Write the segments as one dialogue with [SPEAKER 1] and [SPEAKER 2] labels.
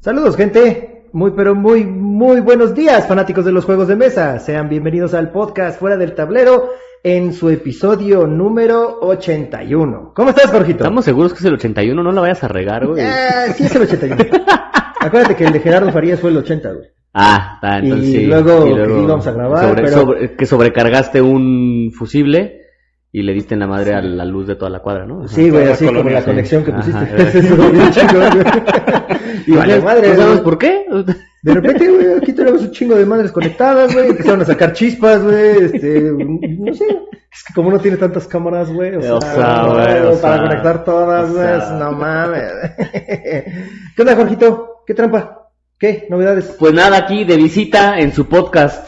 [SPEAKER 1] Saludos gente, muy pero muy muy buenos días fanáticos de los juegos de mesa, sean bienvenidos al podcast Fuera del Tablero en su episodio número 81. ¿Cómo estás Jorgito?
[SPEAKER 2] Estamos seguros que es el 81, no la vayas a regar, güey.
[SPEAKER 1] Ah, sí es el 81. Acuérdate que el de Gerardo Farías fue el 80, güey.
[SPEAKER 2] Ah, está,
[SPEAKER 1] Y
[SPEAKER 2] entonces sí.
[SPEAKER 1] luego que íbamos a grabar,
[SPEAKER 2] sobre-
[SPEAKER 1] pero-
[SPEAKER 2] sobre- que sobrecargaste un fusible y le diste en la madre a la luz de toda la cuadra, ¿no? Ajá.
[SPEAKER 1] Sí, güey,
[SPEAKER 3] Toda la
[SPEAKER 1] así como
[SPEAKER 3] colonia,
[SPEAKER 1] la
[SPEAKER 3] sí.
[SPEAKER 1] conexión que
[SPEAKER 2] Ajá,
[SPEAKER 1] pusiste.
[SPEAKER 2] era-
[SPEAKER 1] Eso estuvo bien chingón, güey. Y
[SPEAKER 2] Vale, pues
[SPEAKER 1] vale, madre,
[SPEAKER 2] ¿no sabes
[SPEAKER 1] güey.
[SPEAKER 2] por qué?
[SPEAKER 1] De repente, güey, aquí tenemos un chingo de madres conectadas, güey. Empezaron a sacar chispas, güey. Este, no sé. Es que como no tiene tantas cámaras, güey. O,
[SPEAKER 2] O sea,
[SPEAKER 1] no,
[SPEAKER 2] güey, o
[SPEAKER 1] para
[SPEAKER 2] sea,
[SPEAKER 1] conectar todas,
[SPEAKER 2] o
[SPEAKER 1] güey.
[SPEAKER 2] sea.
[SPEAKER 1] es- No mames. ¿Qué onda, Jorgito? ¿Qué trampa? ¿Qué? ¿Novedades?
[SPEAKER 2] Pues nada, aquí de visita en su podcast.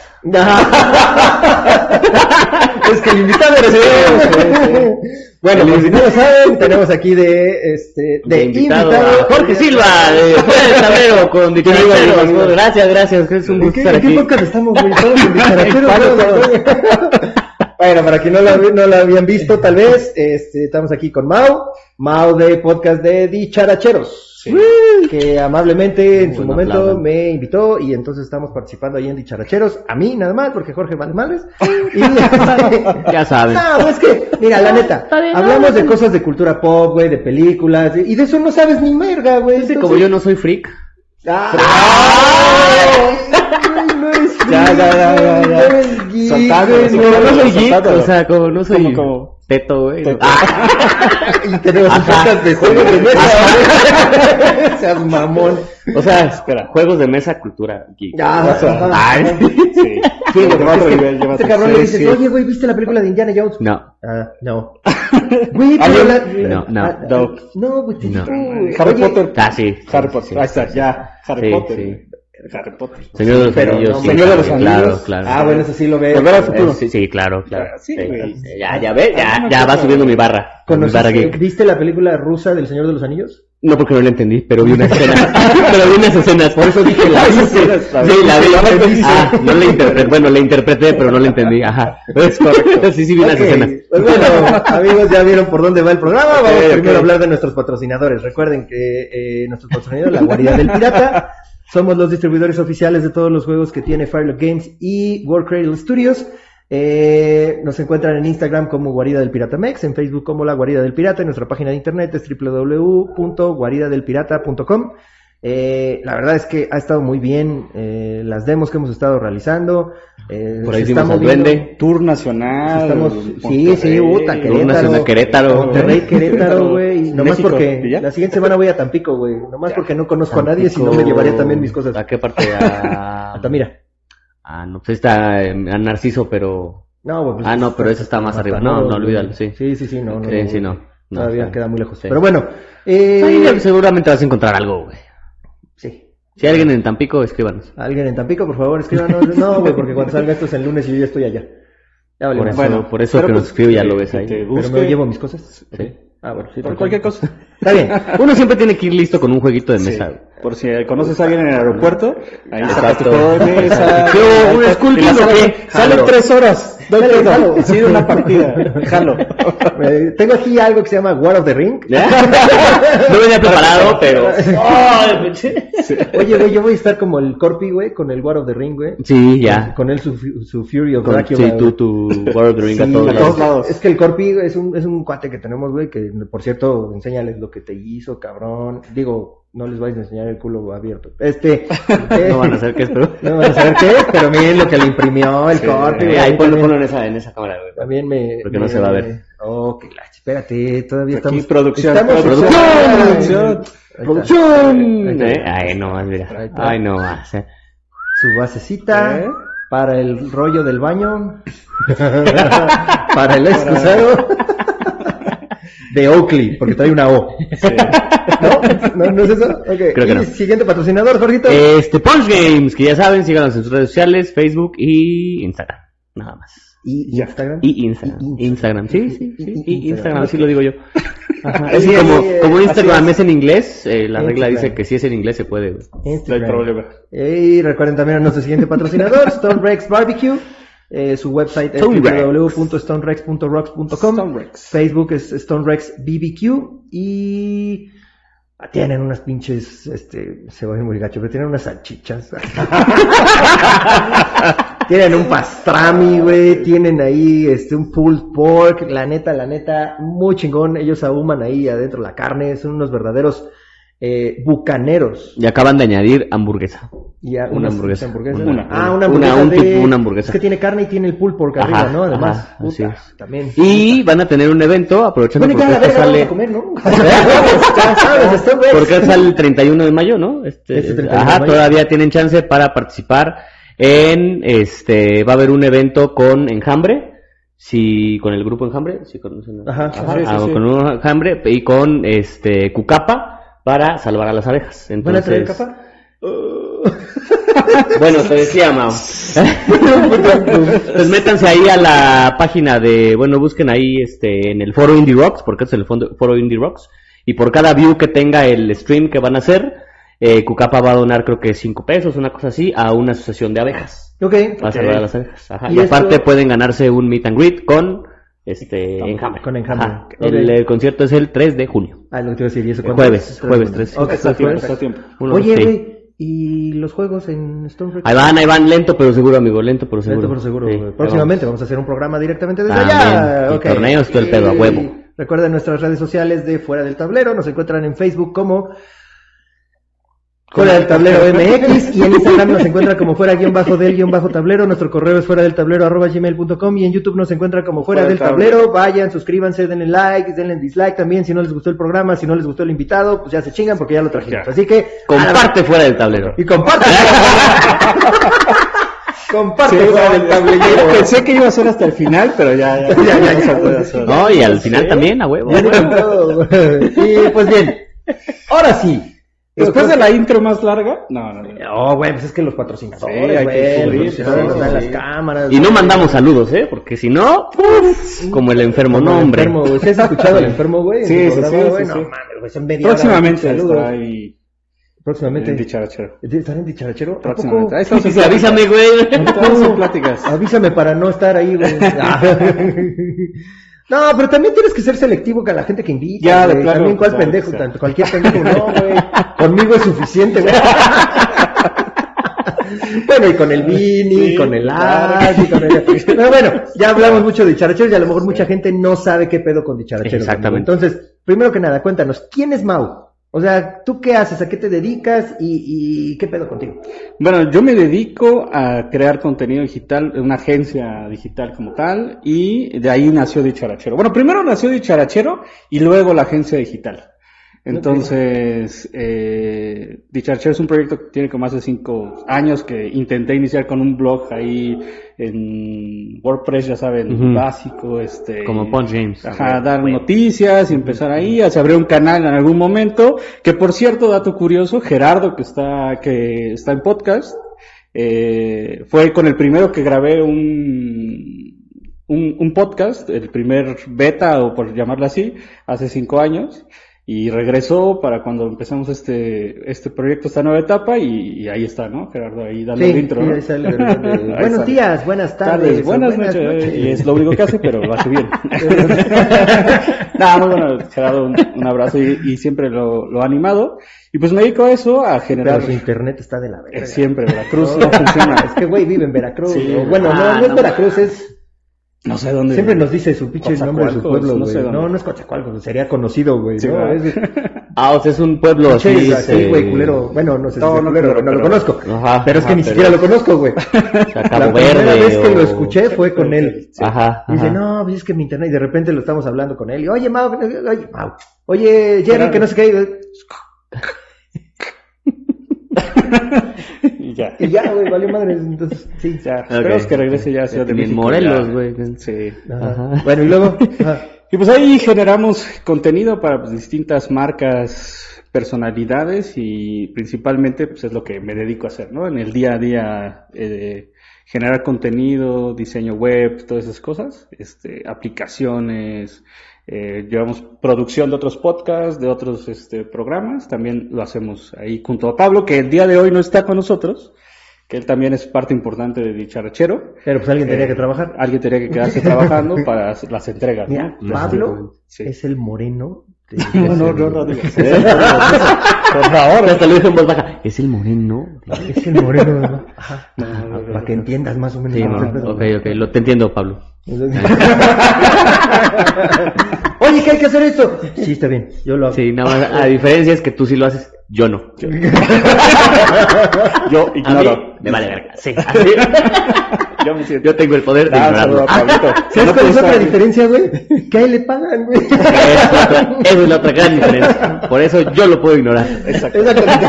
[SPEAKER 1] es que el invitado eres
[SPEAKER 2] tú.
[SPEAKER 1] Bueno,
[SPEAKER 2] El
[SPEAKER 1] pues si no lo
[SPEAKER 2] invitado.
[SPEAKER 1] saben, tenemos aquí de, este, de, invitado,
[SPEAKER 2] a Jorge Silva, de Fuera del Tablero, con Dicharachero.
[SPEAKER 1] Amigo,
[SPEAKER 2] Gracias, gracias, es un
[SPEAKER 1] ¿En
[SPEAKER 2] gusto
[SPEAKER 1] qué,
[SPEAKER 2] estar
[SPEAKER 1] en qué
[SPEAKER 2] aquí.
[SPEAKER 1] podcast estamos, güey? Estamos en Dicharachero,
[SPEAKER 2] Paro
[SPEAKER 1] güey. Bueno, para quien no la, no la habían visto, tal vez, este, estamos aquí con Mau, Mau de podcast de Dicharacheros, que amablemente en su
[SPEAKER 2] Bueno,
[SPEAKER 1] momento
[SPEAKER 2] aplaudan.
[SPEAKER 1] me invitó y entonces estamos participando ahí en Dicharacheros, a mí nada más, porque Jorge vale madres. Y,
[SPEAKER 2] Ya saben.
[SPEAKER 1] no, pues es que, mira, la neta,
[SPEAKER 2] Está bien, no,
[SPEAKER 1] hablamos
[SPEAKER 2] no,
[SPEAKER 1] de
[SPEAKER 2] no.
[SPEAKER 1] cosas de cultura pop, güey, de películas, y de eso no sabes ni merga, güey.
[SPEAKER 2] Viste,
[SPEAKER 1] entonces-
[SPEAKER 2] Como yo no soy freak.
[SPEAKER 1] ¡Ay! No es
[SPEAKER 3] Ya, ya, ya, ya, ya.
[SPEAKER 1] No es geek,
[SPEAKER 3] Soltado,
[SPEAKER 1] güey,
[SPEAKER 3] sí,
[SPEAKER 1] no.
[SPEAKER 2] Como Ah, no soy
[SPEAKER 3] Zapato,
[SPEAKER 2] geek,
[SPEAKER 3] güey.
[SPEAKER 2] o sea, como no soy
[SPEAKER 3] ¿Cómo, cómo?
[SPEAKER 2] teto, güey.
[SPEAKER 3] Teto.
[SPEAKER 2] Ah,
[SPEAKER 1] Y tenemos un
[SPEAKER 2] Ajá.
[SPEAKER 1] podcast de juego de mesa. Seas mamón.
[SPEAKER 2] o sea,
[SPEAKER 3] Espera.
[SPEAKER 2] juegos de mesa, cultura geek.
[SPEAKER 1] Ya, ajá.
[SPEAKER 3] Sí, sí, lo que va a nivel lleva
[SPEAKER 1] Este
[SPEAKER 3] su-
[SPEAKER 1] cabrón le
[SPEAKER 3] sí,
[SPEAKER 1] dices,
[SPEAKER 3] sí.
[SPEAKER 1] oye, güey, ¿viste la película de Indiana Jones?
[SPEAKER 2] No.
[SPEAKER 1] Ah, no. Güey,
[SPEAKER 3] A
[SPEAKER 1] pero la...
[SPEAKER 3] ver,
[SPEAKER 2] no, no,
[SPEAKER 1] Ah,
[SPEAKER 3] no.
[SPEAKER 1] No, güey, te
[SPEAKER 2] No.
[SPEAKER 1] digo,
[SPEAKER 3] Harry
[SPEAKER 1] oye,
[SPEAKER 3] Potter.
[SPEAKER 2] Ah, sí.
[SPEAKER 3] Harry Potter. Ahí está, ya. Harry
[SPEAKER 2] Sí,
[SPEAKER 3] Potter.
[SPEAKER 2] sí.
[SPEAKER 3] Harry Potter.
[SPEAKER 2] Señor de los
[SPEAKER 1] Pero
[SPEAKER 2] Anillos.
[SPEAKER 1] no,
[SPEAKER 2] sí,
[SPEAKER 3] Señor de los
[SPEAKER 2] claro,
[SPEAKER 3] Anillos.
[SPEAKER 2] Claro,
[SPEAKER 1] Ah, bueno, eso sí lo veo.
[SPEAKER 3] Volver al futuro.
[SPEAKER 2] Eh, Sí, sí, claro, claro.
[SPEAKER 3] Ah, sí, güey.
[SPEAKER 2] Ya, ya ves,
[SPEAKER 3] Ah,
[SPEAKER 2] ya,
[SPEAKER 3] no,
[SPEAKER 2] ya va
[SPEAKER 3] claro.
[SPEAKER 2] subiendo mi barra. Mi barra
[SPEAKER 1] ¿Conociste,
[SPEAKER 2] geek.
[SPEAKER 1] ¿Viste la película rusa del Señor de los Anillos?
[SPEAKER 2] No porque no la entendí, pero vi unas escenas. pero vi unas escenas. Por eso dije la vi. Sí, la vi.
[SPEAKER 3] la
[SPEAKER 2] no
[SPEAKER 3] entendiste.
[SPEAKER 2] Ah, no la interpreté. Bueno, la interpreté, pero no la entendí. Ajá. Es correcto. Sí, sí, vi unas
[SPEAKER 1] Ok,
[SPEAKER 2] escenas.
[SPEAKER 1] Pues bueno, amigos, ya vieron por dónde va el programa. Vamos
[SPEAKER 3] Ok, ok.
[SPEAKER 1] primero a hablar de nuestros patrocinadores. Recuerden que eh, nuestros patrocinadores, la Guarida del Pirata, somos los distribuidores oficiales de todos los juegos que tiene Firelock Games y World Cradle Studios. Eh, nos encuentran en Instagram como Guarida del Pirata Mex, en Facebook como La Guarida del Pirata, y nuestra página de internet es www.guaridadelpirata.com. Eh, la verdad es que ha estado muy bien eh, las demos que hemos estado realizando. eh,
[SPEAKER 2] Por ahí
[SPEAKER 1] se
[SPEAKER 2] hicimos
[SPEAKER 1] está
[SPEAKER 2] al
[SPEAKER 1] moviendo-
[SPEAKER 2] duende.
[SPEAKER 3] Tour nacional.
[SPEAKER 1] Estamos- sí,
[SPEAKER 3] Monterrey.
[SPEAKER 1] sí, puta, que- Querétaro.
[SPEAKER 2] Querétaro. Nacional Querétaro.
[SPEAKER 1] Monterrey, Querétaro,
[SPEAKER 3] Querétaro,
[SPEAKER 1] güey. y Nomás
[SPEAKER 3] México,
[SPEAKER 1] porque
[SPEAKER 3] ¿y ya?
[SPEAKER 1] la siguiente semana voy a Tampico, güey. Nomás
[SPEAKER 3] Ya.
[SPEAKER 1] porque no conozco a nadie, si no me llevaría también mis cosas.
[SPEAKER 2] ¿A qué parte? A...
[SPEAKER 1] Altamira.
[SPEAKER 2] Ah, no, pues está eh, a Narciso, pero...
[SPEAKER 1] No, güey. pues,
[SPEAKER 2] Ah, no, pero eso está más arriba. No,
[SPEAKER 1] Matamoros,
[SPEAKER 2] no,
[SPEAKER 1] güey.
[SPEAKER 2] olvídalo, sí.
[SPEAKER 1] Sí, sí, sí, no, no.
[SPEAKER 2] Sí,
[SPEAKER 1] no,
[SPEAKER 2] sí,
[SPEAKER 1] güey.
[SPEAKER 2] no. No,
[SPEAKER 1] Todavía
[SPEAKER 2] está-
[SPEAKER 1] queda muy lejos.
[SPEAKER 2] sí.
[SPEAKER 1] Pero bueno,
[SPEAKER 2] Ahí
[SPEAKER 1] eh,
[SPEAKER 2] seguramente vas a encontrar algo, güey.
[SPEAKER 1] sí.
[SPEAKER 2] Si hay alguien en Tampico, escríbanos.
[SPEAKER 1] Alguien en Tampico, por favor, escríbanos. No, güey, porque cuando salga esto es el lunes y yo ya estoy allá. Ya vale,
[SPEAKER 2] Por
[SPEAKER 1] más.
[SPEAKER 2] eso, por eso
[SPEAKER 3] pero
[SPEAKER 2] que nos
[SPEAKER 3] pues,
[SPEAKER 2] escribe ya
[SPEAKER 3] que-
[SPEAKER 2] lo ves
[SPEAKER 3] que
[SPEAKER 2] ahí.
[SPEAKER 3] te
[SPEAKER 2] Pero
[SPEAKER 1] Pero
[SPEAKER 3] busque.
[SPEAKER 1] me llevo mis cosas.
[SPEAKER 2] Sí.
[SPEAKER 1] Ah, bueno, sí.
[SPEAKER 3] Por cualquier cosa.
[SPEAKER 1] Está bien.
[SPEAKER 2] Uno siempre tiene que ir listo con un jueguito de
[SPEAKER 3] Sí,
[SPEAKER 2] mesa. güey.
[SPEAKER 3] Por si conoces a alguien en el aeropuerto, ahí está
[SPEAKER 2] Exacto.
[SPEAKER 3] tu juego de mesa.
[SPEAKER 2] ¿Qué hubo? ¿Un Skull King o qué?
[SPEAKER 3] Sale
[SPEAKER 2] Jalo.
[SPEAKER 3] tres horas.
[SPEAKER 1] Dale,
[SPEAKER 3] Dale,
[SPEAKER 1] jalo.
[SPEAKER 3] dale. Sí, de una partida. Jalo.
[SPEAKER 1] Eh, tengo aquí algo que se llama War of the Ring.
[SPEAKER 2] No venía preparado, pero...
[SPEAKER 1] Oye, güey, yo voy a estar como el Corpi, güey, con el War of the Ring, güey.
[SPEAKER 2] Sí, ya.
[SPEAKER 1] Con él su, fu- su Fury of
[SPEAKER 2] Con,
[SPEAKER 1] Dracula.
[SPEAKER 2] sí,
[SPEAKER 1] güey.
[SPEAKER 2] tú, tu World of the Ring
[SPEAKER 1] Sí,
[SPEAKER 2] a todos
[SPEAKER 1] güey.
[SPEAKER 2] lados.
[SPEAKER 3] lados.
[SPEAKER 1] Es que el Corpi güey, es un, es un cuate que tenemos, güey, que por cierto, enséñales lo que te hizo, cabrón. Digo, no les vais a enseñar el culo abierto. Este. eh,
[SPEAKER 2] No van a saber qué es, pero...
[SPEAKER 1] no van a saber qué es, pero miren lo que le imprimió el Corpi, güey.
[SPEAKER 2] Eh, Ahí ponlo,
[SPEAKER 1] también-
[SPEAKER 2] ponlo en esa, en esa cámara, güey.
[SPEAKER 1] También me.
[SPEAKER 2] Porque no
[SPEAKER 1] me-
[SPEAKER 2] se va a ver.
[SPEAKER 1] Oh, que la ch- Espérate, todavía
[SPEAKER 3] Aquí
[SPEAKER 1] estamos.
[SPEAKER 3] producción,
[SPEAKER 1] estamos-
[SPEAKER 3] producción,
[SPEAKER 1] Ahí está.
[SPEAKER 3] producción.
[SPEAKER 1] Ahí está.
[SPEAKER 2] ¡Producción!
[SPEAKER 1] Ahí
[SPEAKER 2] Eh,
[SPEAKER 1] está.
[SPEAKER 2] Ay, no más,
[SPEAKER 1] Ahí
[SPEAKER 2] mira.
[SPEAKER 1] está.
[SPEAKER 2] Ay, no más. eh.
[SPEAKER 1] su basecita
[SPEAKER 3] ¿Eh?
[SPEAKER 1] para el rollo del baño, para el excusado de Oakley, porque trae una O. ¿No? ¿No, Eh, no es eso? Okay.
[SPEAKER 2] Creo que
[SPEAKER 1] Y
[SPEAKER 2] no.
[SPEAKER 1] Siguiente patrocinador, Jorgito.
[SPEAKER 2] Este, Punch Games, que ya saben, síganos en sus redes sociales, Facebook y Instagram. Nada más.
[SPEAKER 1] y y
[SPEAKER 3] ya.
[SPEAKER 1] Instagram.
[SPEAKER 2] Y Instagram.
[SPEAKER 1] Y
[SPEAKER 2] Instagram, sí, sí,
[SPEAKER 1] Y- y-
[SPEAKER 2] sí. Y
[SPEAKER 1] Instagram.
[SPEAKER 2] Instagram, así lo digo yo.
[SPEAKER 1] Ajá.
[SPEAKER 2] Es
[SPEAKER 1] Sí,
[SPEAKER 2] como,
[SPEAKER 1] eh,
[SPEAKER 2] como
[SPEAKER 1] así
[SPEAKER 2] Instagram
[SPEAKER 1] es.
[SPEAKER 2] es en inglés, eh, la regla
[SPEAKER 1] Instagram.
[SPEAKER 2] dice que si es en inglés se puede. güey.
[SPEAKER 3] No hay
[SPEAKER 1] Instagram.
[SPEAKER 3] problema.
[SPEAKER 1] Y recuerden también a nuestro siguiente patrocinador, Stone Rex Barbecue. Eh, su website es
[SPEAKER 2] Stone Rex.
[SPEAKER 1] www.stonerex.rocks.com.
[SPEAKER 3] Stone Rex.
[SPEAKER 1] Facebook es Stone Rex BBQ. Y Ah, Tienen unas pinches, este, se va a oír muy gacho, pero tienen unas salchichas. tienen un pastrami, güey, tienen ahí, este, un pulled pork, la neta, la neta, muy chingón. Ellos ahuman ahí adentro la carne, son unos verdaderos eh, bucaneros.
[SPEAKER 2] Y acaban de añadir hamburguesa.
[SPEAKER 1] Y a-
[SPEAKER 2] Una
[SPEAKER 1] unas
[SPEAKER 2] hamburguesa.
[SPEAKER 1] hamburguesas.
[SPEAKER 3] Una,
[SPEAKER 1] ah,
[SPEAKER 2] una,
[SPEAKER 1] una hamburguesa.
[SPEAKER 2] un
[SPEAKER 1] de-
[SPEAKER 2] tipo- una hamburguesa.
[SPEAKER 1] Es que tiene carne y tiene el pulled pork arriba,
[SPEAKER 2] Ajá,
[SPEAKER 1] ¿no? Además,
[SPEAKER 2] ajá,
[SPEAKER 1] puta,
[SPEAKER 2] así es.
[SPEAKER 1] también.
[SPEAKER 2] Y van a tener un evento, aprovechando
[SPEAKER 1] Bueno, y
[SPEAKER 2] porque
[SPEAKER 1] cada vez
[SPEAKER 2] esto
[SPEAKER 1] vamos
[SPEAKER 2] sale...
[SPEAKER 1] a comer, ¿no? ya sabes, está bien.
[SPEAKER 2] Porque ahora sale el 31 de mayo, ¿no? Este,
[SPEAKER 1] Este 31 de
[SPEAKER 2] ajá,
[SPEAKER 1] mayo.
[SPEAKER 2] todavía tienen chance para participar en, este, va a haber un evento con Enjambre, si con el grupo Enjambre, si conocen.
[SPEAKER 1] Ajá,
[SPEAKER 3] sí, sí,
[SPEAKER 2] ah,
[SPEAKER 3] sí.
[SPEAKER 2] con un Enjambre y con, este, Cucapa para salvar a las abejas.
[SPEAKER 1] ¿Van a
[SPEAKER 2] Entonces,
[SPEAKER 1] traer capa?
[SPEAKER 2] Bueno, te decía, Mao. pues métanse ahí a la página de, bueno, busquen ahí este en el foro Indie Rocks, porque es el fondo- foro Indie Rocks, y por cada view que tenga el stream que van a hacer, eh, Cucapa va a donar creo que 5 pesos, una cosa así, a una asociación de abejas.
[SPEAKER 1] Ok.
[SPEAKER 2] Va a salvar a las abejas. Ajá.
[SPEAKER 1] ¿Y
[SPEAKER 2] Y, aparte
[SPEAKER 1] esto?
[SPEAKER 2] pueden ganarse un meet and greet con este Enjambre.
[SPEAKER 1] Con Enjambre.
[SPEAKER 2] Ajá.
[SPEAKER 1] Ok.
[SPEAKER 2] El, el concierto es el 3 de junio.
[SPEAKER 1] Ah, lo que te iba a decir, ¿y eso cuándo?
[SPEAKER 2] Jueves,
[SPEAKER 1] Tres
[SPEAKER 2] jueves,
[SPEAKER 1] minutos.
[SPEAKER 2] tres.
[SPEAKER 1] Ok,
[SPEAKER 3] Está a tiempo,
[SPEAKER 1] jueves.
[SPEAKER 3] está a tiempo.
[SPEAKER 2] Uno,
[SPEAKER 1] Oye,
[SPEAKER 2] sí.
[SPEAKER 1] güey, ¿y los juegos en Stormbreak?
[SPEAKER 2] Ahí van, ahí van, lento pero seguro, amigo, lento pero seguro.
[SPEAKER 1] Lento por seguro.
[SPEAKER 2] Sí,
[SPEAKER 1] güey.
[SPEAKER 2] ahí vamos.
[SPEAKER 1] Próximamente vamos a hacer un programa directamente desde
[SPEAKER 2] También.
[SPEAKER 1] allá.
[SPEAKER 2] Y
[SPEAKER 1] Ok.
[SPEAKER 2] torneos, todo el pedo, a
[SPEAKER 1] Y
[SPEAKER 2] huevo.
[SPEAKER 1] Recuerden nuestras redes sociales de Fuera del Tablero. Nos encuentran en Facebook como Fuera del Tablero MX y en Instagram nos encuentran como fuera guión bajo del guión bajo tablero. Nuestro correo es fuera del tablero arroba gmail.com y en YouTube nos encuentran como fuera,
[SPEAKER 3] Fuera
[SPEAKER 1] del
[SPEAKER 3] del
[SPEAKER 1] tablero. Vayan, suscríbanse, denle like, denle dislike también. Si no les gustó el programa, si no les gustó el invitado, pues ya se chingan porque ya lo trajimos.
[SPEAKER 3] Ya.
[SPEAKER 1] Así que
[SPEAKER 2] Comparte fuera del tablero.
[SPEAKER 1] y comparte. comparte
[SPEAKER 3] Sí,
[SPEAKER 1] fuera del tablero.
[SPEAKER 3] Pensé que iba a ser hasta el final, pero ya, ya,
[SPEAKER 1] Ya, ya,
[SPEAKER 3] vamos a
[SPEAKER 1] ya.
[SPEAKER 3] poder hacerlo.
[SPEAKER 2] No, y al final también, a huevo.
[SPEAKER 1] Ya ni con todo. Y pues bien, ahora sí.
[SPEAKER 3] Después de la intro más larga, no, no, no.
[SPEAKER 1] Oh, güey, pues es que los patrocinadores,
[SPEAKER 3] Sí, hay
[SPEAKER 1] güey,
[SPEAKER 3] que
[SPEAKER 1] los
[SPEAKER 3] subir,
[SPEAKER 1] patrocinadores
[SPEAKER 3] sí,
[SPEAKER 1] nos dan
[SPEAKER 3] sí.
[SPEAKER 1] las cámaras.
[SPEAKER 2] Y no
[SPEAKER 1] güey.
[SPEAKER 2] mandamos saludos, ¿eh? Porque si no, uf, como el enfermo,
[SPEAKER 1] Como
[SPEAKER 2] no,
[SPEAKER 1] el
[SPEAKER 2] hombre.
[SPEAKER 1] enfermo, güey. ¿Sí has escuchado al enfermo, güey? en
[SPEAKER 3] Sí,
[SPEAKER 1] el
[SPEAKER 3] sí,
[SPEAKER 1] programa,
[SPEAKER 3] sí,
[SPEAKER 1] güey?
[SPEAKER 3] sí,
[SPEAKER 1] No
[SPEAKER 3] sí.
[SPEAKER 1] mames, güey, son media hora,
[SPEAKER 3] Próximamente
[SPEAKER 1] saludos.
[SPEAKER 3] estará ahí
[SPEAKER 1] Próximamente.
[SPEAKER 3] en dicharachero.
[SPEAKER 1] ¿Estarán en dicharachero? ¿A
[SPEAKER 3] Próximamente.
[SPEAKER 1] poco?
[SPEAKER 3] Ahí estamos en
[SPEAKER 2] Dice, avísame, güey.
[SPEAKER 3] Estamos en pláticas.
[SPEAKER 1] Avísame para no estar ahí, güey. Ah. No, pero también tienes que ser selectivo con la gente que invita.
[SPEAKER 3] Ya, de
[SPEAKER 1] güey.
[SPEAKER 3] plano,
[SPEAKER 1] También cuál
[SPEAKER 3] ya,
[SPEAKER 1] pendejo,
[SPEAKER 3] o sea.
[SPEAKER 1] tanto cualquier pendejo, no, güey. Conmigo es suficiente, güey. Bueno, y con el Vini,
[SPEAKER 3] Sí,
[SPEAKER 1] con el
[SPEAKER 3] claro.
[SPEAKER 1] Ash, y con el... Pero bueno, ya hablamos mucho de dicharacheros y a lo mejor mucha gente no sabe qué pedo con dicharacheros.
[SPEAKER 2] Exactamente.
[SPEAKER 1] amigo. Entonces, primero que nada, cuéntanos, ¿quién es Mau? O sea, ¿tú qué haces? ¿A qué te dedicas? ¿Y, y qué pedo contigo?
[SPEAKER 3] Bueno, yo me dedico a crear contenido digital, una agencia digital como tal, y de ahí nació Dicharachero. Bueno, primero nació Dicharachero y luego la agencia digital. Entonces, eh, Dicharachero es un proyecto que tiene como más de cinco años que intenté iniciar con un blog ahí en WordPress, ya saben,
[SPEAKER 2] Ujú.
[SPEAKER 3] básico, este.
[SPEAKER 2] Como Punch Games.
[SPEAKER 3] Ajá, dar noticias y empezar ahí, se abrió un canal en algún momento, que por cierto, dato curioso, Gerardo, que está, que está en podcast, eh, fue con el primero que grabé un, un, un podcast, el primer beta, o por llamarlo así, hace cinco años, y regresó para cuando empezamos este, este proyecto, esta nueva etapa, y, y ahí está, ¿no? Gerardo ahí dando el intro,
[SPEAKER 1] sí,
[SPEAKER 3] ¿no?
[SPEAKER 1] ahí sale, de verdad, de-
[SPEAKER 3] Ahí
[SPEAKER 1] Buenos
[SPEAKER 3] sale.
[SPEAKER 1] días, buenas tardes.
[SPEAKER 3] tardes,
[SPEAKER 1] o
[SPEAKER 3] buenas, noches. Y es lo único que hace, pero lo hace bien. Nada, muy bueno, Gerardo, un, un abrazo y, y siempre lo, lo ha animado. Y pues me dedico a eso, a generar...
[SPEAKER 1] Pero su internet está de la verga.
[SPEAKER 3] Eh, Siempre, Veracruz
[SPEAKER 1] No,
[SPEAKER 3] no funciona.
[SPEAKER 1] Es que, güey, vive en Veracruz.
[SPEAKER 3] Sí.
[SPEAKER 1] ¿no? Bueno, no,
[SPEAKER 2] Ah,
[SPEAKER 1] no es
[SPEAKER 2] no.
[SPEAKER 1] Veracruz, es...
[SPEAKER 3] No sé dónde...
[SPEAKER 1] Siempre nos dice su pinche nombre de su
[SPEAKER 3] Coatzacoalcos,
[SPEAKER 1] pueblo,
[SPEAKER 3] no
[SPEAKER 1] güey.
[SPEAKER 3] sé
[SPEAKER 1] No,
[SPEAKER 3] dónde.
[SPEAKER 1] no, es Coatzacoalcos, sería conocido, güey.
[SPEAKER 3] Sí,
[SPEAKER 1] no,
[SPEAKER 3] ¿verdad?
[SPEAKER 1] es
[SPEAKER 2] Ah, o sea, es un pueblo así.
[SPEAKER 1] pinche
[SPEAKER 2] este,
[SPEAKER 1] así, güey, culero. Bueno, no sé si
[SPEAKER 3] No,
[SPEAKER 1] es
[SPEAKER 3] no,
[SPEAKER 1] culero,
[SPEAKER 3] culero,
[SPEAKER 1] no lo
[SPEAKER 3] pero-
[SPEAKER 1] conozco.
[SPEAKER 2] Ajá.
[SPEAKER 1] Pero es que
[SPEAKER 2] Ajá,
[SPEAKER 1] ni
[SPEAKER 2] pero-
[SPEAKER 1] siquiera lo conozco, güey.
[SPEAKER 2] o sea, Cabo
[SPEAKER 1] La primera
[SPEAKER 2] Verde
[SPEAKER 1] vez que lo
[SPEAKER 2] o-
[SPEAKER 1] escuché fue con él.
[SPEAKER 3] Sí.
[SPEAKER 2] Ajá.
[SPEAKER 1] Y dice,
[SPEAKER 2] ajá.
[SPEAKER 1] no, pues es que mi internet, y de repente lo estamos hablando con él, y oye, Mau, que no- oye, Mau, oye, Jerry, que no sé qué, y-
[SPEAKER 3] Y ya.
[SPEAKER 1] y ya, güey, valió madres, entonces, sí.
[SPEAKER 3] ya.
[SPEAKER 2] Ok.
[SPEAKER 3] Esperemos que regrese ya a Ciudad de
[SPEAKER 2] Ni en
[SPEAKER 3] México.
[SPEAKER 2] Morelos,
[SPEAKER 3] ya.
[SPEAKER 2] güey.
[SPEAKER 3] Sí.
[SPEAKER 1] Ajá.
[SPEAKER 2] Ajá.
[SPEAKER 1] Bueno, y luego, ajá.
[SPEAKER 3] Y pues ahí generamos contenido para pues, distintas marcas, personalidades y principalmente pues es lo que me dedico a hacer, ¿no? En el día a día eh, generar contenido, diseño web, todas esas cosas, este, aplicaciones, eh, llevamos producción de otros podcasts, de otros este, programas, también lo hacemos ahí junto a Pablo que el día de hoy no está con nosotros. que él también es parte importante de Dicharachero.
[SPEAKER 1] Pero pues alguien tenía
[SPEAKER 3] Eh,
[SPEAKER 1] que trabajar.
[SPEAKER 3] Alguien tenía que quedarse trabajando para las entregas,
[SPEAKER 1] Mira,
[SPEAKER 3] ¿no?
[SPEAKER 1] Pablo
[SPEAKER 3] Sí.
[SPEAKER 1] es el moreno. de-
[SPEAKER 3] No, no, no, no digas eso.
[SPEAKER 2] Por favor, hasta lo dije en voz baja. Es el moreno.
[SPEAKER 1] Es el moreno. ¿no? Ajá.
[SPEAKER 3] No, no, no, no,
[SPEAKER 1] Para que
[SPEAKER 3] no.
[SPEAKER 1] entiendas más o menos.
[SPEAKER 2] Sí,
[SPEAKER 1] cómo
[SPEAKER 2] no,
[SPEAKER 1] es el pedo.
[SPEAKER 2] ok, ok, lo, te entiendo, Pablo.
[SPEAKER 1] Oye, que hay que hacer esto. Sí, está bien. Yo lo hago.
[SPEAKER 2] Sí, nada más, la diferencia es que tú sí lo haces, yo no.
[SPEAKER 3] Yo
[SPEAKER 2] A mí
[SPEAKER 3] ignoro.
[SPEAKER 2] me vale verga, sí. así.
[SPEAKER 3] Yo me siento.
[SPEAKER 2] Yo tengo el poder de
[SPEAKER 3] Ah,
[SPEAKER 2] ignorarlo.
[SPEAKER 3] saludo a Pablito.
[SPEAKER 1] ¿Sabes
[SPEAKER 3] No pues,
[SPEAKER 1] cuál es
[SPEAKER 3] te
[SPEAKER 1] otra
[SPEAKER 3] gusta-
[SPEAKER 1] diferencia, güey? Que a él le pagan, güey.
[SPEAKER 2] Esa es la otra- esa es la otra gran diferencia. Por eso yo lo puedo ignorar.
[SPEAKER 3] Exacto.
[SPEAKER 1] Exactamente.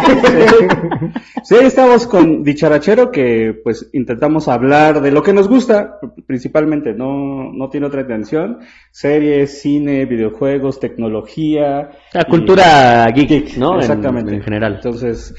[SPEAKER 3] Sí, ahí estamos con Dicharachero que pues intentamos hablar de lo que nos gusta, principalmente, no, no tiene otra intención, series, cine, videojuegos, tecnología.
[SPEAKER 2] La
[SPEAKER 3] y-
[SPEAKER 2] cultura geek, ¿no? En-
[SPEAKER 3] Exactamente.
[SPEAKER 2] En, general.
[SPEAKER 3] Entonces,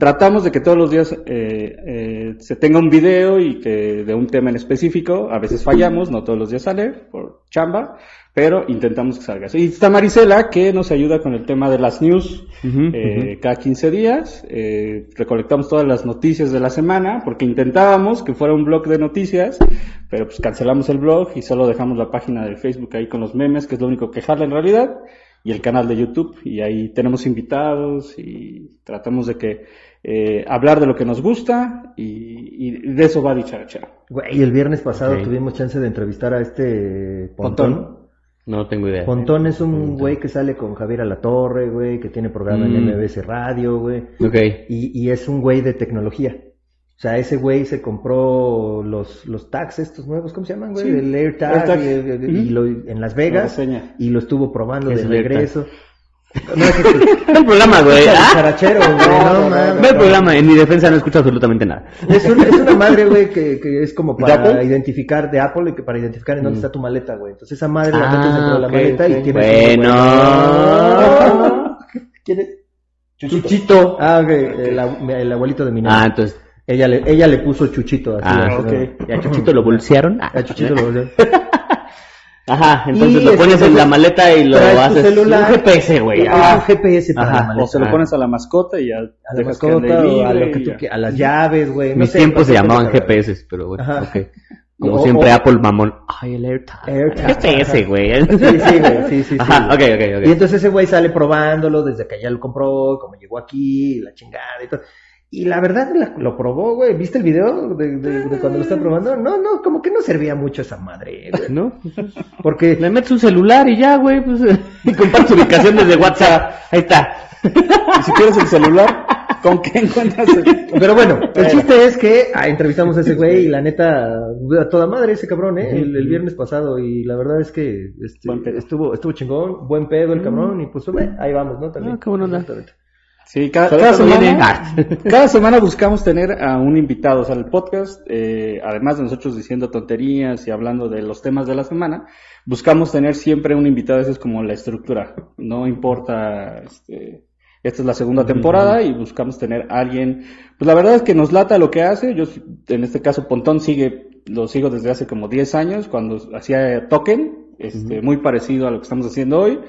[SPEAKER 3] tratamos de que todos los días eh, eh, se tenga un video y que de un tema en específico, a veces fallamos, no todos los días sale por chamba, pero intentamos que salga. Y está Marisela que nos ayuda con el tema de las news.
[SPEAKER 2] Ujú,
[SPEAKER 3] eh, cada 15 días, eh, recolectamos todas las noticias de la semana, porque intentábamos que fuera un blog de noticias, pero pues cancelamos el blog y solo dejamos la página de Facebook ahí con los memes, que es lo único que jala en realidad, y el canal de YouTube, y ahí tenemos invitados y tratamos de que eh, hablar de lo que nos gusta y, y de eso va dicharachera.
[SPEAKER 1] Güey, el viernes pasado
[SPEAKER 2] Ok.
[SPEAKER 1] tuvimos chance de entrevistar a este Pontón.
[SPEAKER 3] Pontón.
[SPEAKER 2] No tengo idea.
[SPEAKER 1] Pontón es un güey que sale con Javier Alatorre, güey, que tiene programa en
[SPEAKER 2] Mm.
[SPEAKER 1] MBS Radio, güey.
[SPEAKER 2] Ok.
[SPEAKER 1] Y, y es un güey de tecnología. O sea, ese güey se compró los, los tags estos nuevos, ¿cómo se llaman, güey?
[SPEAKER 3] Sí.
[SPEAKER 1] El AirTag
[SPEAKER 3] AirTag.
[SPEAKER 1] y, y- y lo- en Las Vegas.
[SPEAKER 3] Lo reseña.
[SPEAKER 1] y lo estuvo probando
[SPEAKER 2] Es
[SPEAKER 1] de
[SPEAKER 2] el AirTag.
[SPEAKER 1] regreso. No, es que-
[SPEAKER 2] el programa, güey. ¿ah?
[SPEAKER 1] Charachero, güey, no, mames.
[SPEAKER 2] Ve el programa, en mi defensa no escucho absolutamente nada.
[SPEAKER 1] Es, un- es una madre, güey, que, que es como para
[SPEAKER 3] ¿De Apple?
[SPEAKER 1] identificar de Apple y que para identificar en dónde está tu maleta, güey. Entonces esa madre la
[SPEAKER 2] Ah,
[SPEAKER 1] metes dentro de la
[SPEAKER 2] ok,
[SPEAKER 1] maleta
[SPEAKER 2] ok.
[SPEAKER 1] y tienes...
[SPEAKER 2] Bueno.
[SPEAKER 1] ¿Quién es?
[SPEAKER 2] Chuchito.
[SPEAKER 1] Ah, ok, el, abu- el abuelito de mi
[SPEAKER 2] Ah,
[SPEAKER 1] novia.
[SPEAKER 2] entonces.
[SPEAKER 1] Ella, le, ella le puso Chuchito. Así,
[SPEAKER 2] Ah,
[SPEAKER 1] así,
[SPEAKER 3] ok.
[SPEAKER 1] ¿no?
[SPEAKER 2] ¿Y a Chuchito lo bolsearon? Ah.
[SPEAKER 1] A Chuchito lo volvió.
[SPEAKER 2] Ajá, entonces
[SPEAKER 1] Y
[SPEAKER 2] lo pones
[SPEAKER 1] este,
[SPEAKER 2] en la maleta y lo
[SPEAKER 1] traes tu
[SPEAKER 2] haces.
[SPEAKER 1] celular.
[SPEAKER 2] Un GPS, güey.
[SPEAKER 1] Ah,
[SPEAKER 2] ah.
[SPEAKER 1] un GPS para
[SPEAKER 2] Ajá,
[SPEAKER 1] la maleta.
[SPEAKER 3] O se lo
[SPEAKER 2] Ah.
[SPEAKER 3] pones a la mascota y ya
[SPEAKER 1] A la
[SPEAKER 3] dejas que ande
[SPEAKER 1] mascota o a
[SPEAKER 3] libre
[SPEAKER 1] lo que
[SPEAKER 3] y
[SPEAKER 1] tú
[SPEAKER 3] ya.
[SPEAKER 1] quie- A las llaves, güey. no
[SPEAKER 2] Mis
[SPEAKER 1] sé,
[SPEAKER 2] tiempos se
[SPEAKER 1] cualquier
[SPEAKER 2] llamaban
[SPEAKER 1] cosa, güey.
[SPEAKER 2] GPS, pero bueno,
[SPEAKER 1] Ajá.
[SPEAKER 2] ok. Como
[SPEAKER 1] O-
[SPEAKER 2] siempre,
[SPEAKER 1] o-
[SPEAKER 2] Apple mamón. Ay, el AirTag.
[SPEAKER 1] AirTag.
[SPEAKER 2] GPS, güey.
[SPEAKER 1] Sí, sí, güey, sí, sí, sí.
[SPEAKER 2] Ajá, ok,
[SPEAKER 1] güey.
[SPEAKER 2] ok, ok.
[SPEAKER 1] Y entonces ese güey sale probándolo desde que ya lo compró, como llegó aquí, la chingada y todo. Y la verdad la- lo probó, güey. ¿Viste el video de, de- de cuando lo está probando? No, no, como que no servía mucho esa madre, güey.
[SPEAKER 2] ¿No?
[SPEAKER 1] Porque
[SPEAKER 2] Le metes un celular y ya, güey. Pues, y compartes ubicación desde WhatsApp. Ahí está.
[SPEAKER 3] Y si quieres el celular, ¿con qué encuentras el...
[SPEAKER 1] Pero bueno, el chiste es que ah, entrevistamos a ese güey y la neta, güey, a toda madre ese cabrón, ¿eh? El, el viernes pasado y la verdad es que este,
[SPEAKER 3] Buen pedo. Mm.
[SPEAKER 1] estuvo estuvo chingón, buen pedo el cabrón y pues güey, ahí vamos, ¿no? También.
[SPEAKER 2] Ah, qué buena onda.
[SPEAKER 1] Exactamente.
[SPEAKER 3] Sí, cada,
[SPEAKER 2] Solo
[SPEAKER 3] cada
[SPEAKER 2] cuando
[SPEAKER 3] semana, Ah.
[SPEAKER 2] viene-
[SPEAKER 3] cada semana buscamos tener a un invitado, o sea, el podcast, eh, además de nosotros diciendo tonterías y hablando de los temas de la semana, buscamos tener siempre un invitado, esa es como la estructura, no importa, este, esta es la segunda temporada y buscamos tener a alguien, pues la verdad es que nos lata lo que hace, yo en este caso Pontón sigue, lo sigo desde hace como 10 años, cuando hacía Token, este, muy parecido a lo que estamos haciendo hoy,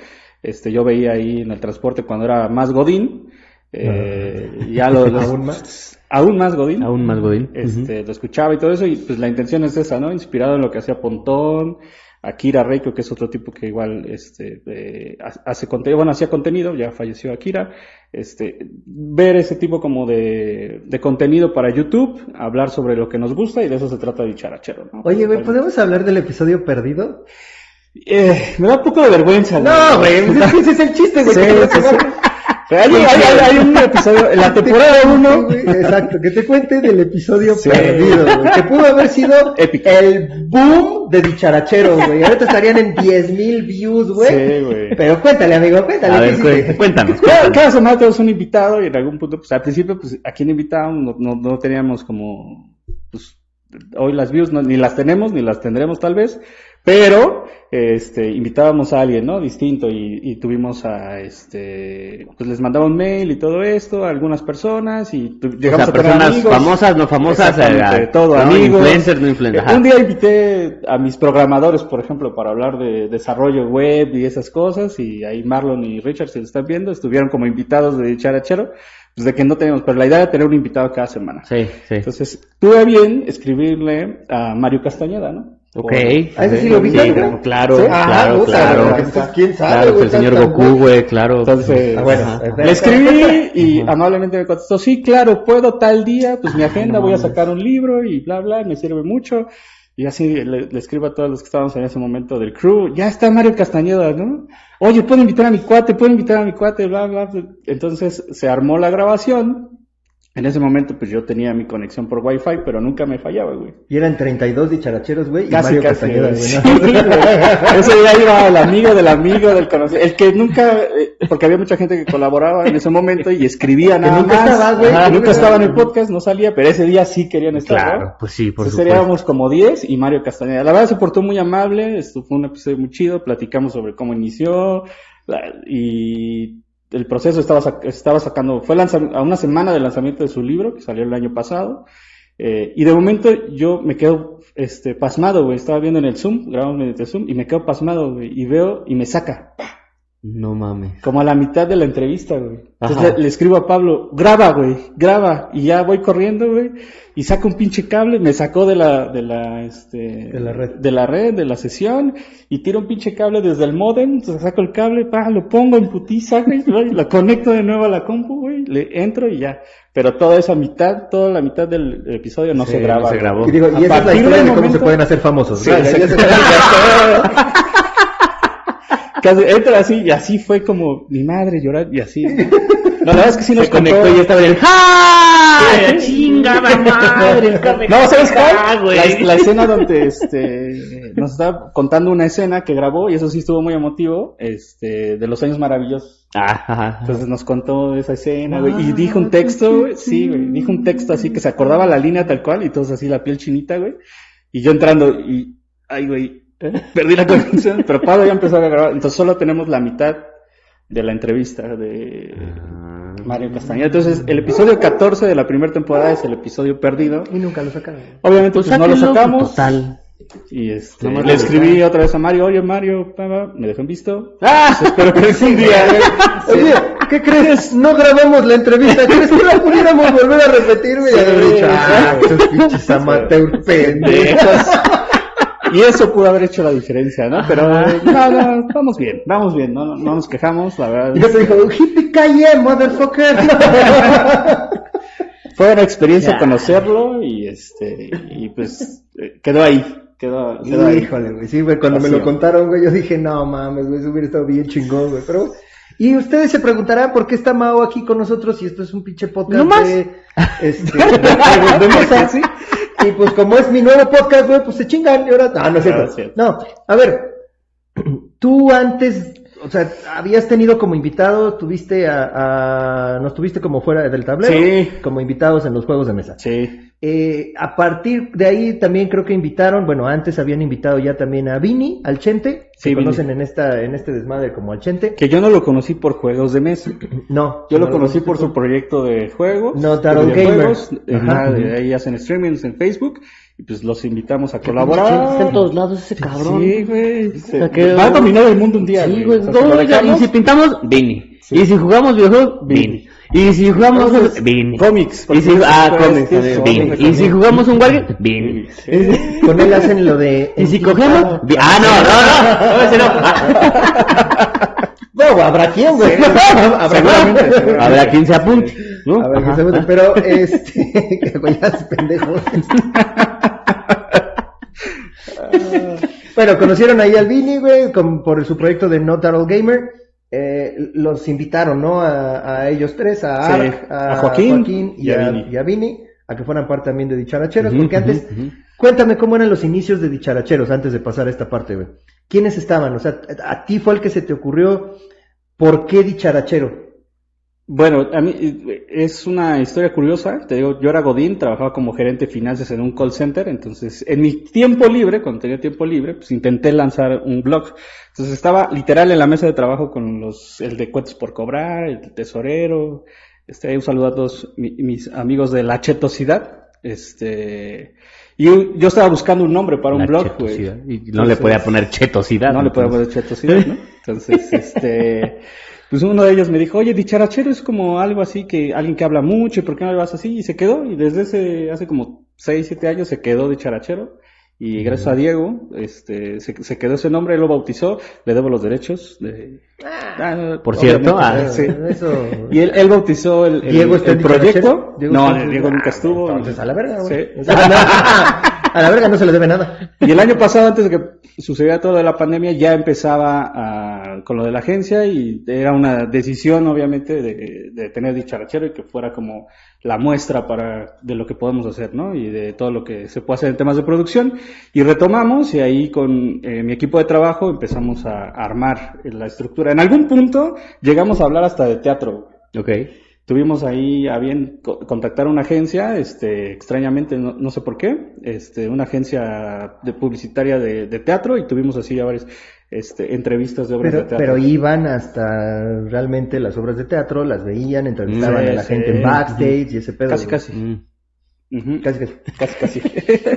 [SPEAKER 3] este, yo veía ahí en el transporte cuando era más Godín, eh, ya lo, los-
[SPEAKER 1] Aún más.
[SPEAKER 3] aún más Godín.
[SPEAKER 2] Aún más, Godín.
[SPEAKER 3] Este, Lo escuchaba y todo eso, y pues la intención es esa, ¿no? Inspirado en lo que hacía Pontón, Akira Reiko, que es otro tipo que igual este, eh, ha- hace contenido, bueno, hacía contenido, ya falleció Akira. Este, ver ese tipo como de, de contenido para YouTube, hablar sobre lo que nos gusta, y de eso se trata de charachero, ¿no?
[SPEAKER 1] Oye, güey, ¿podemos hablar del episodio perdido?
[SPEAKER 3] Eh, me da un poco de vergüenza,
[SPEAKER 1] No, güey, es que ese es el chiste, güey.
[SPEAKER 3] Sí,
[SPEAKER 1] que te
[SPEAKER 3] sí,
[SPEAKER 1] vas a-
[SPEAKER 3] sí. Hay, hay- hay- hay un episodio, en la temporada
[SPEAKER 1] Que te cuente,
[SPEAKER 3] 1,
[SPEAKER 1] güey, Exacto, que te cuente del episodio
[SPEAKER 3] Sí.
[SPEAKER 1] perdido, güey. Que pudo haber sido
[SPEAKER 3] Épico.
[SPEAKER 1] el boom de dicharachero, güey. Ahorita estarían en 10.000 views, güey.
[SPEAKER 3] Sí, güey.
[SPEAKER 1] Pero cuéntale, amigo, cuéntale.
[SPEAKER 2] A
[SPEAKER 1] ¿qué
[SPEAKER 2] ver,
[SPEAKER 1] hiciste?
[SPEAKER 2] cu- cuéntanos.
[SPEAKER 3] Cada, cada semana tenemos un invitado y en algún punto, pues al principio, pues a quién invitábamos, no, no, no teníamos como, pues hoy las views no- ni las tenemos ni las tendremos tal vez, pero este invitábamos a alguien, ¿no? Distinto y, y tuvimos a este, pues les mandaba un mail y todo esto a algunas personas y tu-
[SPEAKER 2] O
[SPEAKER 3] llegamos
[SPEAKER 2] sea,
[SPEAKER 3] a tener
[SPEAKER 2] personas
[SPEAKER 3] amigos.
[SPEAKER 2] famosas, no famosas,
[SPEAKER 3] Exactamente,
[SPEAKER 2] eh,
[SPEAKER 3] de todo,
[SPEAKER 2] ¿no?
[SPEAKER 3] amigos.
[SPEAKER 2] influencers, no
[SPEAKER 3] Eh,
[SPEAKER 2] influencers.
[SPEAKER 3] Un
[SPEAKER 2] ajá.
[SPEAKER 3] día invité a mis programadores, por ejemplo, para hablar de desarrollo web y esas cosas, y ahí Marlon y Richard, si lo están viendo, estuvieron como invitados de Charachero, pues, de que no tenemos, pero la idea era tener un invitado cada semana.
[SPEAKER 2] Sí, sí.
[SPEAKER 3] Entonces, tuve a bien escribirle a Mario Castañeda, ¿no?
[SPEAKER 2] ok.
[SPEAKER 3] Por-
[SPEAKER 1] ¿A
[SPEAKER 2] pues,
[SPEAKER 1] ese sí lo ubicas, güey?
[SPEAKER 2] claro, eh, claro,
[SPEAKER 1] Sí. Ah,
[SPEAKER 2] claro,
[SPEAKER 1] puta,
[SPEAKER 2] claro.
[SPEAKER 1] güey, entonces, Pues, ¿Quién sabe?
[SPEAKER 2] Claro,
[SPEAKER 1] güey?
[SPEAKER 2] el señor
[SPEAKER 1] Tan-
[SPEAKER 2] Goku, güey, claro.
[SPEAKER 3] Entonces,
[SPEAKER 1] Ah, bueno,
[SPEAKER 2] Ajá.
[SPEAKER 1] espera.
[SPEAKER 3] Le escribí y amablemente me contestó, sí, claro, puedo tal día, pues mi agenda, voy a sacar un libro y bla, bla, me sirve mucho. Y así le, le escribo a todos los que estábamos en ese momento del crew, ya está Mario Castañeda, ¿no? Oye, puedo invitar a mi cuate, puedo invitar a mi cuate, bla, bla. bla. Entonces se armó la grabación. En ese momento, pues yo tenía mi conexión por Wi-Fi, pero nunca me fallaba, güey.
[SPEAKER 1] Y eran 32 dicharacheros, güey, y
[SPEAKER 3] Casi,
[SPEAKER 1] Mario
[SPEAKER 3] casi,
[SPEAKER 1] Castañeda,
[SPEAKER 3] güey.
[SPEAKER 1] güey,
[SPEAKER 3] Sí,
[SPEAKER 1] ¿no?
[SPEAKER 3] güey. Ese día iba el amigo del amigo del conocido. El que nunca, eh, porque había mucha gente que colaboraba en ese momento y escribía nada
[SPEAKER 1] nunca
[SPEAKER 3] más.
[SPEAKER 1] estaba, güey.
[SPEAKER 3] Ajá,
[SPEAKER 1] Que
[SPEAKER 3] nunca
[SPEAKER 1] nunca-
[SPEAKER 3] estaba en el podcast, no salía, pero ese día sí querían estar. ¿no?
[SPEAKER 2] Claro, pues sí, por
[SPEAKER 3] Entonces
[SPEAKER 2] supuesto.
[SPEAKER 3] éramos como 10 y Mario Castañeda. La verdad se portó muy amable, esto fue un episodio muy chido, platicamos sobre cómo inició la- y el proceso estaba, sac- estaba sacando, fue lanza- a una semana del lanzamiento de su libro que salió el año pasado. eh, y de momento yo me quedo este, pasmado, güey. Estaba viendo en el Zoom, grabamos mediante Zoom, y me quedo pasmado, güey. Y veo y me saca,
[SPEAKER 2] No mames.
[SPEAKER 3] como a la mitad de la entrevista, güey. Entonces
[SPEAKER 2] Ajá.
[SPEAKER 3] le, le escribo a Pablo, graba, güey, graba. Y ya voy corriendo, güey. Y saco un pinche cable, me sacó de la, de la, este, de
[SPEAKER 1] la red.
[SPEAKER 3] de la red, de la sesión. Y tiro un pinche cable desde el modem, entonces saco el cable, pa, lo pongo en putiza, güey, güey, lo conecto de nuevo a la compu, güey, le entro y ya. Pero toda esa mitad, toda la mitad del episodio no
[SPEAKER 2] Sí,
[SPEAKER 3] se graba.
[SPEAKER 2] no se
[SPEAKER 3] güey.
[SPEAKER 2] grabó.
[SPEAKER 1] Y digo,
[SPEAKER 3] A
[SPEAKER 1] y esa es la
[SPEAKER 3] partir
[SPEAKER 1] historia
[SPEAKER 3] del
[SPEAKER 1] de cómo se
[SPEAKER 3] momento-
[SPEAKER 1] pueden hacer famosos.
[SPEAKER 3] Sí,
[SPEAKER 1] ¿no? Ya
[SPEAKER 3] exacto.
[SPEAKER 1] se-
[SPEAKER 3] Casi entra así y así fue como mi madre llorar y así. No, la verdad es que sí nos
[SPEAKER 2] Se conectó
[SPEAKER 3] contó-
[SPEAKER 2] y estaba en el ¡Ja! ¡Chingada madre!
[SPEAKER 3] No, ¿sabes
[SPEAKER 2] Ah,
[SPEAKER 3] cuál?
[SPEAKER 2] güey.
[SPEAKER 3] La, la escena donde este, nos está contando una escena que grabó, y eso sí estuvo muy emotivo, este, de los años maravillosos.
[SPEAKER 2] Ah, ajá.
[SPEAKER 1] Pues,
[SPEAKER 3] Entonces nos contó esa escena, güey, y dijo un texto, güey, sí, güey, dijo un texto así que se acordaba la línea tal cual, y todos así la piel chinita, güey, y yo entrando, y, ay, güey, perdí la conexión, pero Pablo ya empezó a grabar, entonces solo tenemos la mitad de la entrevista de
[SPEAKER 2] Ah.
[SPEAKER 3] Mario Castañeda. Entonces, el episodio 14 de la primera temporada es el episodio perdido.
[SPEAKER 1] Y nunca lo sacaron.
[SPEAKER 3] Obviamente
[SPEAKER 2] Pues
[SPEAKER 3] pues, no lo
[SPEAKER 2] sáquenlo,
[SPEAKER 3] sacamos.
[SPEAKER 2] Total.
[SPEAKER 3] Y este,
[SPEAKER 2] Nomás
[SPEAKER 3] le
[SPEAKER 2] lo
[SPEAKER 3] escribí otra vez a Mario, oye Mario, pa, pa, me dejó en visto.
[SPEAKER 2] ¡Ah!
[SPEAKER 3] Espero que algún día.
[SPEAKER 1] Oye, ¿qué crees? No grabamos la entrevista. ¿Crees que la pudiéramos volver a repetir, güey?
[SPEAKER 3] Sí,
[SPEAKER 1] Haber dicho, ah,
[SPEAKER 3] sí.
[SPEAKER 1] esos pinches amateur pendejos.
[SPEAKER 3] Y eso pudo haber hecho la diferencia, ¿no? Pero no, no, vamos bien, vamos bien, no, no, no nos quejamos, la verdad.
[SPEAKER 1] Y yo te digo, hippie calle, motherfucker.
[SPEAKER 3] Fue una experiencia
[SPEAKER 2] Ya.
[SPEAKER 3] conocerlo y este, y pues eh, quedó ahí, quedó, quedó ahí.
[SPEAKER 1] Híjole, güey. Sí, güey, cuando me
[SPEAKER 3] Vacío.
[SPEAKER 1] lo contaron, güey, yo dije, no mames, güey, eso hubiera estado bien chingón, güey. Pero, y ustedes se preguntarán por qué está Mao aquí con nosotros y esto es un pinche podcast
[SPEAKER 2] ¿No más?
[SPEAKER 1] de. Este, de- de mesa. Y pues, como es mi nuevo podcast, güey, pues se chingan. Y ahora, no, no es
[SPEAKER 3] Ah,
[SPEAKER 1] cierto.
[SPEAKER 3] es cierto.
[SPEAKER 1] No, a ver, tú antes. O sea, habías tenido como invitado, tuviste a, a- nos tuviste como fuera del tablero,
[SPEAKER 3] Sí.
[SPEAKER 1] como invitados en los juegos de mesa.
[SPEAKER 3] Sí,
[SPEAKER 1] Eh, a partir de ahí también creo que invitaron, bueno, antes habían invitado ya también a Vini, al Chente,
[SPEAKER 3] Sí,
[SPEAKER 1] que
[SPEAKER 3] Vini.
[SPEAKER 1] conocen en esta en este desmadre como al Chente.
[SPEAKER 3] que yo no lo conocí por juegos de mesa.
[SPEAKER 1] No,
[SPEAKER 3] Yo lo
[SPEAKER 1] no
[SPEAKER 3] conocí por su proyecto de juegos.
[SPEAKER 1] No,
[SPEAKER 3] de
[SPEAKER 1] Tarot
[SPEAKER 3] videojuegos,
[SPEAKER 1] Gamer.
[SPEAKER 3] eh,
[SPEAKER 1] Ajá.
[SPEAKER 3] de ahí hacen streamings en Facebook. Y pues los invitamos a
[SPEAKER 2] Está en
[SPEAKER 3] colaborar.
[SPEAKER 2] todos lados ese cabrón.
[SPEAKER 3] Sí, güey. Se-
[SPEAKER 2] sea, que-
[SPEAKER 3] Va a dominar el mundo un día.
[SPEAKER 2] Sí, güey.
[SPEAKER 3] O sea,
[SPEAKER 2] todo
[SPEAKER 3] si lo
[SPEAKER 2] ya- y
[SPEAKER 3] dejamos,
[SPEAKER 2] si pintamos, Vini.
[SPEAKER 3] Sí.
[SPEAKER 2] Y si jugamos videojuegos, Vini. Y si jugamos
[SPEAKER 3] Entonces,
[SPEAKER 2] Vini.
[SPEAKER 3] cómics,
[SPEAKER 2] Y si,
[SPEAKER 3] porque
[SPEAKER 2] ah,
[SPEAKER 3] ustedes
[SPEAKER 2] cómics,
[SPEAKER 3] tienen
[SPEAKER 2] también,
[SPEAKER 3] cómics
[SPEAKER 2] Vini. Y si
[SPEAKER 3] también.
[SPEAKER 2] jugamos un Wargame, Vini.
[SPEAKER 3] Sí.
[SPEAKER 1] Con él hacen lo de
[SPEAKER 2] Y si
[SPEAKER 1] Entinta.
[SPEAKER 2] cogemos, Vini. Ah, no, no, no. No, ese no. Ah,
[SPEAKER 1] No, habrá quien, güey. habrá
[SPEAKER 3] Seguramente, seguramente.
[SPEAKER 2] Habrá quien se apunte. ¿no?
[SPEAKER 1] A ver, que
[SPEAKER 2] Uh, Ajá.
[SPEAKER 1] se mute, pero este, que güey, ya se pendejo. bueno, conocieron ahí al Vini, güey, con- por su proyecto de Not That Old Gamer. Eh, los invitaron, ¿no? A, a ellos tres, a,
[SPEAKER 3] Sí,
[SPEAKER 1] Ark,
[SPEAKER 3] a Joaquín
[SPEAKER 1] y, a, Vini. y a Vini, a que fueran parte también de Dicharacheros,
[SPEAKER 2] Ujú,
[SPEAKER 1] porque antes,
[SPEAKER 2] ujú, ujú.
[SPEAKER 1] cuéntame cómo eran los inicios de Dicharacheros antes de pasar a esta parte, güey. ¿Quiénes estaban? O sea, a ti fue el que se te ocurrió, ¿por qué Dicharachero?
[SPEAKER 3] Bueno, a mí eh, es una historia curiosa. Te digo, yo era Godín, trabajaba como gerente de finanzas en un call center. Entonces, en mi tiempo libre, cuando tenía tiempo libre, pues intenté lanzar un blog. Entonces, estaba literal en la mesa de trabajo con los, el de cuentos por cobrar, el de tesorero. Este, un saludo a todos mi- mis amigos de la chetosidad. Este, y un- yo estaba buscando un nombre para un
[SPEAKER 2] La
[SPEAKER 3] blog, güey.
[SPEAKER 2] chetosidad. Y no le podía
[SPEAKER 3] Entonces-
[SPEAKER 2] poner chetosidad.
[SPEAKER 3] no le podía
[SPEAKER 2] entonces.
[SPEAKER 3] poner chetosidad, ¿no? Entonces, este, pues pues uno de ellos me dijo, oye, dicharachero es como algo así que alguien que habla mucho, ¿y por qué no le vas así? Y se quedó, y desde ese, hace como 6, 7 años se quedó dicharachero. Y gracias a Diego, este, se, se quedó ese nombre, él lo bautizó, le debo los derechos. de- Ah, no,
[SPEAKER 2] Por cierto, ah,
[SPEAKER 3] obviamente, sí.
[SPEAKER 1] Eso.
[SPEAKER 3] Y él, él bautizó el, el-
[SPEAKER 1] Diego está
[SPEAKER 3] el
[SPEAKER 1] en
[SPEAKER 3] proyecto.
[SPEAKER 1] dicharachero. Diego
[SPEAKER 3] no,
[SPEAKER 1] está en-
[SPEAKER 3] ¿este
[SPEAKER 1] Ah,
[SPEAKER 3] Diego nunca estuvo. Ah,
[SPEAKER 1] Entonces, a la verga, güey.
[SPEAKER 3] Sí.
[SPEAKER 1] A la verga no se le debe nada.
[SPEAKER 3] Y el año pasado, antes de que sucediera todo de la pandemia, ya empezaba a- con lo de la agencia y era una decisión, obviamente, de, de tener dicharachero y que fuera como la muestra para de lo que podemos hacer, ¿no? Y de todo lo que se puede hacer en temas de producción. Y retomamos y ahí con eh, mi equipo de trabajo empezamos a armar la estructura. En algún punto llegamos a hablar hasta de teatro.
[SPEAKER 2] Ok.
[SPEAKER 3] Tuvimos ahí a bien co- contactar a una agencia, este, extrañamente, no, no sé por qué, este, una agencia de publicitaria de, de teatro y tuvimos así ya varias este, entrevistas de obras
[SPEAKER 1] Pero,
[SPEAKER 3] de teatro.
[SPEAKER 1] pero iban hasta realmente las obras de teatro, las veían, entrevistaban
[SPEAKER 3] Sí,
[SPEAKER 1] a la
[SPEAKER 3] sí.
[SPEAKER 1] gente en backstage y ese pedo.
[SPEAKER 3] casi,
[SPEAKER 1] güey.
[SPEAKER 3] casi,
[SPEAKER 2] Mm.
[SPEAKER 3] Ujú,
[SPEAKER 1] Casi, casi.
[SPEAKER 3] casi, casi.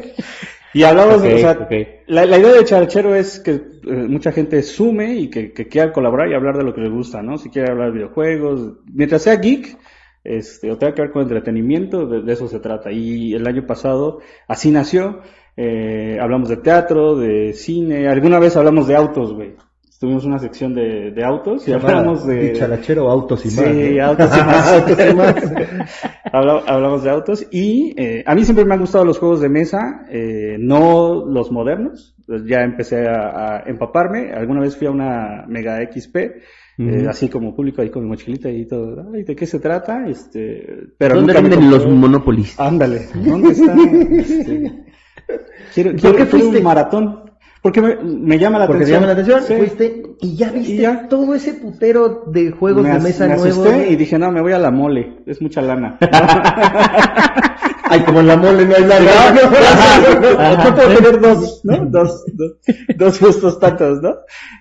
[SPEAKER 3] y hablamos, de
[SPEAKER 2] Ok,
[SPEAKER 3] o sea,
[SPEAKER 2] ok.
[SPEAKER 3] la, la idea de Charchero es que eh, mucha gente sume y que, que quiera colaborar y hablar de lo que les gusta, ¿no? Si quiere hablar de videojuegos, mientras sea geek, este, o tenga que ver con entretenimiento, de, de eso se trata. Y el año pasado así nació. eh, hablamos de teatro, de cine, alguna vez hablamos de autos, güey. Tuvimos una sección de, de autos y hablamos de...
[SPEAKER 1] Dicharachero autos y
[SPEAKER 3] Sí,
[SPEAKER 1] más. ¿no?
[SPEAKER 3] autos y más.
[SPEAKER 1] Autos y más.
[SPEAKER 3] Habla- hablamos de autos y eh, a mí siempre me han gustado los juegos de mesa, eh, no los modernos. Pues Ya empecé a, a empaparme. Alguna vez fui a una Mega XP, eh,
[SPEAKER 2] Ujú.
[SPEAKER 3] así como público, ahí con mi mochilita y todo. Ay, ¿de qué se trata? Este, pero
[SPEAKER 2] ¿Dónde
[SPEAKER 3] nunca me
[SPEAKER 2] venden los
[SPEAKER 3] compré.
[SPEAKER 2] Monopolies?
[SPEAKER 3] Ándale, ¿dónde está? Este, quiero,
[SPEAKER 1] ¿Por qué
[SPEAKER 3] quiero- quiero
[SPEAKER 1] fuiste?
[SPEAKER 3] un maratón. Porque me, me llama la
[SPEAKER 1] Porque te
[SPEAKER 3] atención.
[SPEAKER 1] llama la atención,
[SPEAKER 3] Sí.
[SPEAKER 1] fuiste y ya viste
[SPEAKER 3] Y ya.
[SPEAKER 1] todo ese putero de juegos
[SPEAKER 3] me
[SPEAKER 1] de
[SPEAKER 3] as-
[SPEAKER 1] mesa
[SPEAKER 3] me
[SPEAKER 1] nuevos.
[SPEAKER 3] asusté
[SPEAKER 1] güey.
[SPEAKER 3] y dije, no, me voy a la mole, es mucha lana.
[SPEAKER 1] Ay, como en la mole no hay nada.
[SPEAKER 3] Ajá. puedo tener dos, ¿no? Dos, dos, dos gustos tantos, ¿no?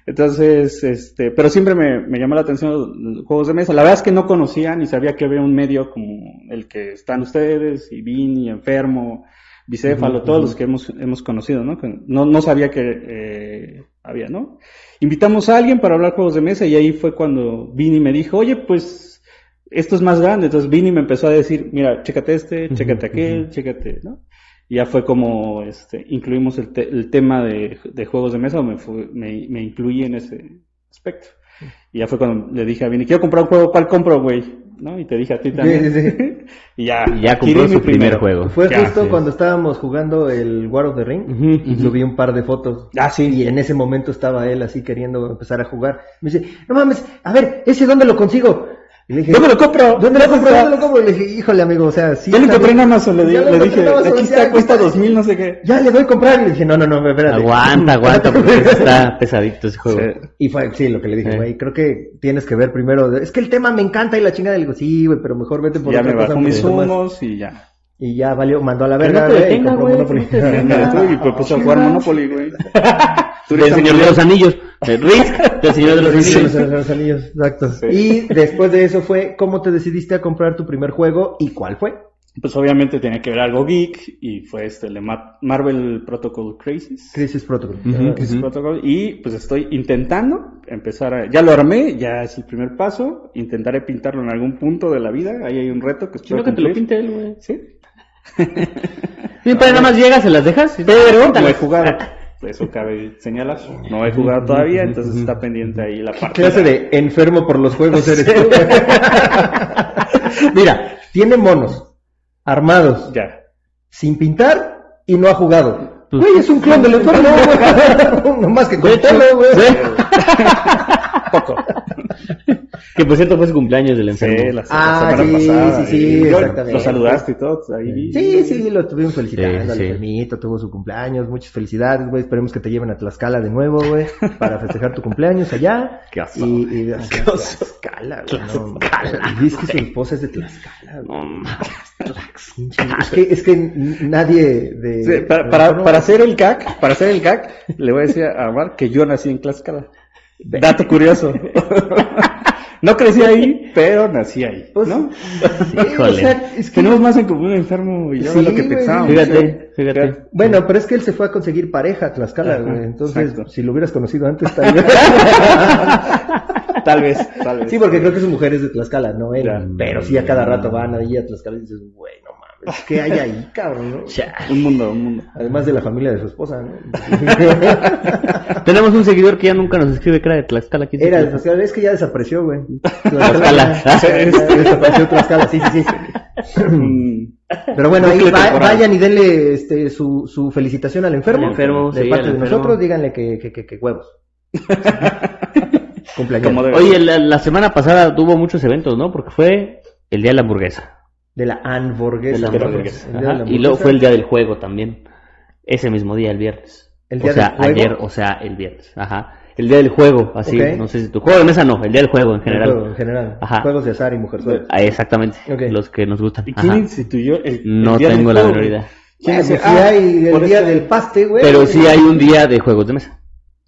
[SPEAKER 3] Entonces, este, pero siempre me, me llamó la atención los, los juegos de mesa. La verdad es que no conocía ni sabía que había un medio como el que están ustedes, y Vini, Enfermo, Bicéfalo, todos los que hemos, hemos conocido, ¿no? Que No, no sabía que eh, había, ¿no? Invitamos a alguien para hablar juegos de mesa y ahí fue cuando Vini me dijo, oye, pues esto es más grande. Entonces Vini me empezó a decir, mira, chécate este, chécate aquel, chécate, ¿no? ya fue como este, incluimos el, te- el tema de, de juegos de mesa, me, fue- me, me incluí en ese aspecto. Y ya fue cuando le dije a Vini, quiero comprar un juego, ¿cuál compro, güey? ¿No? Y te dije a ti también.
[SPEAKER 1] Sí, sí,
[SPEAKER 3] y ya,
[SPEAKER 2] Y ya
[SPEAKER 3] adquirí
[SPEAKER 2] compró
[SPEAKER 3] mi
[SPEAKER 2] su primer juego.
[SPEAKER 1] Fue
[SPEAKER 3] Ya,
[SPEAKER 1] justo
[SPEAKER 2] sí.
[SPEAKER 1] cuando estábamos jugando el War of the Ring
[SPEAKER 2] Ujú,
[SPEAKER 1] y
[SPEAKER 2] ujú.
[SPEAKER 1] subí un par de fotos.
[SPEAKER 3] Ah, sí.
[SPEAKER 1] Y en ese momento estaba él así queriendo empezar a jugar. Me dice, no mames, a ver, ¿ese dónde lo consigo? Y le dije,
[SPEAKER 3] ¿Dónde lo compro?
[SPEAKER 1] ¿Dónde lo compro?
[SPEAKER 3] Está-
[SPEAKER 1] ¿Dónde lo compro? Y le dije, híjole amigo, o sea, sí.
[SPEAKER 3] Yo lo
[SPEAKER 1] está
[SPEAKER 3] encontré en
[SPEAKER 1] bien.
[SPEAKER 3] Amazon, le, di-
[SPEAKER 1] Ya lo
[SPEAKER 3] le
[SPEAKER 1] encontré
[SPEAKER 3] dije,
[SPEAKER 1] en Amazon,
[SPEAKER 3] aquí
[SPEAKER 1] sí,
[SPEAKER 3] está,
[SPEAKER 1] aquí
[SPEAKER 3] cuesta
[SPEAKER 1] está".
[SPEAKER 3] dos mil, no sé qué.
[SPEAKER 1] Ya le doy comprar. Y le dije, no, no, no, espérate.
[SPEAKER 2] Aguanta, aguanta, porque está pesadito ese juego.
[SPEAKER 3] Sí.
[SPEAKER 1] Y fue, sí, lo que le dije,
[SPEAKER 2] Sí.
[SPEAKER 1] güey, creo que tienes que ver primero, de- es que el tema me encanta y la chingada, le digo, sí, güey, pero mejor vete por
[SPEAKER 3] Ya
[SPEAKER 1] otra
[SPEAKER 3] me
[SPEAKER 1] cosa
[SPEAKER 3] bajó
[SPEAKER 1] un
[SPEAKER 3] mis
[SPEAKER 1] poquito más".
[SPEAKER 3] humos y ya.
[SPEAKER 1] Y ya valió, mandó a la
[SPEAKER 2] Que no
[SPEAKER 1] verga,
[SPEAKER 2] te
[SPEAKER 1] güey, y
[SPEAKER 2] detenga,
[SPEAKER 1] compró
[SPEAKER 2] güey,
[SPEAKER 1] Monopoly.
[SPEAKER 2] no te detenga.
[SPEAKER 3] Y me puse a jugar Monopoly, güey. Tú
[SPEAKER 2] Del
[SPEAKER 3] eres
[SPEAKER 2] Señor de los Anillos. Eh, Risk, del Señor de los
[SPEAKER 1] Sí,
[SPEAKER 2] Anillos.
[SPEAKER 1] los- los- los anillos, exacto.
[SPEAKER 3] Sí.
[SPEAKER 1] Y después de eso fue, ¿cómo te decidiste a comprar tu primer juego y cuál fue?
[SPEAKER 3] Pues obviamente tenía que ver algo geek y fue este, el de Ma- Marvel Protocol Crisis.
[SPEAKER 1] Crisis Protocol.
[SPEAKER 2] Ujú.
[SPEAKER 3] Crisis Protocol, y pues estoy intentando empezar a, ya lo armé, ya es el primer paso, intentaré pintarlo en algún punto de la vida, ahí hay un reto que espero
[SPEAKER 2] que te lo
[SPEAKER 3] cumplir.
[SPEAKER 2] pinte él, güey.
[SPEAKER 3] Sí,
[SPEAKER 2] Sí, pero nada más llegas, se las dejas.
[SPEAKER 3] pero no he
[SPEAKER 2] Píntalas.
[SPEAKER 3] jugado, eso cabe señalar, no he jugado todavía, entonces está pendiente ahí la parte.
[SPEAKER 1] Clase de enfermo por los juegos eres tú. Mira, tiene monos, armados,
[SPEAKER 3] Ya.
[SPEAKER 1] sin pintar y no ha jugado.
[SPEAKER 2] Pues-
[SPEAKER 1] Güey, es un clon del enfermo, güey. No más que
[SPEAKER 2] De
[SPEAKER 1] con
[SPEAKER 2] hecho,
[SPEAKER 1] pelo, güey.
[SPEAKER 3] Poco.
[SPEAKER 2] Que por cierto fue su cumpleaños del
[SPEAKER 3] Sí,
[SPEAKER 2] enfermo.
[SPEAKER 3] la, la
[SPEAKER 1] Ah,
[SPEAKER 3] semana
[SPEAKER 1] sí,
[SPEAKER 3] pasada.
[SPEAKER 1] sí, sí,
[SPEAKER 3] y- y yo-
[SPEAKER 1] exactamente.
[SPEAKER 3] Lo saludaste y todo, pues, ahí vi.
[SPEAKER 1] Sí, sí, lo estuvimos felicitando
[SPEAKER 2] Sí,
[SPEAKER 1] al
[SPEAKER 2] sí.
[SPEAKER 1] enfermito, tuvo su cumpleaños, muchas felicidades, güey, esperemos que te lleven a Tlaxcala de nuevo, güey, para festejar tu cumpleaños allá.
[SPEAKER 2] Qué oso,
[SPEAKER 1] Y, y- Tlaxcala, güey, no, y es que su esposa es de Tlaxcala, güey.
[SPEAKER 2] No, ma-
[SPEAKER 1] pinche- Es que, es que n- nadie de...
[SPEAKER 3] Sí, para,
[SPEAKER 1] no,
[SPEAKER 3] para, para hacer el gag, para hacer el gag, le voy a decir a Omar que yo nací en Tlaxcala. Dato curioso. No crecí ahí, pero nací ahí,
[SPEAKER 1] pues,
[SPEAKER 3] ¿no?
[SPEAKER 1] sí, o
[SPEAKER 2] Híjole.
[SPEAKER 1] sea, es que...
[SPEAKER 3] Tenemos más en común enfermo y yo de
[SPEAKER 1] Sí,
[SPEAKER 3] lo que
[SPEAKER 1] güey.
[SPEAKER 3] pensábamos.
[SPEAKER 2] Fíjate, fíjate.
[SPEAKER 3] Fíjate.
[SPEAKER 1] Bueno, pero es que él se fue a conseguir pareja a Tlaxcala,
[SPEAKER 3] Ajá,
[SPEAKER 1] güey, entonces
[SPEAKER 3] exacto.
[SPEAKER 1] si lo hubieras conocido antes, tal vez...
[SPEAKER 3] tal vez, tal vez.
[SPEAKER 2] Este,
[SPEAKER 1] Sí, porque creo que su mujer es de Tlaxcala, no él.
[SPEAKER 3] Ya.
[SPEAKER 1] Pero sí, a cada
[SPEAKER 2] Mm.
[SPEAKER 1] rato van ahí a Tlaxcala y dices, güey, no mames, ¿qué hay ahí, cabrón? no?"
[SPEAKER 3] Un mundo, un mundo.
[SPEAKER 1] Además de la familia de su esposa, ¿no?
[SPEAKER 2] Ah, Tenemos un seguidor que ya nunca nos escribe que era de Tlaxcala. ¿quién
[SPEAKER 1] Era de
[SPEAKER 2] sabe?
[SPEAKER 1] Tlaxcala, es que ya desapareció, güey.
[SPEAKER 2] Tlaxcala.
[SPEAKER 1] Ya- ya Desapareció Tlaxcala, sí, sí, sí.
[SPEAKER 3] Mm.
[SPEAKER 1] Pero bueno, ahí
[SPEAKER 3] Bucle
[SPEAKER 1] va-
[SPEAKER 3] temporal.
[SPEAKER 1] vayan y denle este, su, su felicitación al enfermo.
[SPEAKER 2] Al enfermo,
[SPEAKER 1] De
[SPEAKER 2] sí,
[SPEAKER 1] parte
[SPEAKER 2] al
[SPEAKER 1] de
[SPEAKER 2] enfermo.
[SPEAKER 1] nosotros, díganle que, que, que, que huevos. Cumpleaños.
[SPEAKER 3] Como
[SPEAKER 1] de...
[SPEAKER 3] debe.
[SPEAKER 2] Oye, la, la semana pasada tuvo muchos eventos, ¿no? Porque fue el día de la hamburguesa.
[SPEAKER 1] la hamburguesa.
[SPEAKER 2] De la
[SPEAKER 1] Pero-
[SPEAKER 2] hamburguesa.
[SPEAKER 1] el día de la
[SPEAKER 2] Ajá, Y luego
[SPEAKER 1] hamburguesa.
[SPEAKER 2] fue el día del juego también. Ese mismo día, el viernes.
[SPEAKER 1] ¿El día
[SPEAKER 2] o sea,
[SPEAKER 1] del juego?
[SPEAKER 2] ayer, o sea, el viernes. Ajá. El día del juego, así.
[SPEAKER 1] Ok.
[SPEAKER 2] No sé si tu juego de mesa no, el día del juego en
[SPEAKER 1] El
[SPEAKER 2] general.
[SPEAKER 1] juego, en general.
[SPEAKER 2] Ajá.
[SPEAKER 1] Juegos de azar y mujerzuelas.
[SPEAKER 2] Ah, exactamente.
[SPEAKER 1] Ok.
[SPEAKER 2] Los que nos gustan.
[SPEAKER 3] ¿Y
[SPEAKER 2] Ajá.
[SPEAKER 3] quién instituyó el, el
[SPEAKER 2] No
[SPEAKER 3] día del
[SPEAKER 2] tengo la
[SPEAKER 3] juego?
[SPEAKER 2] menor idea.
[SPEAKER 3] ¿Quién
[SPEAKER 1] Bueno,
[SPEAKER 3] hace-
[SPEAKER 1] si
[SPEAKER 3] ah,
[SPEAKER 1] hay el
[SPEAKER 3] por
[SPEAKER 1] día
[SPEAKER 3] eso-
[SPEAKER 1] del paste, güey.
[SPEAKER 2] Pero sí hay un día de juegos de mesa.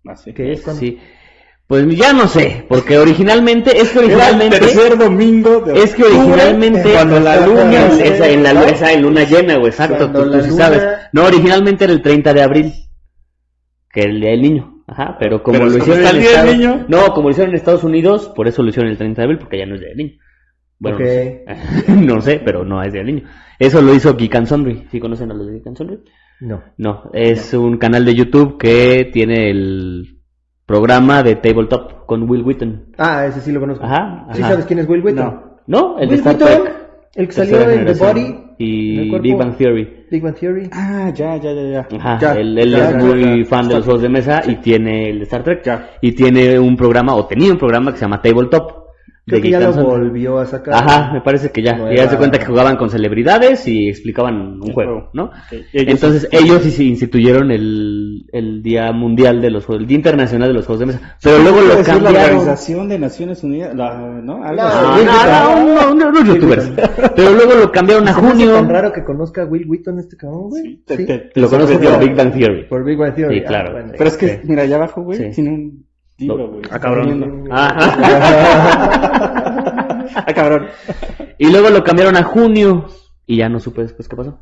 [SPEAKER 3] Ah, sí.
[SPEAKER 1] ¿Qué es? ¿Cuándo?
[SPEAKER 2] Sí. Pues ya no sé, porque originalmente, es que
[SPEAKER 3] Era el
[SPEAKER 2] originalmente...
[SPEAKER 3] tercer domingo de
[SPEAKER 2] Es que
[SPEAKER 3] octubre,
[SPEAKER 2] originalmente
[SPEAKER 3] cuando la luna
[SPEAKER 1] Cuando
[SPEAKER 2] esa,
[SPEAKER 1] se-
[SPEAKER 2] en la luna, esa en luna llena, güey, exacto,
[SPEAKER 1] Cuando
[SPEAKER 2] tú, tú
[SPEAKER 1] la
[SPEAKER 2] sí
[SPEAKER 1] luna-
[SPEAKER 2] sabes. No, originalmente era el 30 de abril, que era el día del niño. Ajá, pero como
[SPEAKER 3] Pero
[SPEAKER 2] lo
[SPEAKER 3] como
[SPEAKER 2] hicieron
[SPEAKER 3] está
[SPEAKER 2] en
[SPEAKER 3] el día del
[SPEAKER 2] Estados-
[SPEAKER 3] niño.
[SPEAKER 2] No, como lo hicieron en Estados Unidos, por eso lo hicieron el 30 de abril porque ya no es día del niño. Bueno,
[SPEAKER 1] Ok.
[SPEAKER 2] no sé. no sé, pero no es día del niño. Eso lo hizo Geek and Sundry. ¿Sí conocen a los de Geek and Sundry?
[SPEAKER 1] No.
[SPEAKER 2] No, es un canal de YouTube que tiene el programa de Tabletop con Will Wheaton.
[SPEAKER 1] Ah, ese sí lo conozco.
[SPEAKER 2] Ajá,
[SPEAKER 1] ¿Sí
[SPEAKER 2] ajá.
[SPEAKER 1] sabes quién es Will Wheaton?
[SPEAKER 3] No.
[SPEAKER 2] ¿No? El de
[SPEAKER 1] Will
[SPEAKER 2] Star
[SPEAKER 1] Wheaton,
[SPEAKER 2] Trek.
[SPEAKER 1] el que
[SPEAKER 2] Tercera
[SPEAKER 1] salió en The
[SPEAKER 2] generación.
[SPEAKER 1] Body en el
[SPEAKER 2] y
[SPEAKER 1] cuerpo.
[SPEAKER 2] Big Bang Theory.
[SPEAKER 1] Big Bang Theory.
[SPEAKER 3] Ah, ya, ya, ya, ya.
[SPEAKER 2] Ajá,
[SPEAKER 3] Ya,
[SPEAKER 2] él, él
[SPEAKER 3] ya,
[SPEAKER 2] es
[SPEAKER 3] ya,
[SPEAKER 2] muy
[SPEAKER 3] ya.
[SPEAKER 2] fan de
[SPEAKER 3] Está-
[SPEAKER 2] los juegos de mesa y tiene el de Star Trek
[SPEAKER 3] Ya.
[SPEAKER 2] y tiene un programa o tenía un programa que se llama Tabletop
[SPEAKER 1] Creo que ya
[SPEAKER 2] Geek
[SPEAKER 1] lo
[SPEAKER 2] Hanson.
[SPEAKER 1] volvió a sacar.
[SPEAKER 2] Ajá, me parece que ya.
[SPEAKER 1] No
[SPEAKER 2] y ya
[SPEAKER 1] era-
[SPEAKER 2] se cuenta que jugaban con celebridades y explicaban un juego,
[SPEAKER 3] juego.
[SPEAKER 2] ¿no?
[SPEAKER 3] Ok. Ellos-
[SPEAKER 2] Entonces ellos sí se instituyeron el, el Día Mundial de los Juegos, el Día Internacional de los Juegos de Mesa. Pero luego
[SPEAKER 3] Quiero
[SPEAKER 2] lo
[SPEAKER 3] decir, La
[SPEAKER 2] cambiaron.
[SPEAKER 3] Organización de Naciones Unidas, la- ¿no?
[SPEAKER 1] No,
[SPEAKER 3] Algo
[SPEAKER 2] Ah,
[SPEAKER 3] así.
[SPEAKER 1] Will
[SPEAKER 2] no,
[SPEAKER 1] Wheaton.
[SPEAKER 2] no, no, no, youtubers. Pero luego lo cambiaron a
[SPEAKER 1] Se me hace
[SPEAKER 2] junio.
[SPEAKER 1] tan raro que conozca a Will Wheaton este cabrón, güey.
[SPEAKER 3] Sí, te-
[SPEAKER 1] Sí.
[SPEAKER 3] te-
[SPEAKER 2] Lo conoces
[SPEAKER 1] sorprendió.
[SPEAKER 2] por Big Bang Theory.
[SPEAKER 1] Por Big Bang Theory. Ah,
[SPEAKER 2] Sí, claro.
[SPEAKER 1] bueno.
[SPEAKER 3] Pero es que,
[SPEAKER 2] Sí.
[SPEAKER 3] mira, allá abajo, güey,
[SPEAKER 2] Sí.
[SPEAKER 3] tiene un libro, güey.
[SPEAKER 2] Ah, cabrón.
[SPEAKER 3] Está
[SPEAKER 2] Ajá.
[SPEAKER 3] leyendo. Ah, cabrón.
[SPEAKER 2] Y luego lo cambiaron a junio. Y ya no supe después qué pasó.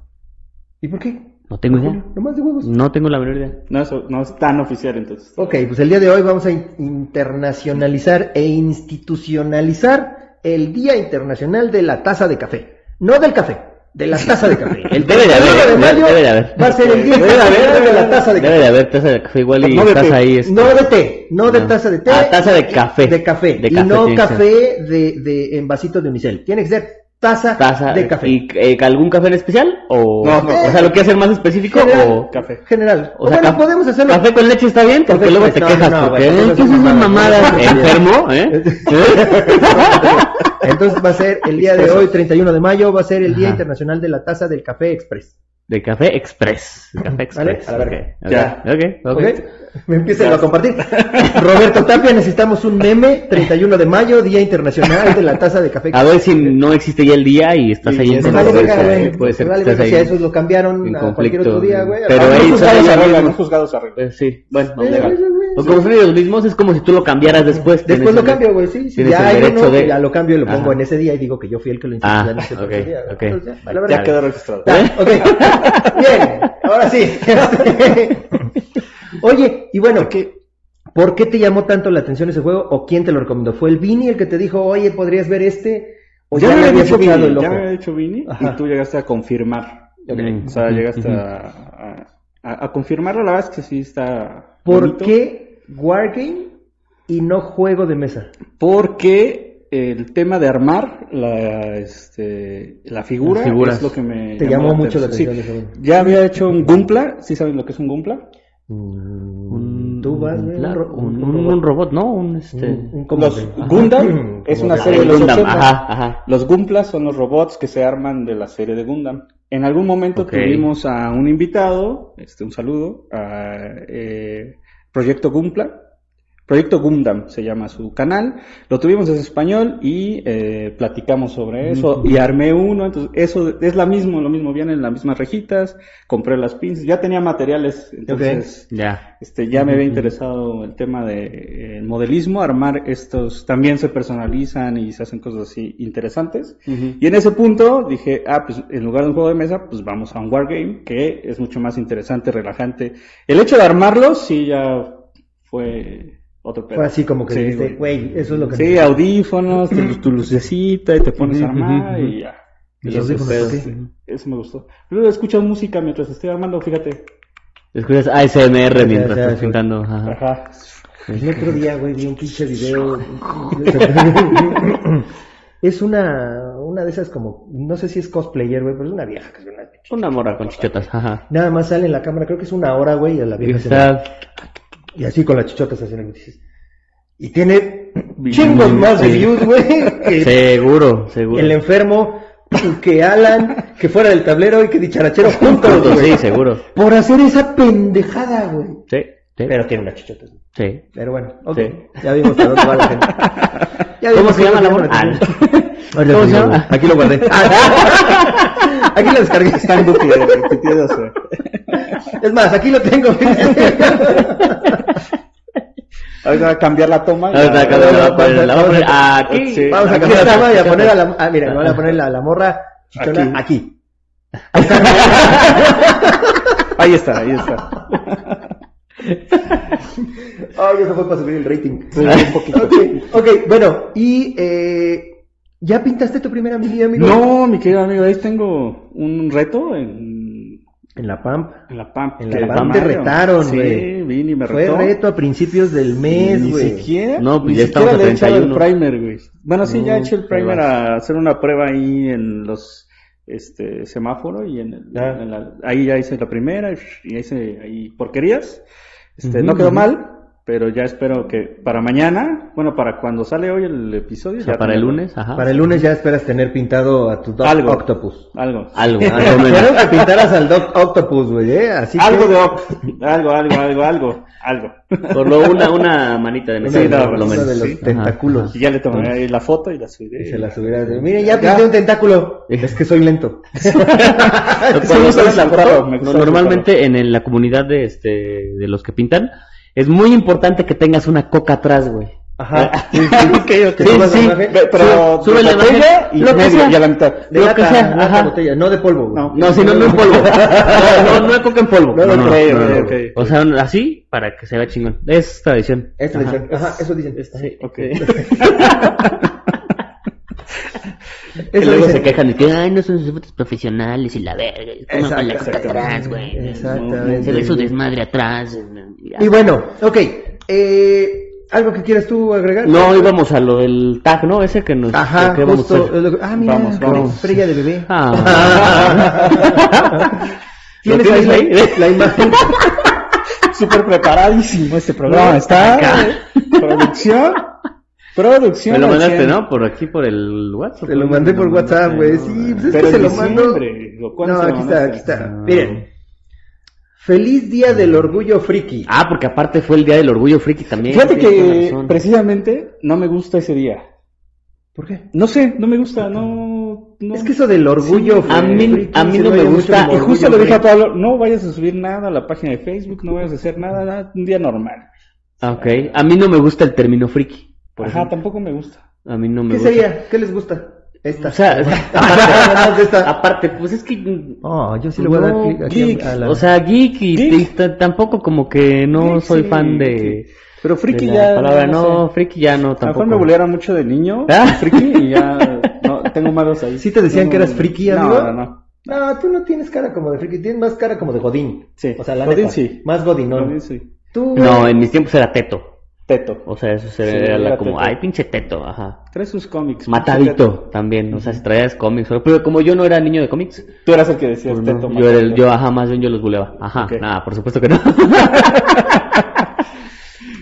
[SPEAKER 1] ¿Y por qué?
[SPEAKER 2] No tengo idea.
[SPEAKER 1] Nomás de huevos.
[SPEAKER 2] No tengo la menor idea.
[SPEAKER 3] No, eso no es tan oficial, entonces.
[SPEAKER 1] Ok, pues el día de hoy vamos a in- internacionalizar e institucionalizar el Día Internacional de la Taza de Café. No del café, de la taza de café.
[SPEAKER 2] El debe de
[SPEAKER 1] primero
[SPEAKER 2] haber,
[SPEAKER 1] mayo
[SPEAKER 2] debe de haber.
[SPEAKER 1] Va a ser el Día
[SPEAKER 3] Debe de haber,
[SPEAKER 1] Internacional de
[SPEAKER 3] debe de
[SPEAKER 1] la
[SPEAKER 3] haber.
[SPEAKER 1] Taza de
[SPEAKER 2] Debe
[SPEAKER 1] Café.
[SPEAKER 2] de haber taza de café igual y
[SPEAKER 3] No de
[SPEAKER 2] estás
[SPEAKER 3] té.
[SPEAKER 2] ahí. este,
[SPEAKER 1] No de té, no de
[SPEAKER 2] No.
[SPEAKER 1] taza de té.
[SPEAKER 2] Ah, taza de café.
[SPEAKER 1] De café.
[SPEAKER 2] De
[SPEAKER 1] y
[SPEAKER 2] café
[SPEAKER 1] no
[SPEAKER 2] tiene que ser.
[SPEAKER 1] café de, de, en vasito de unicel. Tiene que ser taza,
[SPEAKER 2] taza
[SPEAKER 1] de café.
[SPEAKER 2] ¿Y eh, algún café en especial? O,
[SPEAKER 3] No, no.
[SPEAKER 2] o sea, ¿lo quieres hacer más específico?
[SPEAKER 1] General.
[SPEAKER 2] O,
[SPEAKER 3] Café.
[SPEAKER 1] General.
[SPEAKER 2] o sea,
[SPEAKER 1] bueno,
[SPEAKER 2] caf-
[SPEAKER 1] podemos hacerlo.
[SPEAKER 2] ¿Café con leche está bien? Porque
[SPEAKER 1] Café
[SPEAKER 2] luego
[SPEAKER 1] con
[SPEAKER 2] te
[SPEAKER 1] leche. No,
[SPEAKER 2] quejas
[SPEAKER 1] no,
[SPEAKER 2] porque...
[SPEAKER 1] güey,
[SPEAKER 2] "Ay, ¿Qué es una
[SPEAKER 1] mamadas".
[SPEAKER 2] mamada? ¿Enfermo? ¿Eh?
[SPEAKER 1] Entonces va a ser el día de hoy, 31 de mayo, va a ser el Día
[SPEAKER 2] Ajá.
[SPEAKER 1] Internacional de la Taza del Café Express.
[SPEAKER 2] De café express. De café
[SPEAKER 1] Vale,
[SPEAKER 2] express.
[SPEAKER 1] a la verga.
[SPEAKER 2] ok, ok,
[SPEAKER 3] Ya.
[SPEAKER 2] ok, ok.
[SPEAKER 1] ¿Ok? Pues, Me empiecen a compartir. Roberto Tapia, necesitamos un meme, 31 de mayo, Día Internacional de la Taza de Café
[SPEAKER 2] A ver si no existe ya el día y estás
[SPEAKER 3] Y
[SPEAKER 2] ahí
[SPEAKER 3] es
[SPEAKER 1] Me
[SPEAKER 2] en
[SPEAKER 1] vale
[SPEAKER 3] Puede
[SPEAKER 1] verga,
[SPEAKER 3] ser,
[SPEAKER 1] güey.
[SPEAKER 2] puede ser
[SPEAKER 1] Me
[SPEAKER 2] que
[SPEAKER 1] vale
[SPEAKER 2] estés
[SPEAKER 1] verga si
[SPEAKER 2] ahí
[SPEAKER 1] a esos lo cambiaron
[SPEAKER 2] en
[SPEAKER 1] a cualquier
[SPEAKER 2] conflicto.
[SPEAKER 1] otro día, güey.
[SPEAKER 2] Pero
[SPEAKER 1] Ah,
[SPEAKER 2] ahí
[SPEAKER 1] no,
[SPEAKER 2] sale
[SPEAKER 1] pues,
[SPEAKER 2] la
[SPEAKER 1] vale,
[SPEAKER 2] regla,
[SPEAKER 1] vale.
[SPEAKER 2] ¿no?
[SPEAKER 3] juzgados arriba.
[SPEAKER 2] Eh, sí, bueno, vamos a
[SPEAKER 1] Eh,
[SPEAKER 2] dejar.
[SPEAKER 1] güey, güey,
[SPEAKER 2] O
[SPEAKER 1] sí.
[SPEAKER 2] como son ellos mismos, es como si tú lo cambiaras después.
[SPEAKER 1] Después
[SPEAKER 2] Tienes
[SPEAKER 1] lo
[SPEAKER 2] el-
[SPEAKER 1] cambio, güey, sí. Si
[SPEAKER 2] tienes
[SPEAKER 1] ya
[SPEAKER 2] el
[SPEAKER 1] hay
[SPEAKER 2] derecho
[SPEAKER 1] uno,
[SPEAKER 2] de-
[SPEAKER 1] ya lo cambio y lo
[SPEAKER 2] Ajá.
[SPEAKER 1] pongo en ese día y digo que yo fui el que lo instituyó
[SPEAKER 2] Ah,
[SPEAKER 1] en ese
[SPEAKER 2] ok,
[SPEAKER 1] partido día, güey.
[SPEAKER 2] ok.
[SPEAKER 1] Entonces, vale,
[SPEAKER 2] Ya
[SPEAKER 1] verga.
[SPEAKER 3] Ya quedó registrado.
[SPEAKER 1] Ah, ok. Bien, ahora sí. Oye, y bueno, ¿por qué te llamó tanto la atención ese juego o quién te lo recomendó? ¿Fue el Vini el que te dijo, oye, podrías ver este? ¿O
[SPEAKER 3] Ya,
[SPEAKER 1] ya,
[SPEAKER 3] me
[SPEAKER 1] le
[SPEAKER 3] había
[SPEAKER 1] habías
[SPEAKER 3] dicho
[SPEAKER 1] echado
[SPEAKER 3] Vini,
[SPEAKER 1] el
[SPEAKER 3] ya
[SPEAKER 1] ojo?
[SPEAKER 3] me había dicho Vini
[SPEAKER 1] Ajá.
[SPEAKER 3] y tú llegaste a confirmar.
[SPEAKER 2] Ok.
[SPEAKER 3] O sea,
[SPEAKER 2] Ujú,
[SPEAKER 3] llegaste
[SPEAKER 2] ujú.
[SPEAKER 3] a, a- a- a confirmarlo. La verdad es que sí está.
[SPEAKER 1] ¿Por
[SPEAKER 3] bonito.
[SPEAKER 1] qué Wargame y no juego de mesa?
[SPEAKER 3] Porque el tema de armar la, este, la figura
[SPEAKER 2] Las figuras.
[SPEAKER 3] es lo que me.
[SPEAKER 1] Te llamó mucho la atención
[SPEAKER 3] Sí.
[SPEAKER 1] ese juego.
[SPEAKER 3] Ya había hecho un Gumpla. ¿Sí saben lo que es un Gumpla?
[SPEAKER 1] Mm, Tú vas,
[SPEAKER 2] un,
[SPEAKER 1] güey,
[SPEAKER 2] claro, un,
[SPEAKER 1] un-
[SPEAKER 2] un- un robot, ¿no? Un este.
[SPEAKER 1] un- un combo
[SPEAKER 3] Los
[SPEAKER 1] de- Ajá.
[SPEAKER 3] Gundam es
[SPEAKER 1] Como
[SPEAKER 3] una
[SPEAKER 1] de-
[SPEAKER 3] serie de
[SPEAKER 2] Ah, el
[SPEAKER 3] los
[SPEAKER 2] Gundam,
[SPEAKER 3] 80.
[SPEAKER 2] ajá, ajá.
[SPEAKER 3] Los Gumplas son los robots que se arman de la serie de Gundam. En algún momento
[SPEAKER 2] Ok.
[SPEAKER 3] tuvimos a un invitado, este, un saludo, a eh, Proyecto Gumpla. Proyecto Gundam se llama su canal. Lo tuvimos en español y eh, platicamos sobre eso.
[SPEAKER 2] Ujú.
[SPEAKER 3] Y armé uno. Entonces, eso es la mismo, lo mismo. Vienen las mismas rejitas. Compré las pins. Ya tenía materiales. Entonces,
[SPEAKER 2] Ya.
[SPEAKER 3] este, ya me había interesado el tema de eh, el modelismo, armar estos, también se personalizan y se hacen cosas así interesantes. Y en ese punto dije, ah, pues en lugar de un juego de mesa, pues vamos a un wargame, que es mucho más interesante, relajante. El hecho de armarlo, sí, ya fue Otro pedo.
[SPEAKER 1] Fue así como que
[SPEAKER 3] Sí,
[SPEAKER 1] dijiste,
[SPEAKER 3] güey.
[SPEAKER 1] güey, eso es lo que...
[SPEAKER 3] Sí, audífonos, tu, tu lucecita y te pones a
[SPEAKER 1] Ujú,
[SPEAKER 3] armar
[SPEAKER 1] ujú,
[SPEAKER 3] y ya.
[SPEAKER 1] Y
[SPEAKER 3] Y
[SPEAKER 1] los
[SPEAKER 3] eso,
[SPEAKER 1] audífonos,
[SPEAKER 3] pues,
[SPEAKER 1] sí.
[SPEAKER 3] eso me gustó. Luego escuchas música mientras estoy armando, fíjate.
[SPEAKER 2] Escuchas ASMR
[SPEAKER 1] O
[SPEAKER 2] mientras
[SPEAKER 1] sea,
[SPEAKER 2] estás
[SPEAKER 1] sí.
[SPEAKER 2] pintando. ajá.
[SPEAKER 3] Ajá.
[SPEAKER 1] El otro día, güey, vi un pinche video. es una, una de esas como, no sé si es cosplayer, güey, pero es una vieja que es una pinche-
[SPEAKER 2] Una morra con chichotas. Ajá.
[SPEAKER 1] Nada más sale en la cámara, creo que es una hora, güey, y a la
[SPEAKER 2] Y
[SPEAKER 1] vieja se
[SPEAKER 2] está-
[SPEAKER 1] Y así con las chichotas así, güey, dices. Y tiene
[SPEAKER 3] Views,
[SPEAKER 1] chingos más de
[SPEAKER 2] sí.
[SPEAKER 1] views, güey, que
[SPEAKER 2] Seguro,
[SPEAKER 1] el
[SPEAKER 2] seguro.
[SPEAKER 1] enfermo, que Alan, que fuera del tablero y que dicharachero juntos,
[SPEAKER 2] Punto,
[SPEAKER 1] güey.
[SPEAKER 2] Sí, seguro.
[SPEAKER 1] Por hacer esa pendejada, güey.
[SPEAKER 2] Sí, sí.
[SPEAKER 1] Pero tiene una chichota. güey.
[SPEAKER 2] sí.
[SPEAKER 1] Pero bueno, ok.
[SPEAKER 2] Sí.
[SPEAKER 1] Ya vimos a dónde va la gente. Ya
[SPEAKER 2] ¿Cómo
[SPEAKER 1] vimos
[SPEAKER 2] se llama
[SPEAKER 1] dónde
[SPEAKER 2] la
[SPEAKER 1] va
[SPEAKER 2] morra?
[SPEAKER 1] gente.
[SPEAKER 3] Ah.
[SPEAKER 1] ¿Cómo
[SPEAKER 2] Ahorita te
[SPEAKER 1] se
[SPEAKER 2] digo,
[SPEAKER 1] llama?
[SPEAKER 2] güey.
[SPEAKER 1] Aquí lo guardé. Ah, Aquí lo descargué.
[SPEAKER 3] Está en bucle, güey, que tienes, güey.
[SPEAKER 1] Es más, aquí lo tengo.
[SPEAKER 3] Ahorita va a cambiar la toma. y
[SPEAKER 2] Ahorita
[SPEAKER 3] la-
[SPEAKER 2] acá la va a poner- la va a poner aquí.
[SPEAKER 3] Sí.
[SPEAKER 1] Vamos a
[SPEAKER 3] Aquí
[SPEAKER 1] cambiar
[SPEAKER 3] está,
[SPEAKER 1] la voy a
[SPEAKER 3] aquí
[SPEAKER 1] poner a
[SPEAKER 3] está.
[SPEAKER 1] la... Ah, mira, me van a poner la, la morra chichona aquí.
[SPEAKER 3] Ahí está, ahí está.
[SPEAKER 1] Ay, eso fue para subir el rating.
[SPEAKER 3] Sí, un poquito.
[SPEAKER 1] Ok, ok, bueno, y... Eh, ¿Ya pintaste tu primera mini, amigo?
[SPEAKER 3] No, mi querido amigo, ahí tengo un reto en,
[SPEAKER 1] En la Pampa.
[SPEAKER 3] en la PAMP.
[SPEAKER 1] En
[SPEAKER 3] que
[SPEAKER 1] la
[SPEAKER 3] me
[SPEAKER 1] PAMP te
[SPEAKER 3] llamaron.
[SPEAKER 1] retaron,
[SPEAKER 3] Sí,
[SPEAKER 1] güey.
[SPEAKER 3] vine y me
[SPEAKER 1] Fue
[SPEAKER 3] retó.
[SPEAKER 1] reto a principios del mes,
[SPEAKER 3] ni
[SPEAKER 1] güey.
[SPEAKER 3] siquiera,
[SPEAKER 2] No, pues
[SPEAKER 3] ni
[SPEAKER 2] ya estamos
[SPEAKER 3] siquiera
[SPEAKER 2] a
[SPEAKER 3] le he echado
[SPEAKER 2] 31.
[SPEAKER 3] el primer, güey. Bueno, sí, ya he hecho el
[SPEAKER 2] ahí
[SPEAKER 3] primer a hacer una prueba ahí en los este semáforo y en, el-
[SPEAKER 1] Ah.
[SPEAKER 3] en la- ahí ya hice la primera y, y hice ahí porquerías. Este,
[SPEAKER 1] Ujú,
[SPEAKER 3] no quedó
[SPEAKER 1] ujú.
[SPEAKER 3] mal, pero ya espero que para mañana, bueno, para cuando sale hoy el episodio,
[SPEAKER 2] O sea,
[SPEAKER 3] ya
[SPEAKER 2] para el
[SPEAKER 3] tener
[SPEAKER 2] lunes, ajá.
[SPEAKER 1] Para el lunes ya esperas tener pintado a tu Doc
[SPEAKER 3] Algo.
[SPEAKER 1] Octopus.
[SPEAKER 3] algo.
[SPEAKER 2] Algo, algo menos.
[SPEAKER 1] Espero que pintaras al Doc Octopus, güey, ¿eh? Así
[SPEAKER 3] Algo
[SPEAKER 1] que-
[SPEAKER 3] de Oc- algo, algo, algo, algo, algo.
[SPEAKER 2] Por lo una, una manita de metal,
[SPEAKER 3] Sí, no,
[SPEAKER 2] por
[SPEAKER 3] lo
[SPEAKER 1] uno
[SPEAKER 3] menos,
[SPEAKER 1] de los
[SPEAKER 3] sí.
[SPEAKER 1] tentáculos.
[SPEAKER 3] Y ya le tomaré ahí la foto y la subiré.
[SPEAKER 1] Y se la subirá. Mire, ya pinté un tentáculo. Es que soy lento.
[SPEAKER 2] Ah, Cuando
[SPEAKER 3] Sí, me gusta
[SPEAKER 2] sales la
[SPEAKER 3] el carro,
[SPEAKER 2] foto,
[SPEAKER 3] me gusta
[SPEAKER 2] no-
[SPEAKER 3] el
[SPEAKER 2] normalmente en, en la comunidad de este de los que pintan es muy importante que tengas una coca atrás, güey.
[SPEAKER 3] Ah,
[SPEAKER 1] Ajá. Sí,
[SPEAKER 3] Ok, ok.
[SPEAKER 1] ¿Te
[SPEAKER 2] Sí,
[SPEAKER 1] subas la
[SPEAKER 2] sí,
[SPEAKER 1] imagen?
[SPEAKER 3] Ve- Pero
[SPEAKER 2] Sube-
[SPEAKER 3] de
[SPEAKER 2] sube la
[SPEAKER 3] botella
[SPEAKER 2] imagen,
[SPEAKER 3] y,
[SPEAKER 2] lo que
[SPEAKER 3] medio,
[SPEAKER 2] sea.
[SPEAKER 3] y a la mitad.
[SPEAKER 1] De
[SPEAKER 2] Lo
[SPEAKER 1] lata,
[SPEAKER 2] que sea,
[SPEAKER 1] lata,
[SPEAKER 2] ajá.
[SPEAKER 1] botella, no de polvo. güey.
[SPEAKER 3] No.
[SPEAKER 2] No, si no, no en polvo. No, no, no es coca en polvo.
[SPEAKER 1] No, no,
[SPEAKER 3] ok,
[SPEAKER 2] no,
[SPEAKER 3] ok,
[SPEAKER 2] no.
[SPEAKER 3] ok.
[SPEAKER 2] O sea, así para que se vea chingón. Es tradición.
[SPEAKER 1] Es tradición. Ajá, eso dicen.
[SPEAKER 2] Sí.
[SPEAKER 3] Ok.
[SPEAKER 1] este,
[SPEAKER 2] Que
[SPEAKER 1] Eso
[SPEAKER 2] luego
[SPEAKER 1] dicen.
[SPEAKER 2] se quejan y que, ay, no son sus fotos profesionales y la verga. Pongan para la coca
[SPEAKER 1] Exactamente.
[SPEAKER 2] atrás, güey.
[SPEAKER 1] Exactamente.
[SPEAKER 2] Se ve su desmadre atrás.
[SPEAKER 1] Y bueno, ok. eh, ¿Algo que quieras tú agregar?
[SPEAKER 2] No, íbamos a lo del tag, ¿no? Ese que nos...
[SPEAKER 1] Ajá,
[SPEAKER 2] que íbamos a
[SPEAKER 1] justo.
[SPEAKER 2] hacer.
[SPEAKER 1] es lo que- Ah, mira,
[SPEAKER 3] Vamos,
[SPEAKER 1] con
[SPEAKER 3] vamos.
[SPEAKER 1] estrella de bebé.
[SPEAKER 2] Ah. ¿Lo
[SPEAKER 1] ¿Tienes, ahí la- la imagen?
[SPEAKER 3] Súper preparadísimo este programa.
[SPEAKER 2] No,
[SPEAKER 3] está.
[SPEAKER 2] acá.
[SPEAKER 3] eh, Producción. Producción.
[SPEAKER 2] Me lo
[SPEAKER 3] al
[SPEAKER 2] mandaste,
[SPEAKER 3] 100.
[SPEAKER 2] ¿no? Por aquí, por el WhatsApp.
[SPEAKER 1] Te lo mandé por WhatsApp, güey. Sí, pues es que
[SPEAKER 3] Pero
[SPEAKER 1] se
[SPEAKER 3] en
[SPEAKER 1] lo mando.
[SPEAKER 3] diciembre, lo cual
[SPEAKER 1] No,
[SPEAKER 3] se lo
[SPEAKER 1] aquí está,
[SPEAKER 3] mandaste.
[SPEAKER 1] aquí está.
[SPEAKER 2] Ah.
[SPEAKER 1] Miren. Feliz Día del Orgullo Friki.
[SPEAKER 2] Ah, porque aparte fue el día del orgullo friki también.
[SPEAKER 3] Fíjate
[SPEAKER 2] Tienes
[SPEAKER 3] que
[SPEAKER 2] razón.
[SPEAKER 3] precisamente no me gusta ese día.
[SPEAKER 1] ¿Por qué?
[SPEAKER 3] No sé, no me gusta, no. no.
[SPEAKER 1] Es que eso del orgullo
[SPEAKER 2] a mí- a mí
[SPEAKER 1] se
[SPEAKER 2] no me
[SPEAKER 1] vaya mucho
[SPEAKER 2] gusta,
[SPEAKER 1] como
[SPEAKER 3] Y justo
[SPEAKER 1] orgullo
[SPEAKER 3] le dije a
[SPEAKER 1] friki.
[SPEAKER 3] Pablo, no vayas a subir nada a la página de Facebook, no vayas a hacer nada, nada, un día normal.
[SPEAKER 2] Ah, Ok, a mí no me gusta el término friki. por
[SPEAKER 3] Ajá,
[SPEAKER 2] ejemplo.
[SPEAKER 3] tampoco me gusta.
[SPEAKER 2] A mí no me
[SPEAKER 1] ¿Qué
[SPEAKER 2] gusta.
[SPEAKER 1] sería? ¿Qué les gusta? Esta. Ah,
[SPEAKER 2] O sea,
[SPEAKER 1] Además de
[SPEAKER 2] aparte,
[SPEAKER 1] esta.
[SPEAKER 2] aparte, pues es que...
[SPEAKER 1] Oh, yo sí le voy a dar
[SPEAKER 2] No,
[SPEAKER 1] clic aquí
[SPEAKER 2] geek,
[SPEAKER 1] a- a la.
[SPEAKER 2] O sea, geek y
[SPEAKER 3] Geek.
[SPEAKER 2] y t- tampoco como que no
[SPEAKER 3] Geek,
[SPEAKER 2] soy
[SPEAKER 3] sí,
[SPEAKER 2] fan
[SPEAKER 3] sí.
[SPEAKER 2] de...
[SPEAKER 3] Pero friki
[SPEAKER 2] de la
[SPEAKER 3] ya.
[SPEAKER 2] palabra,
[SPEAKER 3] no sé.
[SPEAKER 2] no, friki ya no,
[SPEAKER 3] A lo
[SPEAKER 2] tampoco.
[SPEAKER 3] mejor me bulearon mucho de niño,
[SPEAKER 2] ¿Ah?
[SPEAKER 3] friki, y ya no, tengo malos ahí.
[SPEAKER 1] ¿Sí te decían
[SPEAKER 3] No,
[SPEAKER 1] que eras
[SPEAKER 3] no,
[SPEAKER 1] friki,
[SPEAKER 3] no,
[SPEAKER 1] amigo?
[SPEAKER 3] No, no,
[SPEAKER 1] No, tú no tienes cara como de friki, tienes más cara como de Godín.
[SPEAKER 3] Sí.
[SPEAKER 1] O sea, la
[SPEAKER 3] Godín
[SPEAKER 1] neta,
[SPEAKER 3] sí.
[SPEAKER 1] Más
[SPEAKER 3] no.
[SPEAKER 1] Godinón.
[SPEAKER 3] También sí.
[SPEAKER 1] Tú, güey,
[SPEAKER 2] No, en mis tiempos era teto.
[SPEAKER 3] Teto.
[SPEAKER 2] O sea, eso era,
[SPEAKER 3] Sí,
[SPEAKER 2] la
[SPEAKER 3] era
[SPEAKER 2] como,
[SPEAKER 3] teto.
[SPEAKER 2] ay, pinche teto, ajá.
[SPEAKER 3] Trae sus cómics.
[SPEAKER 2] Matadito también, o sea, si traías cómics, pero- pero como yo no era niño de cómics,
[SPEAKER 3] Tú eras el que decías
[SPEAKER 2] pues no,
[SPEAKER 3] teto.
[SPEAKER 2] yo era el,
[SPEAKER 3] matadito.
[SPEAKER 2] yo, ajá, más bien yo los buleaba, ajá,
[SPEAKER 3] Ok.
[SPEAKER 2] nada, por supuesto que no.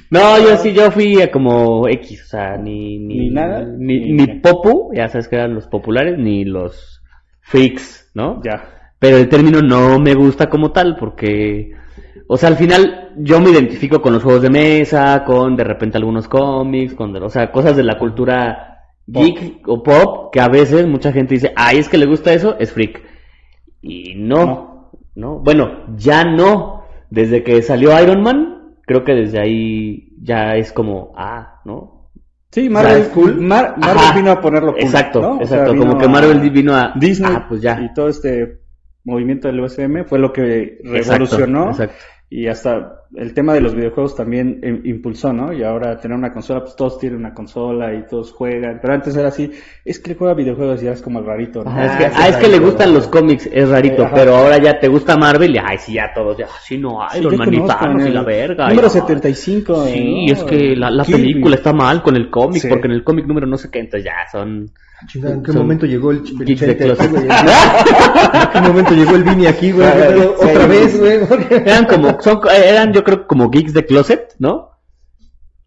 [SPEAKER 2] no, yo sí, yo fui a como X, o sea, ni, ni,
[SPEAKER 3] Ni nada,
[SPEAKER 2] ni,
[SPEAKER 3] ni-
[SPEAKER 2] ni popu, ya sabes que eran los populares, ni los freaks, ¿no?
[SPEAKER 3] Ya.
[SPEAKER 2] Pero el término no me gusta como tal, porque, o sea, al final yo me identifico con los juegos de mesa, con de repente algunos cómics, con, de- o sea, cosas de la cultura geek o pop, que a veces mucha gente dice, ay, es que le gusta eso, es freak. Y no, no, bueno, ya no. Desde que salió Iron Man, creo que desde ahí ya es como, ah, ¿no?
[SPEAKER 3] Sí, Marvel
[SPEAKER 2] es cool.
[SPEAKER 3] Mar- Marvel
[SPEAKER 2] Ajá.
[SPEAKER 3] vino a ponerlo cool.
[SPEAKER 2] exacto,
[SPEAKER 3] ¿no? O sea,
[SPEAKER 2] exacto, como
[SPEAKER 3] vino
[SPEAKER 2] que
[SPEAKER 3] a-
[SPEAKER 2] Marvel vino a
[SPEAKER 3] Disney
[SPEAKER 2] ah, pues ya.
[SPEAKER 3] y todo este movimiento del USM fue lo que
[SPEAKER 2] Exacto,
[SPEAKER 3] revolucionó
[SPEAKER 2] exacto.
[SPEAKER 3] y hasta el tema de los videojuegos también eh, impulsó, ¿no? Y ahora tener una consola, pues todos tienen una consola y todos juegan. Pero antes era así, es que juega videojuegos y ya es como el rarito, ¿no?
[SPEAKER 2] Ah, es que,
[SPEAKER 1] Ah, sí,
[SPEAKER 2] ah, es que le
[SPEAKER 1] rarito.
[SPEAKER 2] gustan los cómics, es rarito,
[SPEAKER 3] Eh, ajá.
[SPEAKER 2] pero ahora ya te gusta Marvel y ay, sí, ya todos, ya, sí, no,
[SPEAKER 3] Sí,
[SPEAKER 2] Iron
[SPEAKER 3] ya
[SPEAKER 2] Man y
[SPEAKER 3] conozco,
[SPEAKER 2] Thanos y
[SPEAKER 3] el
[SPEAKER 2] la verga.
[SPEAKER 3] Número
[SPEAKER 2] y-
[SPEAKER 3] 75.
[SPEAKER 2] Sí,
[SPEAKER 3] ¿no?
[SPEAKER 2] es que la, la
[SPEAKER 3] Kirby.
[SPEAKER 2] película está mal con el cómic,
[SPEAKER 3] Sí.
[SPEAKER 2] porque en el cómic número no sé qué, entonces ya son...
[SPEAKER 1] ah, Chingada, ¿En qué
[SPEAKER 2] Son
[SPEAKER 1] momento llegó el ch- el
[SPEAKER 2] geeks de
[SPEAKER 1] Chente aquí,
[SPEAKER 2] closet.
[SPEAKER 1] güey? ¿En qué momento llegó el Vini aquí, güey?
[SPEAKER 3] Ah,
[SPEAKER 1] ¿Qué pedo?
[SPEAKER 3] sí,
[SPEAKER 1] Otra
[SPEAKER 3] sí.
[SPEAKER 1] vez, güey. porque-
[SPEAKER 2] Eran como, son, eran yo creo como geeks de closet, ¿no?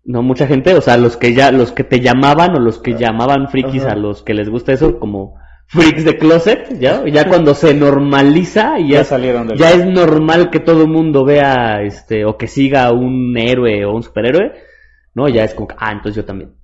[SPEAKER 2] No mucha gente, o sea, los que ya, los que te llamaban o los que llamaban frikis
[SPEAKER 1] Ajá.
[SPEAKER 2] a los que les gusta eso como freaks de closet, ya, ya cuando se normaliza y
[SPEAKER 3] Ya
[SPEAKER 2] ya,
[SPEAKER 3] salieron del-
[SPEAKER 2] ya es normal que todo el mundo vea este o que siga un héroe o un superhéroe, no, ya es como, que, ah, entonces yo también.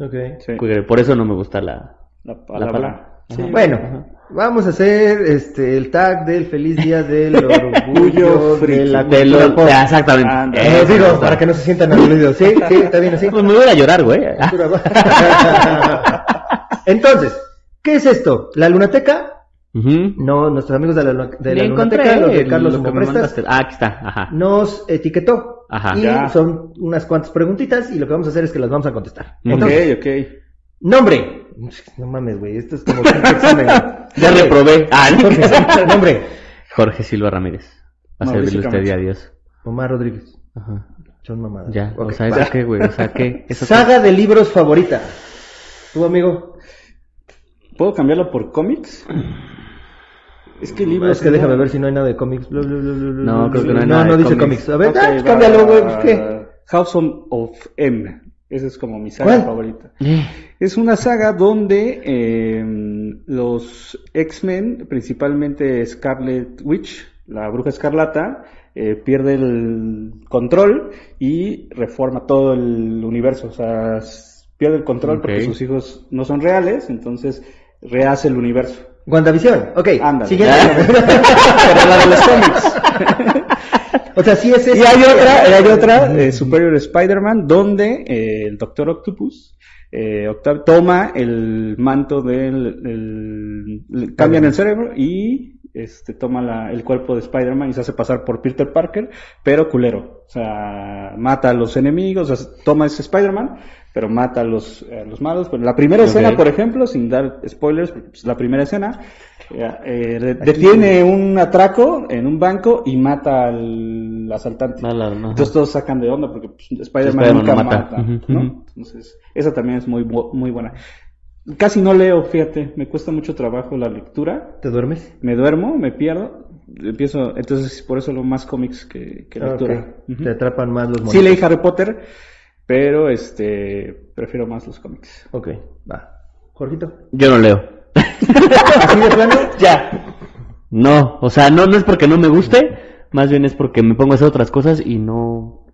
[SPEAKER 1] Ok.
[SPEAKER 3] Sí,
[SPEAKER 2] Por eso no me gusta la,
[SPEAKER 3] la
[SPEAKER 2] la
[SPEAKER 3] palabra.
[SPEAKER 2] palabra.
[SPEAKER 1] Sí, bueno, vamos a hacer este el tag del feliz día del orgullo
[SPEAKER 3] Orgullo
[SPEAKER 1] de Pues la
[SPEAKER 3] friki.
[SPEAKER 2] De lo-
[SPEAKER 1] cultura pop.
[SPEAKER 2] de- exactamente.
[SPEAKER 3] Anda.
[SPEAKER 1] Eh,
[SPEAKER 2] Eso me
[SPEAKER 1] digo,
[SPEAKER 2] gusta.
[SPEAKER 1] para que no se sientan aludidos, ¿sí? Sí, está bien así.
[SPEAKER 2] Pues me voy a llorar, güey. Ah,
[SPEAKER 1] Entonces, ¿qué es esto? ¿La lunateca?
[SPEAKER 2] ujú.
[SPEAKER 1] No, nuestros amigos de la, luna- de la
[SPEAKER 2] Le
[SPEAKER 1] lunateca, los de
[SPEAKER 2] el-
[SPEAKER 1] Carlos
[SPEAKER 2] lo que me
[SPEAKER 1] Humoprestas,
[SPEAKER 2] mandaste. Ah, aquí está. Ajá.
[SPEAKER 1] nos etiquetó.
[SPEAKER 2] Ajá.
[SPEAKER 1] y
[SPEAKER 3] Ya.
[SPEAKER 1] son unas cuantas preguntitas y lo que vamos a hacer es que las vamos a contestar.
[SPEAKER 2] Mm.
[SPEAKER 1] Entonces,
[SPEAKER 3] Ok, ok.
[SPEAKER 1] Nombre. No mames, güey, esto es como pinche examen.
[SPEAKER 2] Ya
[SPEAKER 1] Nombre.
[SPEAKER 2] reprobé. Ah, no.
[SPEAKER 1] Nombre.
[SPEAKER 2] Jorge Silva Ramírez. A
[SPEAKER 3] Mauricio
[SPEAKER 2] servirle usted y
[SPEAKER 3] Camacho.
[SPEAKER 2] a Dios.
[SPEAKER 1] Omar Rodríguez.
[SPEAKER 2] Ajá.
[SPEAKER 1] Son mamadas.
[SPEAKER 2] Ya.
[SPEAKER 1] Ok,
[SPEAKER 2] o sea,
[SPEAKER 1] va.
[SPEAKER 2] ¿eso qué, güey? O sea, ¿qué? ¿Eso qué?
[SPEAKER 1] Saga de libros favorita. Tu amigo.
[SPEAKER 3] ¿Puedo cambiarlo por cómics? Es que libros.
[SPEAKER 1] es que déjame ver si no hay nada de cómics. Bla, bla, bla, bla,
[SPEAKER 2] No,
[SPEAKER 1] bla, bla,
[SPEAKER 2] creo que no hay
[SPEAKER 1] No,
[SPEAKER 2] nada
[SPEAKER 1] no
[SPEAKER 2] de
[SPEAKER 1] dice cómics.
[SPEAKER 2] cómics.
[SPEAKER 1] A ver,
[SPEAKER 3] Ok,
[SPEAKER 1] ah, pues
[SPEAKER 3] va,
[SPEAKER 1] cámbialo, güey.
[SPEAKER 3] va,
[SPEAKER 1] pues, ¿Qué?
[SPEAKER 3] House on- of M. Esa es como mi saga
[SPEAKER 1] ¿Cuál?
[SPEAKER 3] favorita. Es una saga donde eh, los X-Men, principalmente Scarlet Witch, la bruja escarlata, eh, pierde el control y reforma todo el universo. O sea, s- pierde el control
[SPEAKER 2] Ok.
[SPEAKER 3] porque sus hijos no son reales, entonces rehace el universo.
[SPEAKER 1] WandaVision. Ok.
[SPEAKER 3] Ándale.
[SPEAKER 1] Siguiente.
[SPEAKER 3] Pero la de los cómics.
[SPEAKER 1] O sea, sí es
[SPEAKER 3] Y
[SPEAKER 1] esa.
[SPEAKER 3] hay otra, hay otra, eh, Superior Spider-Man, donde eh, el Doctor Octopus eh, Octav- toma el manto del... el- le cambian el cerebro y este toma la- el cuerpo de Spider-Man y se hace pasar por Peter Parker, pero culero. O sea, mata a los enemigos, o sea, toma ese Spider-Man, pero mata a los, a los malos. Pero la primera escena,
[SPEAKER 2] Ok.
[SPEAKER 3] por ejemplo, sin dar spoilers, porque, pues, la primera escena, eh, eh, de- detiene un atraco en un banco y mata al asaltante.
[SPEAKER 2] No, la- no.
[SPEAKER 3] Entonces todos sacan de onda porque pues, Spider-Man
[SPEAKER 2] Spider-Man
[SPEAKER 3] nunca
[SPEAKER 2] no
[SPEAKER 3] mata,
[SPEAKER 2] mata. Ujú,
[SPEAKER 3] ¿no?
[SPEAKER 2] ujú.
[SPEAKER 3] Entonces, esa también es muy, bu- muy buena. Casi no leo, fíjate, me cuesta mucho trabajo la lectura.
[SPEAKER 1] ¿Te duermes?
[SPEAKER 3] Me duermo, me pierdo, empiezo, entonces por eso lo más cómics que, que
[SPEAKER 1] Ah, ok.
[SPEAKER 3] lectura. Ujú.
[SPEAKER 1] Te atrapan más los
[SPEAKER 3] Sí
[SPEAKER 1] monitos.
[SPEAKER 3] leí Harry Potter, pero este prefiero más los cómics.
[SPEAKER 1] Ok, va. Jorgito.
[SPEAKER 2] Yo no leo.
[SPEAKER 1] ¿Así de plano?
[SPEAKER 2] Ya. No, o sea, no, no es porque no me guste, más bien es porque me pongo a hacer otras cosas y no,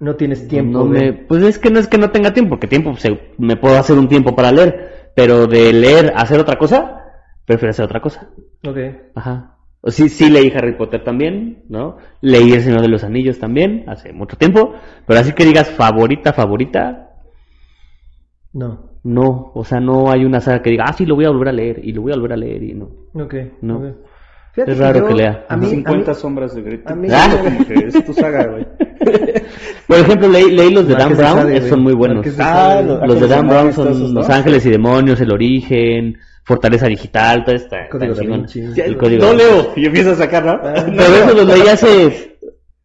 [SPEAKER 1] No tienes tiempo.
[SPEAKER 2] No me-
[SPEAKER 1] de-
[SPEAKER 2] pues es que no es que no tenga tiempo, porque tiempo pues, se- me puedo hacer un tiempo para leer, pero de leer a hacer otra cosa, prefiero hacer otra cosa.
[SPEAKER 1] Ok.
[SPEAKER 2] Ajá. O sí, sí leí Harry Potter también, ¿no? Leí El Señor de los Anillos también, hace mucho tiempo, pero así que digas favorita, favorita,
[SPEAKER 1] No.
[SPEAKER 2] no, o sea, no hay una saga que diga, ah, sí, lo voy a volver a leer, y lo voy a volver a leer, y no.
[SPEAKER 1] Ok.
[SPEAKER 2] No.
[SPEAKER 1] ok. Fíjate
[SPEAKER 2] Es raro que lea.
[SPEAKER 1] A mí, a mí-
[SPEAKER 3] 50 sombras de Grey.
[SPEAKER 1] a mí-
[SPEAKER 3] Ah, como que es tu saga, güey.
[SPEAKER 2] Por ejemplo, leí, leí los de Dan
[SPEAKER 1] Marqués de
[SPEAKER 2] Brown,
[SPEAKER 1] Sade,
[SPEAKER 2] esos
[SPEAKER 1] güey.
[SPEAKER 2] son muy buenos.
[SPEAKER 1] Marqués de
[SPEAKER 3] Ah,
[SPEAKER 1] Sade.
[SPEAKER 3] los-
[SPEAKER 2] Los de Dan Brown
[SPEAKER 3] Ángeles
[SPEAKER 2] son Los
[SPEAKER 3] ¿no?
[SPEAKER 2] Ángeles y Demonios, El Origen, Fortaleza Digital, todo está, está
[SPEAKER 1] Código Da
[SPEAKER 2] chingón.
[SPEAKER 1] Vinci.
[SPEAKER 3] Ya,
[SPEAKER 2] El código
[SPEAKER 3] no
[SPEAKER 2] Da Vinci.
[SPEAKER 3] leo y empiezo a sacar, ¿no?
[SPEAKER 1] Ah,
[SPEAKER 2] Pero eso los leí hace,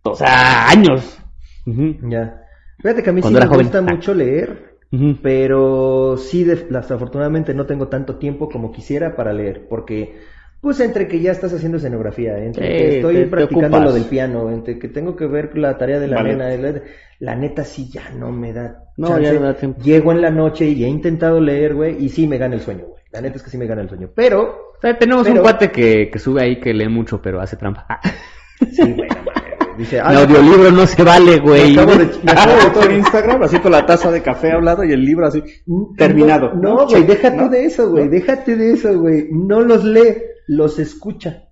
[SPEAKER 2] o sea, años. Ujú,
[SPEAKER 1] Ya. Fíjate que a mí
[SPEAKER 2] Cuando
[SPEAKER 1] sí
[SPEAKER 2] era
[SPEAKER 1] me
[SPEAKER 2] joven.
[SPEAKER 1] gusta
[SPEAKER 2] Ah.
[SPEAKER 1] mucho leer,
[SPEAKER 2] ujú.
[SPEAKER 1] pero sí, def- desafortunadamente no tengo tanto tiempo como quisiera para leer, porque pues entre que ya estás haciendo escenografía, entre
[SPEAKER 2] Sí,
[SPEAKER 1] que estoy
[SPEAKER 2] te- te
[SPEAKER 1] practicando
[SPEAKER 2] ocupas.
[SPEAKER 1] lo del piano, entre que tengo que ver la tarea de la
[SPEAKER 3] Vale.
[SPEAKER 1] nena, la, la neta sí ya no me da
[SPEAKER 2] No,
[SPEAKER 1] chance.
[SPEAKER 2] ya no da tiempo.
[SPEAKER 1] Llego en la noche y he intentado leer, güey, y sí me gana el sueño, güey. La neta es que sí me gana el sueño, pero
[SPEAKER 2] O sea, tenemos
[SPEAKER 1] Pero- Ah,
[SPEAKER 2] un cuate que, que sube ahí que lee mucho, pero hace trampa.
[SPEAKER 1] sí, güey, no mames, güey. Dice, ah,
[SPEAKER 2] el audiolibro no se vale, güey.
[SPEAKER 1] Me acabo de-
[SPEAKER 3] Me acuerdo de todo en Instagram, así con la taza de café hablado y el libro así, terminado.
[SPEAKER 1] Mm, No, güey, déjate
[SPEAKER 3] ¿No?
[SPEAKER 1] de eso, güey, déjate de eso, güey. No los lee, los escucha.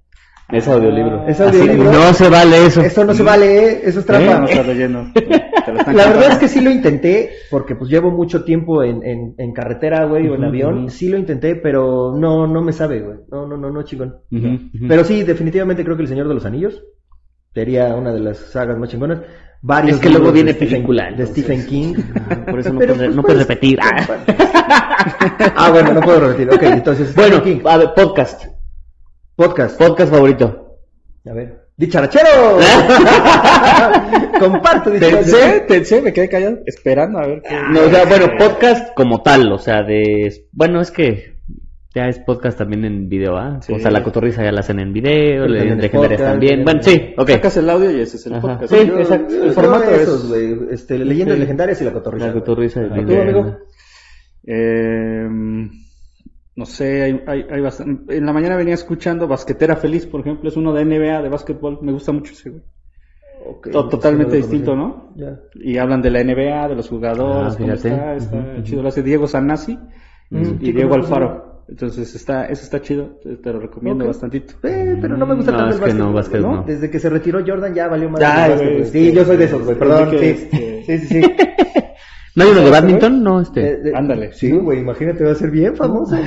[SPEAKER 2] Es audiolibro.
[SPEAKER 1] Es
[SPEAKER 2] Así,
[SPEAKER 1] audiolibro.
[SPEAKER 2] no se vale eso.
[SPEAKER 1] Eso no se vale, ¿eh? eso es
[SPEAKER 3] Ya no
[SPEAKER 1] trampa.
[SPEAKER 3] estás leyendo. Te lo están
[SPEAKER 1] La verdad
[SPEAKER 3] contando.
[SPEAKER 1] es que sí lo intenté, porque pues llevo mucho tiempo en, en, en carretera, güey, o en
[SPEAKER 2] Ujú,
[SPEAKER 1] avión.
[SPEAKER 2] ujú.
[SPEAKER 1] Sí lo intenté, pero no, no me sabe, güey. No, no, no, no, chingón.
[SPEAKER 2] Ujú, ujú.
[SPEAKER 1] Pero sí, definitivamente creo que El Señor de los Anillos. sería una de las sagas más chingonas. Varios
[SPEAKER 2] Es que
[SPEAKER 1] libros
[SPEAKER 2] luego
[SPEAKER 1] de
[SPEAKER 2] viene
[SPEAKER 1] Stephen-
[SPEAKER 2] película,
[SPEAKER 1] de
[SPEAKER 2] entonces. Ah,
[SPEAKER 1] Stephen King.
[SPEAKER 2] Por eso no,
[SPEAKER 1] Pero,
[SPEAKER 2] puedes,
[SPEAKER 1] pues,
[SPEAKER 2] no
[SPEAKER 1] pues,
[SPEAKER 2] puedes repetir. Ah.
[SPEAKER 1] Ah, bueno, no puedo repetir. Ok, entonces.
[SPEAKER 2] Bueno,
[SPEAKER 1] Stephen King.
[SPEAKER 2] a ver, podcast.
[SPEAKER 1] Podcast.
[SPEAKER 2] Podcast favorito.
[SPEAKER 1] A ver. ¡Dicharachero! Comparte, dicharachero.
[SPEAKER 3] Pensé, pensé, me quedé callado, esperando a ver qué.
[SPEAKER 2] No, o sea, bueno, podcast como tal, o sea, de... Bueno, es que ya es podcast también en video, ¿ah?
[SPEAKER 3] Sí.
[SPEAKER 2] O sea, la cotorriza ya la hacen en video,
[SPEAKER 1] Pero
[SPEAKER 2] le
[SPEAKER 1] también
[SPEAKER 2] de
[SPEAKER 1] es
[SPEAKER 2] Legendarias
[SPEAKER 1] podcast,
[SPEAKER 2] también. Bueno, sí, ok.
[SPEAKER 3] Sacas el audio y ese es el
[SPEAKER 2] Ajá.
[SPEAKER 3] podcast.
[SPEAKER 2] Sí,
[SPEAKER 3] Yo-
[SPEAKER 2] exacto.
[SPEAKER 3] El formato
[SPEAKER 1] de
[SPEAKER 3] es.
[SPEAKER 1] esos, güey. Este, leyendas
[SPEAKER 2] Sí.
[SPEAKER 1] legendarias y la cotorrisa.
[SPEAKER 2] La cotorriza
[SPEAKER 1] Ajá.
[SPEAKER 2] del
[SPEAKER 1] ¿Tú,
[SPEAKER 2] video.
[SPEAKER 1] amigo?
[SPEAKER 3] Eh, no sé, hay, hay, hay bastante. En la mañana venía escuchando Basquetera Feliz, por ejemplo, es uno de NBA de básquetbol, me gusta mucho ese güey.
[SPEAKER 1] Ok,
[SPEAKER 3] To- Totalmente
[SPEAKER 1] sí, lo
[SPEAKER 3] distinto,
[SPEAKER 1] conocí.
[SPEAKER 3] ¿no?
[SPEAKER 1] Ya.
[SPEAKER 3] Y hablan de la NBA, de los jugadores,
[SPEAKER 2] Ah,
[SPEAKER 3] cómo
[SPEAKER 2] fíjate.
[SPEAKER 3] está, está
[SPEAKER 2] Ujú,
[SPEAKER 3] chido. Lo hace Diego Sanasi
[SPEAKER 1] Mm,
[SPEAKER 3] y
[SPEAKER 1] sí,
[SPEAKER 3] Diego
[SPEAKER 1] conozco,
[SPEAKER 3] Alfaro. Entonces está, eso está chido, te, te lo recomiendo
[SPEAKER 1] Ok.
[SPEAKER 3] bastantito.
[SPEAKER 1] Eh, pero no me gusta
[SPEAKER 2] No,
[SPEAKER 1] tanto
[SPEAKER 2] es
[SPEAKER 1] el
[SPEAKER 2] que no,
[SPEAKER 1] básquetbol,
[SPEAKER 2] básquet
[SPEAKER 1] ¿no?
[SPEAKER 2] no.
[SPEAKER 1] Desde que se retiró Jordan ya valió más.
[SPEAKER 3] Ay,
[SPEAKER 1] el
[SPEAKER 3] güey,
[SPEAKER 1] básquet,
[SPEAKER 3] este,
[SPEAKER 1] güey. Sí, yo soy de esos, güey. Perdón,
[SPEAKER 3] que,
[SPEAKER 1] sí.
[SPEAKER 3] este,
[SPEAKER 1] sí. Sí, sí, sí.
[SPEAKER 2] ¿No hay uno de badminton? No, este.
[SPEAKER 1] Eh, de-
[SPEAKER 3] Ándale.
[SPEAKER 1] Sí, güey, imagínate, va a ser bien famoso.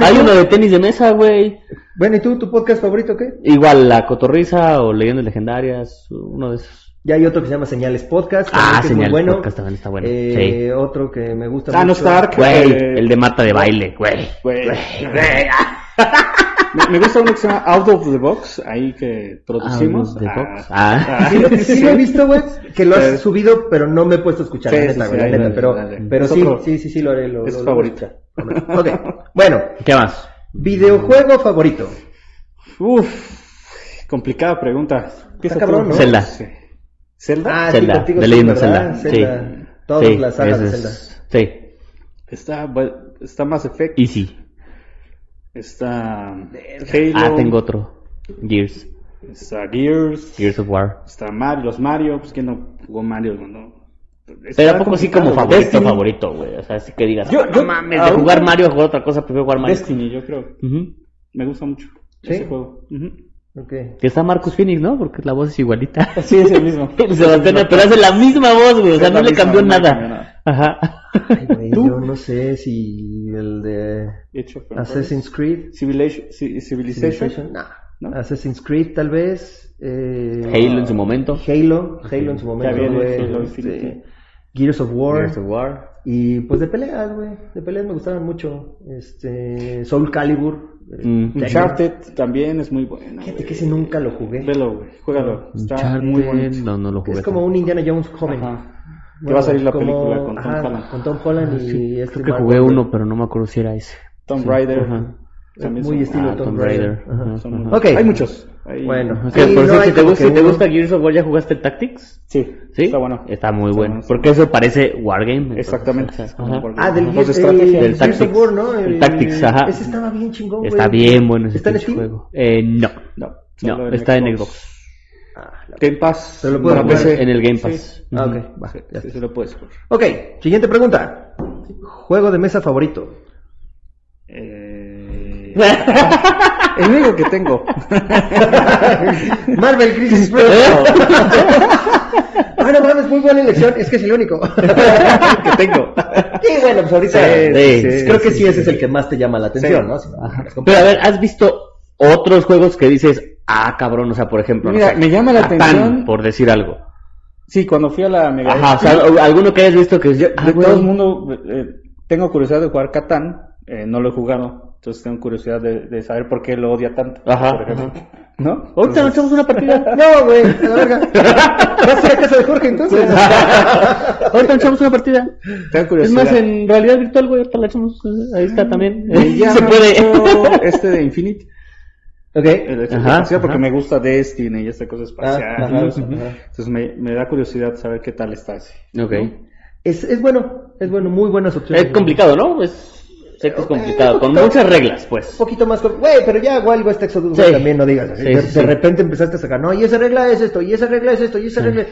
[SPEAKER 2] Hay uno de tenis de mesa, güey.
[SPEAKER 1] bueno, ¿y tú, tu podcast favorito qué?
[SPEAKER 2] Igual la cotorriza o leyendas legendarias, uno de esos.
[SPEAKER 1] Ya hay otro que se llama Señales Podcast.
[SPEAKER 2] Ah,
[SPEAKER 1] también, que es muy
[SPEAKER 2] Señales
[SPEAKER 1] bueno.
[SPEAKER 2] Podcast también está bueno,
[SPEAKER 1] Eh, Otro que me gusta
[SPEAKER 3] Ah, no
[SPEAKER 1] mucho.
[SPEAKER 3] está Ark.
[SPEAKER 2] Güey,
[SPEAKER 3] Eh,
[SPEAKER 2] el de mata de baile, güey.
[SPEAKER 3] güey.
[SPEAKER 2] Güey, ah.
[SPEAKER 3] Me, me gusta uno que se llama Out of the Box, ahí que
[SPEAKER 2] Out
[SPEAKER 3] producimos.
[SPEAKER 2] of the box. Ah.
[SPEAKER 1] Sí, lo que sí lo he visto, güey, que lo has
[SPEAKER 3] Sí.
[SPEAKER 1] subido, pero no me he puesto a escuchar,
[SPEAKER 3] Sí,
[SPEAKER 1] la
[SPEAKER 3] sí,
[SPEAKER 1] neta,
[SPEAKER 3] sí,
[SPEAKER 1] güey, la
[SPEAKER 3] ahí
[SPEAKER 1] neta,
[SPEAKER 3] dale,
[SPEAKER 1] pero,
[SPEAKER 3] dale.
[SPEAKER 1] pero
[SPEAKER 3] Es
[SPEAKER 1] sí,
[SPEAKER 3] otro.
[SPEAKER 1] sí, sí, sí, lo haré. Lo,
[SPEAKER 3] Es
[SPEAKER 1] lo- lo-
[SPEAKER 3] favorita.
[SPEAKER 1] Ok, bueno,
[SPEAKER 2] ¿Qué más?
[SPEAKER 1] videojuego favorito.
[SPEAKER 3] Uf, complicada pregunta. Empieza
[SPEAKER 1] cabrón,
[SPEAKER 3] tú.
[SPEAKER 1] ¿no?
[SPEAKER 2] Zelda.
[SPEAKER 3] Sí. ¿Zelda?
[SPEAKER 1] Ah, sí,
[SPEAKER 2] Zelda,
[SPEAKER 1] contigo
[SPEAKER 2] de
[SPEAKER 1] sí,
[SPEAKER 2] leyendo
[SPEAKER 1] ¿verdad?
[SPEAKER 2] Zelda. Sí.
[SPEAKER 1] Todas
[SPEAKER 2] Sí,
[SPEAKER 1] las sagas de
[SPEAKER 2] ese
[SPEAKER 1] Zelda.
[SPEAKER 2] es- Sí,
[SPEAKER 3] Está, bu- está Mass Effect.
[SPEAKER 2] Easy.
[SPEAKER 3] Está Halo.
[SPEAKER 2] Ah, tengo otro. Gears.
[SPEAKER 3] Está Gears.
[SPEAKER 2] Gears of War.
[SPEAKER 3] Está Mario, los Mario. Pues quién no jugó Mario, no.
[SPEAKER 2] Pero
[SPEAKER 3] Está
[SPEAKER 2] a poco sí como
[SPEAKER 3] complicado,
[SPEAKER 2] favorito,
[SPEAKER 3] Destiny.
[SPEAKER 2] favorito, güey. O sea, así que digas,
[SPEAKER 3] Yo-
[SPEAKER 2] "No
[SPEAKER 3] yo-
[SPEAKER 2] mames, de
[SPEAKER 3] ahorita-
[SPEAKER 2] jugar Mario a jugar otra cosa, prefiero jugar Mario.
[SPEAKER 3] Destiny, yo creo.
[SPEAKER 2] Ujú.
[SPEAKER 3] Me gusta mucho
[SPEAKER 1] ¿Sí?
[SPEAKER 3] ese juego. Ujú.
[SPEAKER 1] Ok.
[SPEAKER 2] Que está Marcus Phoenix, ¿no? Porque la voz es igualita.
[SPEAKER 3] Sí, es el mismo.
[SPEAKER 2] El Sebastián, pero hace la misma voz, güey. O sea,
[SPEAKER 3] Es
[SPEAKER 2] no
[SPEAKER 3] la
[SPEAKER 2] le
[SPEAKER 3] misma,
[SPEAKER 2] cambió
[SPEAKER 3] no le cambió
[SPEAKER 2] nada.
[SPEAKER 3] nada.
[SPEAKER 2] Ajá.
[SPEAKER 1] Ay, güey,
[SPEAKER 3] ¿Tú?
[SPEAKER 1] Yo no sé si el de
[SPEAKER 3] Hecho, pero-
[SPEAKER 1] Assassin's Creed.
[SPEAKER 3] Civilization. Ci- Civilization.
[SPEAKER 1] Civilization, no.
[SPEAKER 3] ¿No?
[SPEAKER 1] Assassin's Creed, tal vez. eh,
[SPEAKER 2] Halo en su momento.
[SPEAKER 1] Halo, Halo en su momento,
[SPEAKER 3] viene
[SPEAKER 1] güey, este,
[SPEAKER 3] Halo Infinity.
[SPEAKER 1] Gears of War.
[SPEAKER 2] Gears of War.
[SPEAKER 1] Y pues de peleas, güey. De peleas me gustaban mucho. Este, Soul Calibur. eh,
[SPEAKER 2] Mm.
[SPEAKER 1] Tekken.
[SPEAKER 3] Uncharted también es muy bueno.
[SPEAKER 1] Fíjate
[SPEAKER 3] güey.
[SPEAKER 1] que ese nunca lo jugué.
[SPEAKER 3] Velo, güey. Juégalo. Está
[SPEAKER 2] Uncharted,
[SPEAKER 3] muy bonito.
[SPEAKER 2] No, no lo jugué.
[SPEAKER 1] Es como un Indiana Jones joven.
[SPEAKER 3] Ajá.
[SPEAKER 1] Bueno,
[SPEAKER 3] que va a salir la
[SPEAKER 1] como-
[SPEAKER 3] película con Tom
[SPEAKER 1] ajá,
[SPEAKER 3] Holland.
[SPEAKER 1] con Tom Holland y este
[SPEAKER 2] Ah, Creo que
[SPEAKER 1] Mark
[SPEAKER 2] jugué
[SPEAKER 1] Wahlberg.
[SPEAKER 2] uno, pero no me acuerdo si era ese.
[SPEAKER 3] Tomb Raider.
[SPEAKER 2] Ajá.
[SPEAKER 3] También
[SPEAKER 1] Muy
[SPEAKER 3] son-
[SPEAKER 1] estilo
[SPEAKER 2] Ah,
[SPEAKER 1] Tomb
[SPEAKER 2] Tomb
[SPEAKER 1] Raider.
[SPEAKER 2] Raider.
[SPEAKER 1] Ajá.
[SPEAKER 3] Ah, son muy
[SPEAKER 1] Ok.
[SPEAKER 3] buenos. Hay muchos. Hay-
[SPEAKER 1] Bueno.
[SPEAKER 2] O
[SPEAKER 1] Sí,
[SPEAKER 2] sea, por
[SPEAKER 1] no
[SPEAKER 2] eso,
[SPEAKER 1] hay
[SPEAKER 2] si te,
[SPEAKER 1] como
[SPEAKER 2] gusta,
[SPEAKER 1] que
[SPEAKER 2] si te
[SPEAKER 1] uno-
[SPEAKER 2] gusta Gears of War, ¿ya jugaste el Tactics?
[SPEAKER 3] Sí,
[SPEAKER 2] Sí.
[SPEAKER 3] está bueno.
[SPEAKER 2] Está muy
[SPEAKER 3] Está
[SPEAKER 2] bueno.
[SPEAKER 3] bueno,
[SPEAKER 2] Porque eso parece Wargame. entonces,
[SPEAKER 3] Exactamente.
[SPEAKER 2] o sea,
[SPEAKER 3] Es como
[SPEAKER 2] ajá.
[SPEAKER 3] Wargame.
[SPEAKER 1] Ah, del,
[SPEAKER 3] Los
[SPEAKER 1] Gears-
[SPEAKER 3] de
[SPEAKER 1] eh,
[SPEAKER 3] estrategia.
[SPEAKER 1] del
[SPEAKER 2] Del
[SPEAKER 1] Gears of
[SPEAKER 2] Tactics.
[SPEAKER 1] War, ¿no?
[SPEAKER 2] El
[SPEAKER 1] Eh,
[SPEAKER 2] Tactics, ajá.
[SPEAKER 1] Ese estaba bien chingón, güey.
[SPEAKER 2] Está bien bueno ese
[SPEAKER 1] ¿Está en
[SPEAKER 2] pinche
[SPEAKER 1] Steam?
[SPEAKER 2] juego. Eh, no.
[SPEAKER 3] No,
[SPEAKER 2] No,
[SPEAKER 3] solo
[SPEAKER 2] está en Xbox.
[SPEAKER 1] Ah, la-
[SPEAKER 3] Game Pass.
[SPEAKER 1] Pero lo puedo
[SPEAKER 3] para
[SPEAKER 1] jugar
[SPEAKER 3] PC.
[SPEAKER 2] En el Game Pass.
[SPEAKER 3] pues, Sí,
[SPEAKER 1] Ah,
[SPEAKER 2] Ujú.
[SPEAKER 1] ok, va,
[SPEAKER 3] sí,
[SPEAKER 1] ya
[SPEAKER 3] sí,
[SPEAKER 1] está.
[SPEAKER 3] sí lo puedes jugar.
[SPEAKER 1] Ok, siguiente pregunta. Juego de mesa favorito.
[SPEAKER 3] Eh, el único que tengo.
[SPEAKER 1] Marvel Crisis
[SPEAKER 2] ¿Eh?
[SPEAKER 1] Protocol. ah, no mames, muy buena elección. Es que es el único.
[SPEAKER 3] que tengo.
[SPEAKER 1] sí, bueno, pues ahorita.
[SPEAKER 2] Sí, sí,
[SPEAKER 1] pues,
[SPEAKER 2] sí,
[SPEAKER 1] creo que sí, ese es el que más te llama la atención,
[SPEAKER 3] Sí.
[SPEAKER 1] ¿no? Si no, las compras.
[SPEAKER 2] Pero a ver, ¿has visto otros juegos que dices, ah, cabrón, o sea, por ejemplo, no
[SPEAKER 3] Mira,
[SPEAKER 2] sé,
[SPEAKER 3] me llama la
[SPEAKER 2] Catán,
[SPEAKER 3] atención.
[SPEAKER 2] por decir algo.
[SPEAKER 3] Sí, cuando fui a la Mega
[SPEAKER 2] Ajá, o sea, o- alguno que hayas visto que yo, ah,
[SPEAKER 3] de
[SPEAKER 2] güey,
[SPEAKER 3] todo el mundo eh, tengo curiosidad de jugar Catán, eh, no lo he jugado, entonces tengo curiosidad de, de saber por qué lo odia tanto.
[SPEAKER 2] Ajá,
[SPEAKER 3] por ejemplo. ¿No?
[SPEAKER 2] Ahorita nos
[SPEAKER 3] Entonces,
[SPEAKER 2] echamos una partida.
[SPEAKER 1] No, güey, a la verga. Vas a ir a casa de Jorge entonces.
[SPEAKER 2] Ahorita nos echamos una partida.
[SPEAKER 3] tengo
[SPEAKER 2] Es
[SPEAKER 3] curiosidad.
[SPEAKER 2] más, en realidad virtual, güey, ahorita la echamos. eh, Ahí está también.
[SPEAKER 3] Me llama
[SPEAKER 2] Se puede.
[SPEAKER 3] mucho este de Infinity, el
[SPEAKER 1] ok.
[SPEAKER 3] de
[SPEAKER 2] Ajá,
[SPEAKER 3] espacial, porque
[SPEAKER 2] ajá.
[SPEAKER 3] me gusta Destiny y esta cosa espacial.
[SPEAKER 1] Ah, ajá,
[SPEAKER 3] ¿no?
[SPEAKER 1] ajá.
[SPEAKER 3] Entonces me, me da curiosidad saber qué tal está ese.
[SPEAKER 2] ok.
[SPEAKER 1] Es, es bueno, es bueno, muy buenas opciones.
[SPEAKER 2] Es complicado, ¿no? Es, sé que es complicado, con muchas reglas, pues.
[SPEAKER 1] Un poquito más. com- Güey, pero ya igual West Texas güey,
[SPEAKER 2] Sí.
[SPEAKER 1] también no digas. así.
[SPEAKER 2] Sí,
[SPEAKER 1] de,
[SPEAKER 2] sí,
[SPEAKER 1] de
[SPEAKER 2] sí.
[SPEAKER 1] repente empezaste a sacar, no, y esa regla es esto, y esa regla es esto, y esa regla.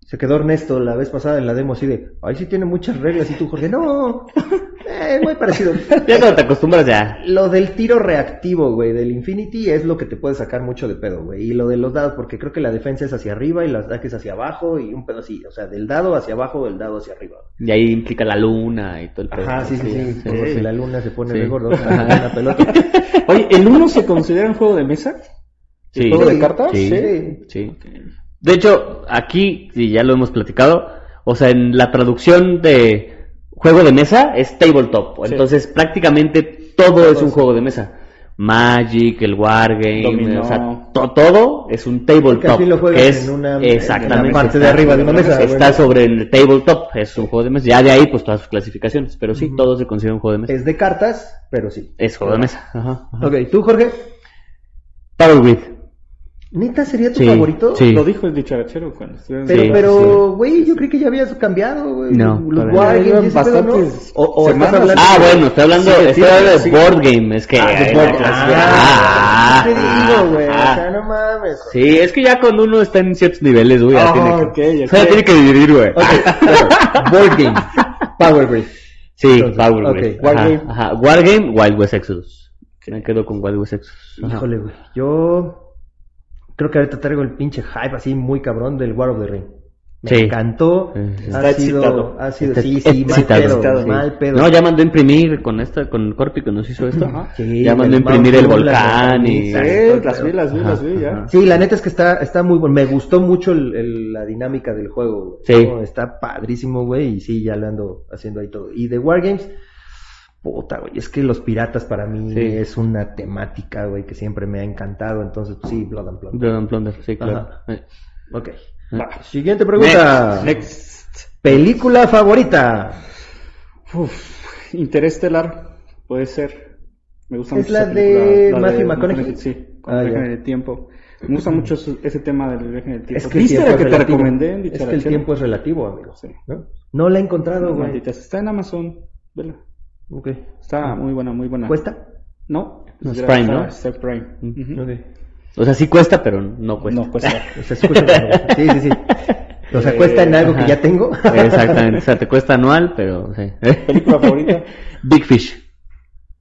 [SPEAKER 1] Se quedó Ernesto la vez pasada en la demo así de, ay, sí tiene muchas reglas, y tú, Jorge, no. Eh, muy parecido.
[SPEAKER 2] Ya cuando te acostumbras ya.
[SPEAKER 1] Lo del tiro reactivo, güey, del Infinity es lo que te puede sacar mucho de pedo, güey. Y lo de los dados, porque creo que la defensa es hacia arriba y los ataques hacia abajo y un pedo así. O sea, del dado hacia abajo, del dado hacia arriba.
[SPEAKER 2] Y ahí implica la luna y todo el pedo.
[SPEAKER 1] Ajá, sí, sí, sí. Por
[SPEAKER 2] sí.
[SPEAKER 1] si la luna se pone
[SPEAKER 2] Sí.
[SPEAKER 1] de gordo, una pelota.
[SPEAKER 3] Oye, ¿el 1 se considera un juego de mesa?
[SPEAKER 2] Sí.
[SPEAKER 3] juego de cartas?
[SPEAKER 2] Sí.
[SPEAKER 1] Sí.
[SPEAKER 2] Sí. De hecho, aquí, y ya lo hemos platicado, o sea, en la traducción de juego de mesa es tabletop.
[SPEAKER 3] Sí.
[SPEAKER 2] Entonces, prácticamente todo, es un juego de mesa. Magic, el Wargame,
[SPEAKER 3] Dominó.
[SPEAKER 2] o sea, to- todo es un tabletop.
[SPEAKER 1] Porque al fin lo juegas
[SPEAKER 2] que es
[SPEAKER 1] en una- en
[SPEAKER 2] exactamente,
[SPEAKER 1] la parte
[SPEAKER 2] está-
[SPEAKER 1] de arriba de una mesa,
[SPEAKER 2] Está
[SPEAKER 1] bueno.
[SPEAKER 2] sobre el tabletop, es un juego de mesa. Ya de ahí, pues todas sus clasificaciones. Pero sí,
[SPEAKER 1] Ujú. Eh,
[SPEAKER 2] todo se considera un juego de mesa. Es,
[SPEAKER 1] Es de cartas, pero sí.
[SPEAKER 2] juego de mesa. Ajá, ajá.
[SPEAKER 1] Ok, ¿tú, Jorge?
[SPEAKER 2] Power Grid.
[SPEAKER 1] ¿Neta sería tu
[SPEAKER 2] Sí,
[SPEAKER 1] favorito?
[SPEAKER 2] sí.
[SPEAKER 3] Lo dijo el dicharachero cuando estuvieron-
[SPEAKER 1] Pero,
[SPEAKER 2] Sí,
[SPEAKER 1] pero, güey, yo creí que ya habías cambiado, güey.
[SPEAKER 2] No,
[SPEAKER 1] Los
[SPEAKER 2] todavía no.
[SPEAKER 1] Wargames y
[SPEAKER 3] Llevan
[SPEAKER 1] ese pedo, ¿no?
[SPEAKER 3] bastantes
[SPEAKER 1] O, o estás
[SPEAKER 3] semanas.
[SPEAKER 1] hablando
[SPEAKER 2] Ah,
[SPEAKER 1] de-
[SPEAKER 2] bueno, estoy hablando,
[SPEAKER 1] Sigue,
[SPEAKER 2] estoy
[SPEAKER 1] sigue,
[SPEAKER 2] hablando de
[SPEAKER 1] sigue.
[SPEAKER 2] board game, es que...
[SPEAKER 1] Ah, de
[SPEAKER 2] ay,
[SPEAKER 1] board
[SPEAKER 2] la
[SPEAKER 1] game.
[SPEAKER 2] clasificación.
[SPEAKER 1] Ah, ¿qué te
[SPEAKER 2] Ah,
[SPEAKER 1] digo, güey?
[SPEAKER 2] ah.
[SPEAKER 1] O sea, no mames.
[SPEAKER 2] Sí, es que ya cuando uno está en ciertos niveles, güey, ya
[SPEAKER 3] Ah,
[SPEAKER 2] tiene que...
[SPEAKER 3] ok,
[SPEAKER 2] o sea,
[SPEAKER 3] ok.
[SPEAKER 2] tiene que dividir, güey.
[SPEAKER 1] Ok, claro. Board game. Power Grid.
[SPEAKER 2] Sí,
[SPEAKER 1] entonces,
[SPEAKER 2] Power
[SPEAKER 1] ok,
[SPEAKER 2] Grid.
[SPEAKER 1] War
[SPEAKER 2] ajá,
[SPEAKER 1] Game.
[SPEAKER 2] ajá. War Game, Wild West Exodus. Me quedo con Wild West Exodus. Ajá.
[SPEAKER 1] Híjole, güey. Yo creo que ahorita traigo el pinche hype así muy cabrón del War of the Ring. Me
[SPEAKER 2] Sí.
[SPEAKER 1] encantó.
[SPEAKER 2] Sí, sí.
[SPEAKER 1] Ha
[SPEAKER 3] Está
[SPEAKER 1] sido,
[SPEAKER 3] excitado.
[SPEAKER 1] ha sido,
[SPEAKER 2] Está
[SPEAKER 1] sí, sí, mal
[SPEAKER 2] excitado,
[SPEAKER 1] pedo,
[SPEAKER 3] sí.
[SPEAKER 1] mal pedo.
[SPEAKER 2] No, ya mandó a imprimir con esta, con Corpi que nos hizo esto.
[SPEAKER 1] Sí,
[SPEAKER 2] ya mandó
[SPEAKER 1] del
[SPEAKER 2] a imprimir el
[SPEAKER 1] Mount Doom,
[SPEAKER 2] volcán y...
[SPEAKER 1] la-
[SPEAKER 3] Sí, "Eh, las vi, las vi,
[SPEAKER 2] Ajá,
[SPEAKER 3] las vi, ya.
[SPEAKER 2] ajá.
[SPEAKER 1] Sí, la neta es que está, está muy bueno. Me gustó mucho el- el- la dinámica del juego. güey.
[SPEAKER 2] Sí.
[SPEAKER 1] No, Está padrísimo, güey. Y sí, ya lo ando haciendo ahí todo. Y de Wargames, puta, güey. Es que los piratas para mí
[SPEAKER 2] Sí.
[SPEAKER 1] es una temática, güey, que siempre me ha encantado. Entonces, sí, Blood and Plunder.
[SPEAKER 2] Blood and Plunder, sí, claro.
[SPEAKER 1] Ajá.
[SPEAKER 2] Eh,
[SPEAKER 1] Ok.
[SPEAKER 2] eh.
[SPEAKER 1] Siguiente pregunta.
[SPEAKER 3] Ah. Next.
[SPEAKER 1] Película favorita.
[SPEAKER 3] Uf, Interestelar, puede ser. Me gusta
[SPEAKER 1] Es
[SPEAKER 3] mucho esa
[SPEAKER 1] la
[SPEAKER 3] película,
[SPEAKER 1] de Matthew McConaughey.
[SPEAKER 3] Sí, con
[SPEAKER 1] Ah,
[SPEAKER 3] el viaje
[SPEAKER 1] ya.
[SPEAKER 3] en el tiempo. Me gusta mucho su- ese tema del viaje en el tiempo.
[SPEAKER 1] Es que el
[SPEAKER 3] pues, ¿Viste
[SPEAKER 1] tiempo
[SPEAKER 3] la
[SPEAKER 1] es
[SPEAKER 3] que te
[SPEAKER 1] relativo.
[SPEAKER 3] recomendé en
[SPEAKER 1] Es que el
[SPEAKER 3] Dicharachero?
[SPEAKER 1] tiempo es relativo, amigo.
[SPEAKER 3] Sí.
[SPEAKER 1] ¿No? No la he encontrado, güey.
[SPEAKER 3] Maldita sea, está en Amazon, vela.
[SPEAKER 1] Ok.
[SPEAKER 3] Está muy buena, muy buena.
[SPEAKER 1] ¿Cuesta?
[SPEAKER 3] No,
[SPEAKER 2] No, es
[SPEAKER 3] gratis,
[SPEAKER 2] Prime, ¿no?
[SPEAKER 3] Está en Prime. Ujú.
[SPEAKER 1] Ok.
[SPEAKER 2] O sea, sí cuesta, pero no cuesta.
[SPEAKER 3] No, cuesta.
[SPEAKER 1] O sea, sí cuesta, ¿no? Sí, sí, sí. O
[SPEAKER 3] Eh,
[SPEAKER 1] sea, cuesta en algo que ya tengo. Ah,
[SPEAKER 2] Exactamente, o sea, te cuesta anual, pero sí.
[SPEAKER 3] ¿Película favorita?
[SPEAKER 2] Big Fish.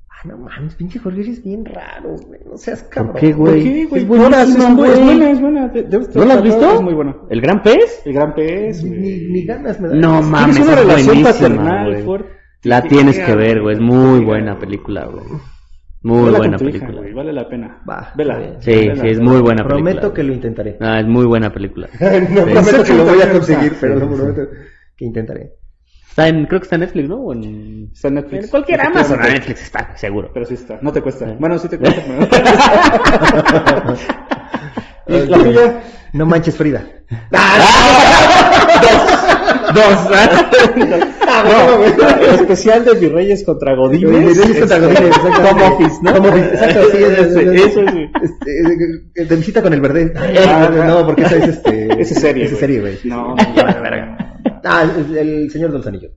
[SPEAKER 1] Ah, no mames, pinche Jorge, eres bien raro, güey. No seas cabrón.
[SPEAKER 2] ¿Por qué,
[SPEAKER 3] ¿Por
[SPEAKER 2] güey?
[SPEAKER 3] qué, güey?
[SPEAKER 2] Es
[SPEAKER 3] No, es,
[SPEAKER 2] buenísima,
[SPEAKER 3] buena, es
[SPEAKER 2] güey.
[SPEAKER 3] buena, es buena. De- debes
[SPEAKER 2] ¿No la has
[SPEAKER 3] tratarla,
[SPEAKER 2] visto?
[SPEAKER 3] Es muy buena.
[SPEAKER 2] ¿El gran pez?
[SPEAKER 3] El gran pez.
[SPEAKER 1] Ni- Ni,
[SPEAKER 3] güey.
[SPEAKER 1] ni ganas me da.
[SPEAKER 2] No
[SPEAKER 1] Sí,
[SPEAKER 2] mames,
[SPEAKER 3] Tienes una
[SPEAKER 2] es
[SPEAKER 3] relación
[SPEAKER 2] buenísima,
[SPEAKER 3] paternal
[SPEAKER 2] güey.
[SPEAKER 3] fuerte.
[SPEAKER 2] La tienes que
[SPEAKER 3] Tía,
[SPEAKER 2] ver, güey. Es muy buena película, güey. Muy
[SPEAKER 3] Vela
[SPEAKER 2] buena
[SPEAKER 3] con tu hija,
[SPEAKER 2] película.
[SPEAKER 3] güey, vale la pena.
[SPEAKER 1] Va,
[SPEAKER 3] Vela.
[SPEAKER 1] está bien.
[SPEAKER 2] Sí,
[SPEAKER 3] vela.
[SPEAKER 2] sí, es muy buena
[SPEAKER 1] Prometo que
[SPEAKER 2] película.
[SPEAKER 1] lo intentaré.
[SPEAKER 2] Ah, es muy buena película.
[SPEAKER 1] no
[SPEAKER 2] Sí.
[SPEAKER 1] prometo que lo voy a conseguir,
[SPEAKER 3] Sí,
[SPEAKER 1] pero
[SPEAKER 2] sí,
[SPEAKER 1] lo
[SPEAKER 2] sí.
[SPEAKER 1] prometo que intentaré.
[SPEAKER 2] Está en, creo que está en Netflix, ¿no? O en...
[SPEAKER 3] Está en
[SPEAKER 2] en
[SPEAKER 3] Netflix.
[SPEAKER 2] cualquier
[SPEAKER 3] Efectivamente.
[SPEAKER 2] Amazon. Ah, Netflix está, seguro.
[SPEAKER 3] Pero sí está. No te cuesta.
[SPEAKER 2] Sí.
[SPEAKER 3] Bueno, sí te cuesta. pero- ¿Y la
[SPEAKER 1] Ok.
[SPEAKER 3] tuya?
[SPEAKER 1] No manches, Frida.
[SPEAKER 3] Ah,
[SPEAKER 2] Dos. ah.
[SPEAKER 3] No, el especial de Virreyes contra Godínez.
[SPEAKER 1] Reyes contra Godínez, exactamente.
[SPEAKER 3] Home office, ¿no?
[SPEAKER 1] Home office, exacto, sí, es- es- es-
[SPEAKER 3] Ese, ese, sí.
[SPEAKER 1] Este, de visita con el verde.
[SPEAKER 3] Ah,
[SPEAKER 1] no, porque esa es este.
[SPEAKER 3] Esa es serie,
[SPEAKER 1] Esa es
[SPEAKER 3] güey.
[SPEAKER 1] serie, güey.
[SPEAKER 3] No,
[SPEAKER 1] Vale, verga. Ah, el, el señor de los anillos.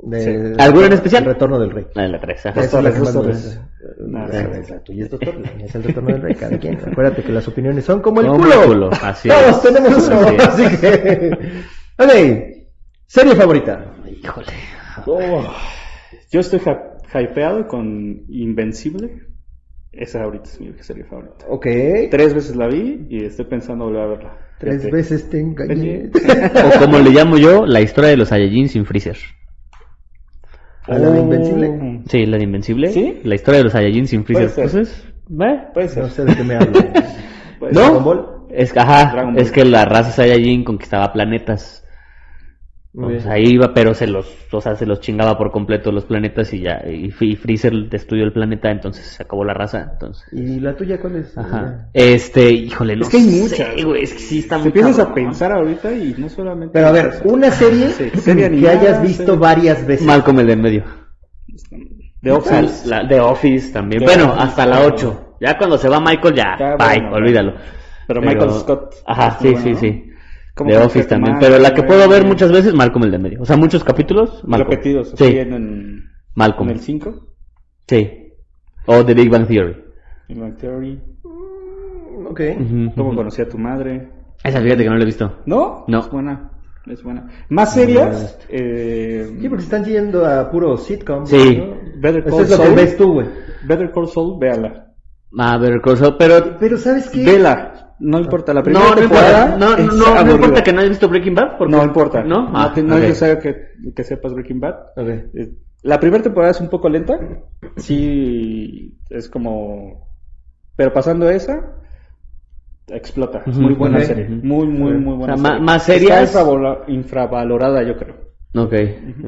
[SPEAKER 1] De-
[SPEAKER 2] Sí. ¿Alguna en especial?
[SPEAKER 1] El retorno del rey.
[SPEAKER 2] La de la tres, ajá.
[SPEAKER 1] Esa es la
[SPEAKER 3] Torres,
[SPEAKER 1] que más
[SPEAKER 3] dos
[SPEAKER 1] me
[SPEAKER 3] Torres.
[SPEAKER 1] gusta.
[SPEAKER 3] No,
[SPEAKER 1] Eh,
[SPEAKER 3] sí.
[SPEAKER 1] es la tuya, es dos Torres, la mía es el retorno del rey, cada quien. Acuérdate que las opiniones son como el
[SPEAKER 2] Como
[SPEAKER 1] culo.
[SPEAKER 2] el culo, así
[SPEAKER 1] Todos
[SPEAKER 2] es.
[SPEAKER 1] tenemos uno,
[SPEAKER 2] Así es.
[SPEAKER 1] así, que. ok, serie favorita.
[SPEAKER 2] Híjole.
[SPEAKER 3] Oh, Yo estoy hy- hypeado con Invencible. Esa ahorita es mi serie favorita.
[SPEAKER 1] Ok,
[SPEAKER 3] Tres veces la vi y estoy pensando volver a verla.
[SPEAKER 1] tres
[SPEAKER 3] Fíjate.
[SPEAKER 1] veces te engañé.
[SPEAKER 2] O como le llamo yo, la historia de los Saiyajin sin Freezer.
[SPEAKER 1] A la de Invencible.
[SPEAKER 2] Sí, la de Invencible.
[SPEAKER 3] ¿Sí?
[SPEAKER 2] La historia de los Saiyajin sin Freezer.
[SPEAKER 3] Oh. Puede ser.
[SPEAKER 2] Entonces, ¿eh?
[SPEAKER 3] Puede ser.
[SPEAKER 1] No sé de qué me hablo.
[SPEAKER 3] puede ser.
[SPEAKER 1] Dragon
[SPEAKER 2] ¿No?
[SPEAKER 1] Ball.
[SPEAKER 2] Es que, ajá,
[SPEAKER 3] Dragon Ball.
[SPEAKER 2] es que la raza Saiyajin conquistaba planetas.
[SPEAKER 1] Muy
[SPEAKER 2] Pues
[SPEAKER 1] bien.
[SPEAKER 2] ahí iba, pero se los, o sea, se los chingaba por completo los planetas y ya, y, F- y Freezer destruyó el planeta, entonces se acabó la raza, entonces.
[SPEAKER 1] ¿Y la tuya cuál es?
[SPEAKER 2] Ajá. Este, híjole, no
[SPEAKER 3] Es que hay
[SPEAKER 2] sé,
[SPEAKER 3] muchas.
[SPEAKER 2] güey, es que sí está
[SPEAKER 3] Te
[SPEAKER 2] muy
[SPEAKER 3] empiezas a
[SPEAKER 2] cabrón.
[SPEAKER 3] pensar ahorita y no solamente.
[SPEAKER 1] Pero a ver, una serie,
[SPEAKER 3] Sí, serie
[SPEAKER 1] que
[SPEAKER 3] animada,
[SPEAKER 1] hayas visto
[SPEAKER 3] serie-
[SPEAKER 1] varias veces.
[SPEAKER 2] Malcolm el de en medio.
[SPEAKER 3] De Office.
[SPEAKER 2] La, The Office también.
[SPEAKER 3] The
[SPEAKER 2] bueno,
[SPEAKER 3] Office,
[SPEAKER 2] hasta la
[SPEAKER 3] claro.
[SPEAKER 2] 8. Ya cuando se va Michael, ya.
[SPEAKER 3] Ya,
[SPEAKER 2] bye,
[SPEAKER 3] bueno.
[SPEAKER 2] olvídalo.
[SPEAKER 3] Pero Michael Scott.
[SPEAKER 2] Ajá,
[SPEAKER 3] es
[SPEAKER 2] sí,
[SPEAKER 3] muy
[SPEAKER 2] sí,
[SPEAKER 3] bueno,
[SPEAKER 2] sí.
[SPEAKER 3] ¿Cómo
[SPEAKER 2] The
[SPEAKER 3] que
[SPEAKER 2] Office
[SPEAKER 3] Michael
[SPEAKER 2] también.
[SPEAKER 3] Mann,
[SPEAKER 2] Pero la que
[SPEAKER 3] güey?
[SPEAKER 2] puedo ver muchas veces, Malcolm el de en medio. O sea, muchos capítulos, Malcolm.
[SPEAKER 3] Repetidos. así
[SPEAKER 2] Sí,
[SPEAKER 3] en, en- en
[SPEAKER 2] Malcolm.
[SPEAKER 3] el 5.
[SPEAKER 2] Sí. O The Big Bang Theory.
[SPEAKER 3] En Bang Theory.
[SPEAKER 1] Ok.
[SPEAKER 2] Ujú,
[SPEAKER 3] ¿Cómo
[SPEAKER 2] ujú.
[SPEAKER 3] conocí a tu madre?
[SPEAKER 2] Esa fíjate que no la he visto.
[SPEAKER 3] ¿No?
[SPEAKER 2] No.
[SPEAKER 3] Es buena. Es buena. Más serias. Eh,
[SPEAKER 1] Sí, porque están yendo a puro sitcom.
[SPEAKER 2] Sí.
[SPEAKER 1] ¿no?
[SPEAKER 3] Better
[SPEAKER 1] Eso
[SPEAKER 3] Call
[SPEAKER 1] es lo que
[SPEAKER 3] Saul.
[SPEAKER 1] ves tú, güey.
[SPEAKER 3] Better Call Saul, véala.
[SPEAKER 2] A ver, cosa, pero.
[SPEAKER 1] Pero ¿sabes qué?
[SPEAKER 3] Vela. No importa. La primera
[SPEAKER 2] No, no importa,
[SPEAKER 3] temporada.
[SPEAKER 2] no,
[SPEAKER 3] es
[SPEAKER 2] no, no, no
[SPEAKER 3] aburrida.
[SPEAKER 2] importa que no hayas visto Breaking Bad. porque-
[SPEAKER 3] No importa.
[SPEAKER 2] No,
[SPEAKER 3] No,
[SPEAKER 2] Ah,
[SPEAKER 3] te- no es
[SPEAKER 2] ok.
[SPEAKER 3] necesario que, que sepas Breaking Bad.
[SPEAKER 1] Ok.
[SPEAKER 3] Eh, La primera temporada es un poco lenta. Sí, es como. Pero pasando esa, explota. Es
[SPEAKER 2] Ujú,
[SPEAKER 3] muy buena
[SPEAKER 1] ok.
[SPEAKER 3] serie.
[SPEAKER 2] Ujú.
[SPEAKER 3] Muy, muy,
[SPEAKER 1] Ujú.
[SPEAKER 3] muy buena
[SPEAKER 2] O sea, ma-
[SPEAKER 3] serie.
[SPEAKER 2] más serias-
[SPEAKER 3] Está infravalo- infravalorada, yo creo.
[SPEAKER 2] Ok,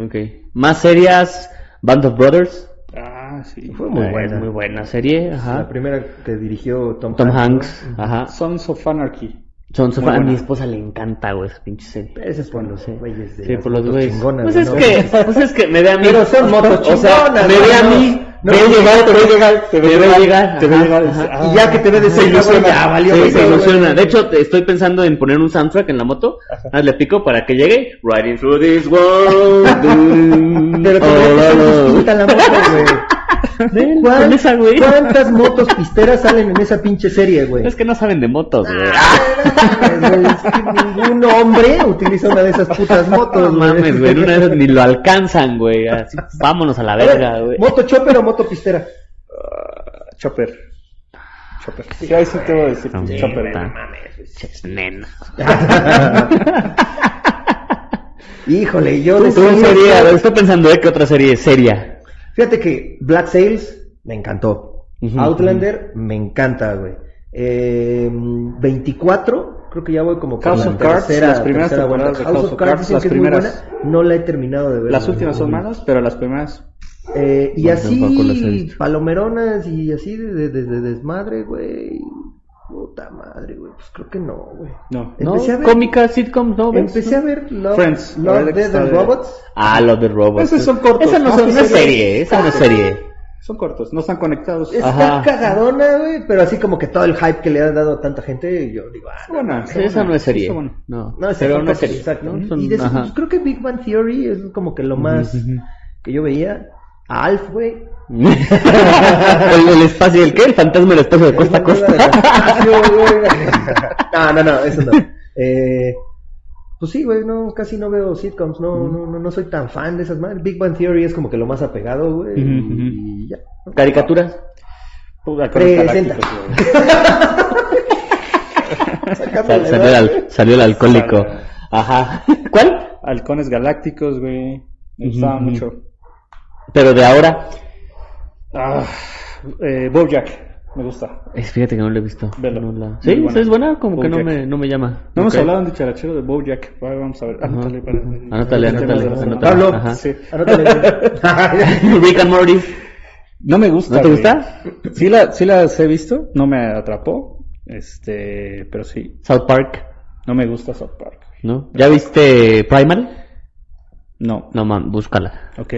[SPEAKER 2] ok. Más serias, Band of Brothers.
[SPEAKER 3] Ah, sí.
[SPEAKER 1] Fue muy
[SPEAKER 2] Eh,
[SPEAKER 1] buena.
[SPEAKER 2] Muy buena serie,
[SPEAKER 1] La
[SPEAKER 2] ajá.
[SPEAKER 1] primera que dirigió Tom,
[SPEAKER 2] Tom
[SPEAKER 1] Hanks.
[SPEAKER 2] Hanks, ajá.
[SPEAKER 3] Sons of Anarchy.
[SPEAKER 2] Son son-
[SPEAKER 3] Muy
[SPEAKER 2] a
[SPEAKER 3] buena.
[SPEAKER 2] mi esposa le encanta, güey, esa pinche serie.
[SPEAKER 1] Ese es por los
[SPEAKER 2] Sí.
[SPEAKER 1] güeyes de
[SPEAKER 2] Sí,
[SPEAKER 1] las
[SPEAKER 2] por los
[SPEAKER 1] motos
[SPEAKER 2] güeyes.
[SPEAKER 1] este, chingonas,
[SPEAKER 2] Pues
[SPEAKER 1] ¿no?
[SPEAKER 2] es que, pues es que me ve a mí.
[SPEAKER 1] Pero son motos
[SPEAKER 2] O sea,
[SPEAKER 1] chingonas,
[SPEAKER 2] me ve a
[SPEAKER 1] no,
[SPEAKER 2] mí.
[SPEAKER 1] no,
[SPEAKER 2] ve
[SPEAKER 1] no,
[SPEAKER 2] llegar, ve llegar, te
[SPEAKER 3] te ve
[SPEAKER 2] ve
[SPEAKER 3] llegar,
[SPEAKER 2] llegar.
[SPEAKER 3] te ve
[SPEAKER 2] ajá,
[SPEAKER 3] llegar,
[SPEAKER 2] ajá.
[SPEAKER 3] ah,
[SPEAKER 1] Y ya que te ve de
[SPEAKER 2] Se
[SPEAKER 1] seis,
[SPEAKER 2] ilusiona,
[SPEAKER 1] ya valió.
[SPEAKER 2] sí,
[SPEAKER 1] güey,
[SPEAKER 2] se
[SPEAKER 1] ya,
[SPEAKER 2] ilusiona.
[SPEAKER 1] güey.
[SPEAKER 2] De hecho, te- estoy pensando en poner un soundtrack en la moto. Ah, le pico para que llegue. Riding through this world. dun,
[SPEAKER 1] Pero tendría
[SPEAKER 2] oh,
[SPEAKER 1] que ser
[SPEAKER 2] la, la.
[SPEAKER 1] distinta la moto, güey.
[SPEAKER 2] Con
[SPEAKER 1] ¿Cuán-
[SPEAKER 2] esa, güey.
[SPEAKER 1] ¿Cuántas motos pisteras salen en esa pinche serie, güey?
[SPEAKER 2] Es que no saben de motos, güey.
[SPEAKER 1] Pues, güey, es que ningún hombre utiliza una de esas putas motos,
[SPEAKER 2] No
[SPEAKER 1] güey.
[SPEAKER 2] mames, güey. en Una de esas ni lo alcanzan, güey. Así, vámonos a la
[SPEAKER 1] A ver,
[SPEAKER 2] verga, güey.
[SPEAKER 1] ¿Moto chopper o moto pistera?
[SPEAKER 3] Chopper. Chopper. Sí, ahí sí te voy a decir que es
[SPEAKER 2] Sí,
[SPEAKER 3] Chopper.
[SPEAKER 2] puta. Ches, nena.
[SPEAKER 1] Híjole, yo
[SPEAKER 2] Tú,
[SPEAKER 1] de
[SPEAKER 2] tú
[SPEAKER 1] series-
[SPEAKER 2] sería- estoy pensando de que otra serie es seria.
[SPEAKER 1] Fíjate que Black Sails me encantó.
[SPEAKER 2] Ujú,
[SPEAKER 1] Outlander me encanta, güey. Eh, 24, creo que ya voy como por
[SPEAKER 3] House
[SPEAKER 1] la
[SPEAKER 3] of Cards,
[SPEAKER 1] tercera-
[SPEAKER 3] las primeras
[SPEAKER 1] tercera vuelta.
[SPEAKER 3] temporadas de
[SPEAKER 1] House of Cards, dicen
[SPEAKER 3] las
[SPEAKER 1] que es muy
[SPEAKER 3] primeras.
[SPEAKER 1] buena. No la he terminado de ver.
[SPEAKER 3] Las
[SPEAKER 1] güey.
[SPEAKER 3] últimas son malas, pero las primeras.
[SPEAKER 1] Eh, y
[SPEAKER 2] No, tampoco las he
[SPEAKER 1] así,
[SPEAKER 2] visto.
[SPEAKER 1] palomeronas y así de, de- de- de desmadre, güey. Puta madre, güey. Pues creo que no, güey.
[SPEAKER 3] No.
[SPEAKER 2] ¿No?
[SPEAKER 1] Empecé a ver-
[SPEAKER 2] Cómica, sitcom, ¿no? ¿Ves?
[SPEAKER 1] Empecé a ver Love,
[SPEAKER 3] Friends, la
[SPEAKER 1] Love
[SPEAKER 3] verdad que
[SPEAKER 1] Death
[SPEAKER 3] está
[SPEAKER 1] and
[SPEAKER 3] bien.
[SPEAKER 1] Robots.
[SPEAKER 2] Ah, Love the Robots.
[SPEAKER 3] Esos son cortos, Ah,
[SPEAKER 2] Esa no,
[SPEAKER 3] más
[SPEAKER 2] son-
[SPEAKER 3] que
[SPEAKER 2] no es
[SPEAKER 3] series.
[SPEAKER 2] serie, esa no es serie.
[SPEAKER 3] Son cortos, no están conectados.
[SPEAKER 1] Está
[SPEAKER 2] Ajá.
[SPEAKER 1] cagadona, güey, pero así como que todo el hype que le han dado a tanta gente, yo digo, ah,
[SPEAKER 3] Está
[SPEAKER 1] no,
[SPEAKER 3] buena, está
[SPEAKER 2] Sí, esa
[SPEAKER 3] buena,
[SPEAKER 2] no es
[SPEAKER 3] sí,
[SPEAKER 2] serie.
[SPEAKER 3] está buena.
[SPEAKER 2] No,
[SPEAKER 1] no, es
[SPEAKER 2] pero no es serie.
[SPEAKER 1] exacto.
[SPEAKER 2] ¿no?
[SPEAKER 1] y de eso,
[SPEAKER 2] ajá.
[SPEAKER 1] pues, creo que Big Bang Theory es como que lo más que yo veía. A Alf, güey.
[SPEAKER 2] el, el espacio, ¿el qué? El fantasma del espacio de costa a costa.
[SPEAKER 1] no, no, no, eso no. Eh, pues sí, güey, no, casi no veo sitcoms, no, no, no, no soy tan fan de esas madres. Big Bang Theory es como que lo más apegado, güey,
[SPEAKER 2] Ujú, ujú.
[SPEAKER 1] y ya.
[SPEAKER 2] Caricaturas.
[SPEAKER 3] Puta, con los
[SPEAKER 1] Presenta.
[SPEAKER 3] galácticos, güey.
[SPEAKER 1] Sacando
[SPEAKER 2] Sal-
[SPEAKER 1] la
[SPEAKER 2] salió, el,
[SPEAKER 1] edad,
[SPEAKER 2] al-
[SPEAKER 1] güey.
[SPEAKER 2] salió el alcohólico.
[SPEAKER 3] Sal-
[SPEAKER 2] Ajá. ¿Cuál?
[SPEAKER 3] Halcones galácticos, güey. Me gustaba
[SPEAKER 2] Ujú.
[SPEAKER 3] mucho.
[SPEAKER 2] Pero de ahora.
[SPEAKER 3] Ah, eh, Bojack, me gusta.
[SPEAKER 2] Es, fíjate que no lo he visto.
[SPEAKER 3] Velo.
[SPEAKER 2] No la-
[SPEAKER 3] Muy
[SPEAKER 2] Sí,
[SPEAKER 3] buena.
[SPEAKER 2] ¿Esa es buena, como que no
[SPEAKER 3] Bojack.
[SPEAKER 2] me, no me llama.
[SPEAKER 3] No hemos
[SPEAKER 2] Ok.
[SPEAKER 3] hablado en dicharachero de Bojack. Ahora vamos a ver.
[SPEAKER 2] Ajá.
[SPEAKER 3] Anótale para.
[SPEAKER 2] Anótale,
[SPEAKER 3] para-
[SPEAKER 2] anótale,
[SPEAKER 3] para-
[SPEAKER 2] anótale.
[SPEAKER 3] Pablo,
[SPEAKER 2] Ajá.
[SPEAKER 3] sí.
[SPEAKER 1] Anótale, güey.
[SPEAKER 2] Rick and Morty.
[SPEAKER 3] No me gusta.
[SPEAKER 2] ¿No te
[SPEAKER 3] güey.
[SPEAKER 2] gusta?
[SPEAKER 3] Sí, la, sí las he visto. No me atrapó. Este, pero sí.
[SPEAKER 2] South Park.
[SPEAKER 3] No me gusta South Park. güey.
[SPEAKER 2] ¿No? ¿Ya viste Primal?
[SPEAKER 3] No.
[SPEAKER 2] No, man, búscala.
[SPEAKER 3] Ok.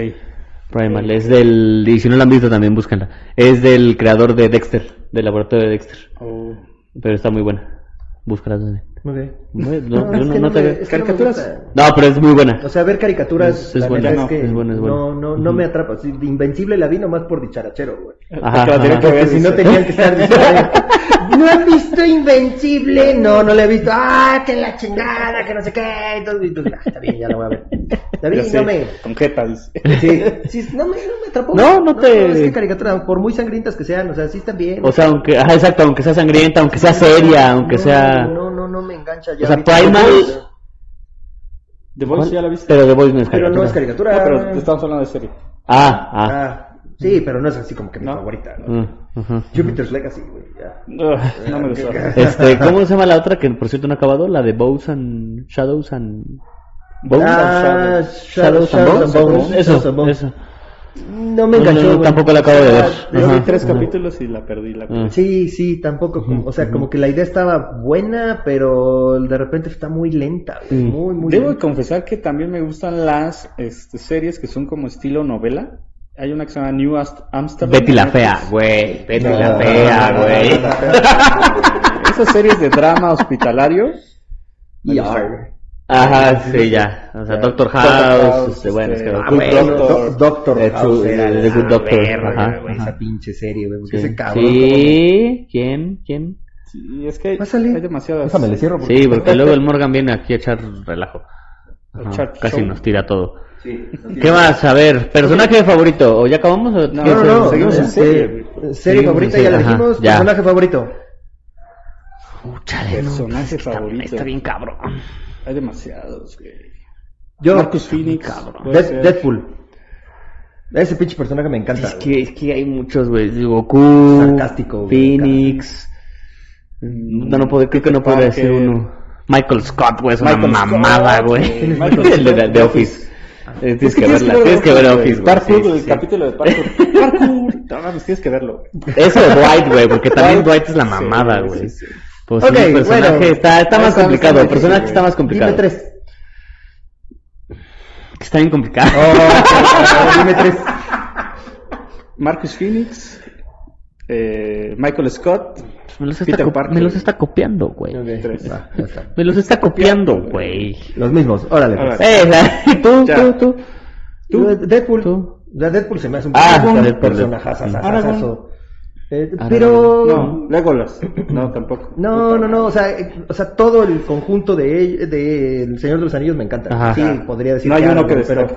[SPEAKER 2] Primal es del. Y si no la han visto, también búscala. Es del creador de Dexter, del laboratorio de Dexter.
[SPEAKER 3] Oh.
[SPEAKER 2] Pero está muy buena. Búscala también.
[SPEAKER 1] Ok.
[SPEAKER 2] Bueno, no,
[SPEAKER 1] es
[SPEAKER 2] yo no-
[SPEAKER 1] que
[SPEAKER 2] no
[SPEAKER 1] no
[SPEAKER 2] te
[SPEAKER 1] me-
[SPEAKER 2] veo.
[SPEAKER 1] es que no me
[SPEAKER 3] Caricaturas.
[SPEAKER 1] gusta.
[SPEAKER 2] No, pero es muy buena.
[SPEAKER 1] O sea, ver caricaturas,
[SPEAKER 2] Es- es
[SPEAKER 1] la
[SPEAKER 2] bueno.
[SPEAKER 1] neta
[SPEAKER 3] No,
[SPEAKER 1] es que
[SPEAKER 2] es bueno, es
[SPEAKER 1] no,
[SPEAKER 2] bueno.
[SPEAKER 1] no, no me atrapa. Sí, Invencible la vi nomás por dicharachero, güey.
[SPEAKER 2] Ajá,
[SPEAKER 3] Porque la
[SPEAKER 2] ajá.
[SPEAKER 3] tenía Ah, que ver,
[SPEAKER 1] Porque si no
[SPEAKER 3] dice.
[SPEAKER 1] tenían que estar diciendo, ¿no han visto Invencible? No, no la he visto. ¡Ah, que la chingada, que no sé qué! Entonces, entonces, ah, está bien, ya la voy a ver. Está
[SPEAKER 3] Ya
[SPEAKER 1] bien,
[SPEAKER 3] sé,
[SPEAKER 1] no me...
[SPEAKER 3] Con jeta, dice.
[SPEAKER 1] Sí, sí, no me, no me atrapó.
[SPEAKER 2] No, no te-
[SPEAKER 1] es que caricaturas, por muy sangrientas que sean, o sea, sí están bien.
[SPEAKER 2] O sea, aunque, ajá, exacto, aunque sea sangrienta, aunque sea seria, aunque
[SPEAKER 1] No,
[SPEAKER 2] sea...
[SPEAKER 1] No, no, no me engancha ya.
[SPEAKER 2] O sea,
[SPEAKER 1] ahorita.
[SPEAKER 2] Primal-
[SPEAKER 3] The Voice ya la viste.
[SPEAKER 2] Pero The Voice no es
[SPEAKER 1] Pero no
[SPEAKER 2] caricatura.
[SPEAKER 1] es
[SPEAKER 3] No,
[SPEAKER 1] caricatura.
[SPEAKER 3] pero te estamos hablando de serie.
[SPEAKER 2] Ah, ah.
[SPEAKER 1] Ah, sí, pero no es así como que mi
[SPEAKER 3] No.
[SPEAKER 1] favorita. ¿no?
[SPEAKER 2] Mm, ajá.
[SPEAKER 1] Jupiter's Legacy, güey. ya.
[SPEAKER 3] Ugh, No me gustó.
[SPEAKER 2] Este, ¿cómo se llama la otra que por cierto no ha acabado? La de Bows and Shadows and Bones
[SPEAKER 1] Ah,
[SPEAKER 2] and Shadows,
[SPEAKER 1] Shadows and Bones. Bones, Shadows and
[SPEAKER 2] Eso,
[SPEAKER 1] Bones.
[SPEAKER 2] eso.
[SPEAKER 1] No me
[SPEAKER 2] No,
[SPEAKER 1] enganchó.
[SPEAKER 2] no, no,
[SPEAKER 1] güey.
[SPEAKER 2] tampoco la acabo de ver.
[SPEAKER 3] Yo vi
[SPEAKER 2] Ajá.
[SPEAKER 3] tres
[SPEAKER 2] Ajá.
[SPEAKER 3] capítulos y la perdí. La perdí.
[SPEAKER 2] Ah.
[SPEAKER 1] Sí, sí, tampoco. como- o sea, como que la idea estaba buena, pero de repente está muy lenta. güey,
[SPEAKER 2] Mm.
[SPEAKER 1] Muy, muy
[SPEAKER 3] Debo de
[SPEAKER 1] lenta.
[SPEAKER 3] confesar que también me gustan las este, series que son como estilo novela. Hay una que se llama New Ast- Amsterdam.
[SPEAKER 2] Betty la
[SPEAKER 3] Netflix.
[SPEAKER 2] fea, güey. Betty
[SPEAKER 1] No,
[SPEAKER 2] la
[SPEAKER 1] no,
[SPEAKER 2] fea,
[SPEAKER 1] no, no,
[SPEAKER 2] güey.
[SPEAKER 1] no, no, no,
[SPEAKER 3] Esas series de drama hospitalario. me
[SPEAKER 1] Y
[SPEAKER 3] gustan.
[SPEAKER 1] ahora,
[SPEAKER 2] Ajá, sí, ya. O sea,
[SPEAKER 3] Ya.
[SPEAKER 2] Doctor
[SPEAKER 3] Doctor
[SPEAKER 2] House,
[SPEAKER 3] House,
[SPEAKER 2] este, bueno, es
[SPEAKER 3] este,
[SPEAKER 2] que
[SPEAKER 1] Ah,
[SPEAKER 2] Doctor
[SPEAKER 3] Good
[SPEAKER 1] güey,
[SPEAKER 3] Doctor.
[SPEAKER 1] Do- Doctor
[SPEAKER 2] The
[SPEAKER 1] House
[SPEAKER 2] True-
[SPEAKER 1] era
[SPEAKER 2] The Good
[SPEAKER 1] la
[SPEAKER 2] Doctor,
[SPEAKER 1] verga,
[SPEAKER 2] ajá,
[SPEAKER 1] güey,
[SPEAKER 2] ajá.
[SPEAKER 1] Esa pinche serie, güey. Porque
[SPEAKER 2] Sí.
[SPEAKER 1] ese cabrón.
[SPEAKER 2] Sí, ¿quién? ¿Quién?
[SPEAKER 3] Sí, es que
[SPEAKER 1] Pásale.
[SPEAKER 3] hay demasiadas.
[SPEAKER 4] Déjame, le cierro.
[SPEAKER 2] Sí, porque luego el Morgan viene aquí a echar relajo. Ajá,
[SPEAKER 3] Echar
[SPEAKER 2] casi
[SPEAKER 3] show.
[SPEAKER 2] nos tira todo.
[SPEAKER 1] Sí,
[SPEAKER 2] ¿Qué más? A ver, personaje favorito. ¿O ya acabamos? o-
[SPEAKER 3] No,
[SPEAKER 1] No, no, no.
[SPEAKER 3] Seguimos en
[SPEAKER 1] este,
[SPEAKER 3] serie,
[SPEAKER 1] serie.
[SPEAKER 2] Seguimos en
[SPEAKER 1] favorita,
[SPEAKER 2] serie,
[SPEAKER 1] ya la
[SPEAKER 2] ajá,
[SPEAKER 1] dijimos.
[SPEAKER 2] ya.
[SPEAKER 1] Personaje favorito.
[SPEAKER 2] Púchale, no,
[SPEAKER 3] Personaje
[SPEAKER 2] está-
[SPEAKER 3] favorito.
[SPEAKER 2] Está bien cabrón.
[SPEAKER 3] Hay demasiados, güey.
[SPEAKER 1] Yo,
[SPEAKER 3] Marcus Phoenix.
[SPEAKER 2] cabrón.
[SPEAKER 3] puede
[SPEAKER 1] Dead-
[SPEAKER 3] ser.
[SPEAKER 1] Deadpool. Ese pinche personaje me encanta.
[SPEAKER 2] Es
[SPEAKER 1] güey.
[SPEAKER 2] que, es que hay muchos, güey. Goku,
[SPEAKER 1] Sarcástico, güey,
[SPEAKER 2] Phoenix, No, no puedo, creo que no
[SPEAKER 3] Tipo
[SPEAKER 2] podría
[SPEAKER 3] que-
[SPEAKER 2] ser uno. Michael Scott, güey, es
[SPEAKER 3] Michael
[SPEAKER 2] una
[SPEAKER 3] Scott,
[SPEAKER 2] mamada, güey.
[SPEAKER 3] güey. Michael
[SPEAKER 2] El de,
[SPEAKER 3] Scott,
[SPEAKER 2] de
[SPEAKER 3] de
[SPEAKER 2] Office. Eh, tienes que verla,
[SPEAKER 3] tienes que ver
[SPEAKER 2] tienes que ver
[SPEAKER 3] güey.
[SPEAKER 2] Office, güey.
[SPEAKER 3] Parkour,
[SPEAKER 2] sí,
[SPEAKER 3] el
[SPEAKER 2] sí.
[SPEAKER 3] capítulo de Parkour. Parkour. No mames, tienes que verlo, güey.
[SPEAKER 2] Eso de Dwight, güey, porque también
[SPEAKER 3] Dwight,
[SPEAKER 2] Dwight es la
[SPEAKER 3] sí,
[SPEAKER 2] mamada,
[SPEAKER 3] sí,
[SPEAKER 2] güey.
[SPEAKER 3] sí.
[SPEAKER 2] Pues
[SPEAKER 1] Ok,
[SPEAKER 2] sí, el personaje
[SPEAKER 1] bueno.
[SPEAKER 2] está, está más
[SPEAKER 3] Está- está
[SPEAKER 2] complicado. El
[SPEAKER 3] difícil,
[SPEAKER 2] personaje
[SPEAKER 3] güey.
[SPEAKER 2] está más complicado.
[SPEAKER 1] Dime tres.
[SPEAKER 2] Está bien complicado.
[SPEAKER 3] Oh.
[SPEAKER 1] Dime tres.
[SPEAKER 3] Marcus Phoenix, eh, Michael Scott.
[SPEAKER 2] me, los está
[SPEAKER 3] Peter
[SPEAKER 2] co-
[SPEAKER 3] Parker,
[SPEAKER 2] me los
[SPEAKER 3] güey.
[SPEAKER 2] está copiando, güey.
[SPEAKER 3] Tres.
[SPEAKER 1] Va, Ah, ya está.
[SPEAKER 2] Me los está copiando, güey.
[SPEAKER 1] Los mismos, órale.
[SPEAKER 3] Ahora,
[SPEAKER 1] pues.
[SPEAKER 2] Eh, la- tú,
[SPEAKER 3] Ya.
[SPEAKER 2] tú, tú.
[SPEAKER 1] Tú, Deadpool.
[SPEAKER 2] Tú.
[SPEAKER 1] La Deadpool se me hace un
[SPEAKER 2] Ah,
[SPEAKER 1] personaje-
[SPEAKER 2] Deadpool.
[SPEAKER 1] personajazazazazazo.
[SPEAKER 3] Aragorn.
[SPEAKER 1] Eh,
[SPEAKER 2] Aragorn.
[SPEAKER 1] pero
[SPEAKER 3] No, Legolas. No, tampoco.
[SPEAKER 1] No, no, no, o sea, eh, o sea, todo el conjunto de, ell- de El Señor de los Anillos me encanta.
[SPEAKER 2] Ajá.
[SPEAKER 1] sí,
[SPEAKER 3] Claro.
[SPEAKER 1] podría decir
[SPEAKER 3] No hay uno que
[SPEAKER 1] pero,
[SPEAKER 3] destaque.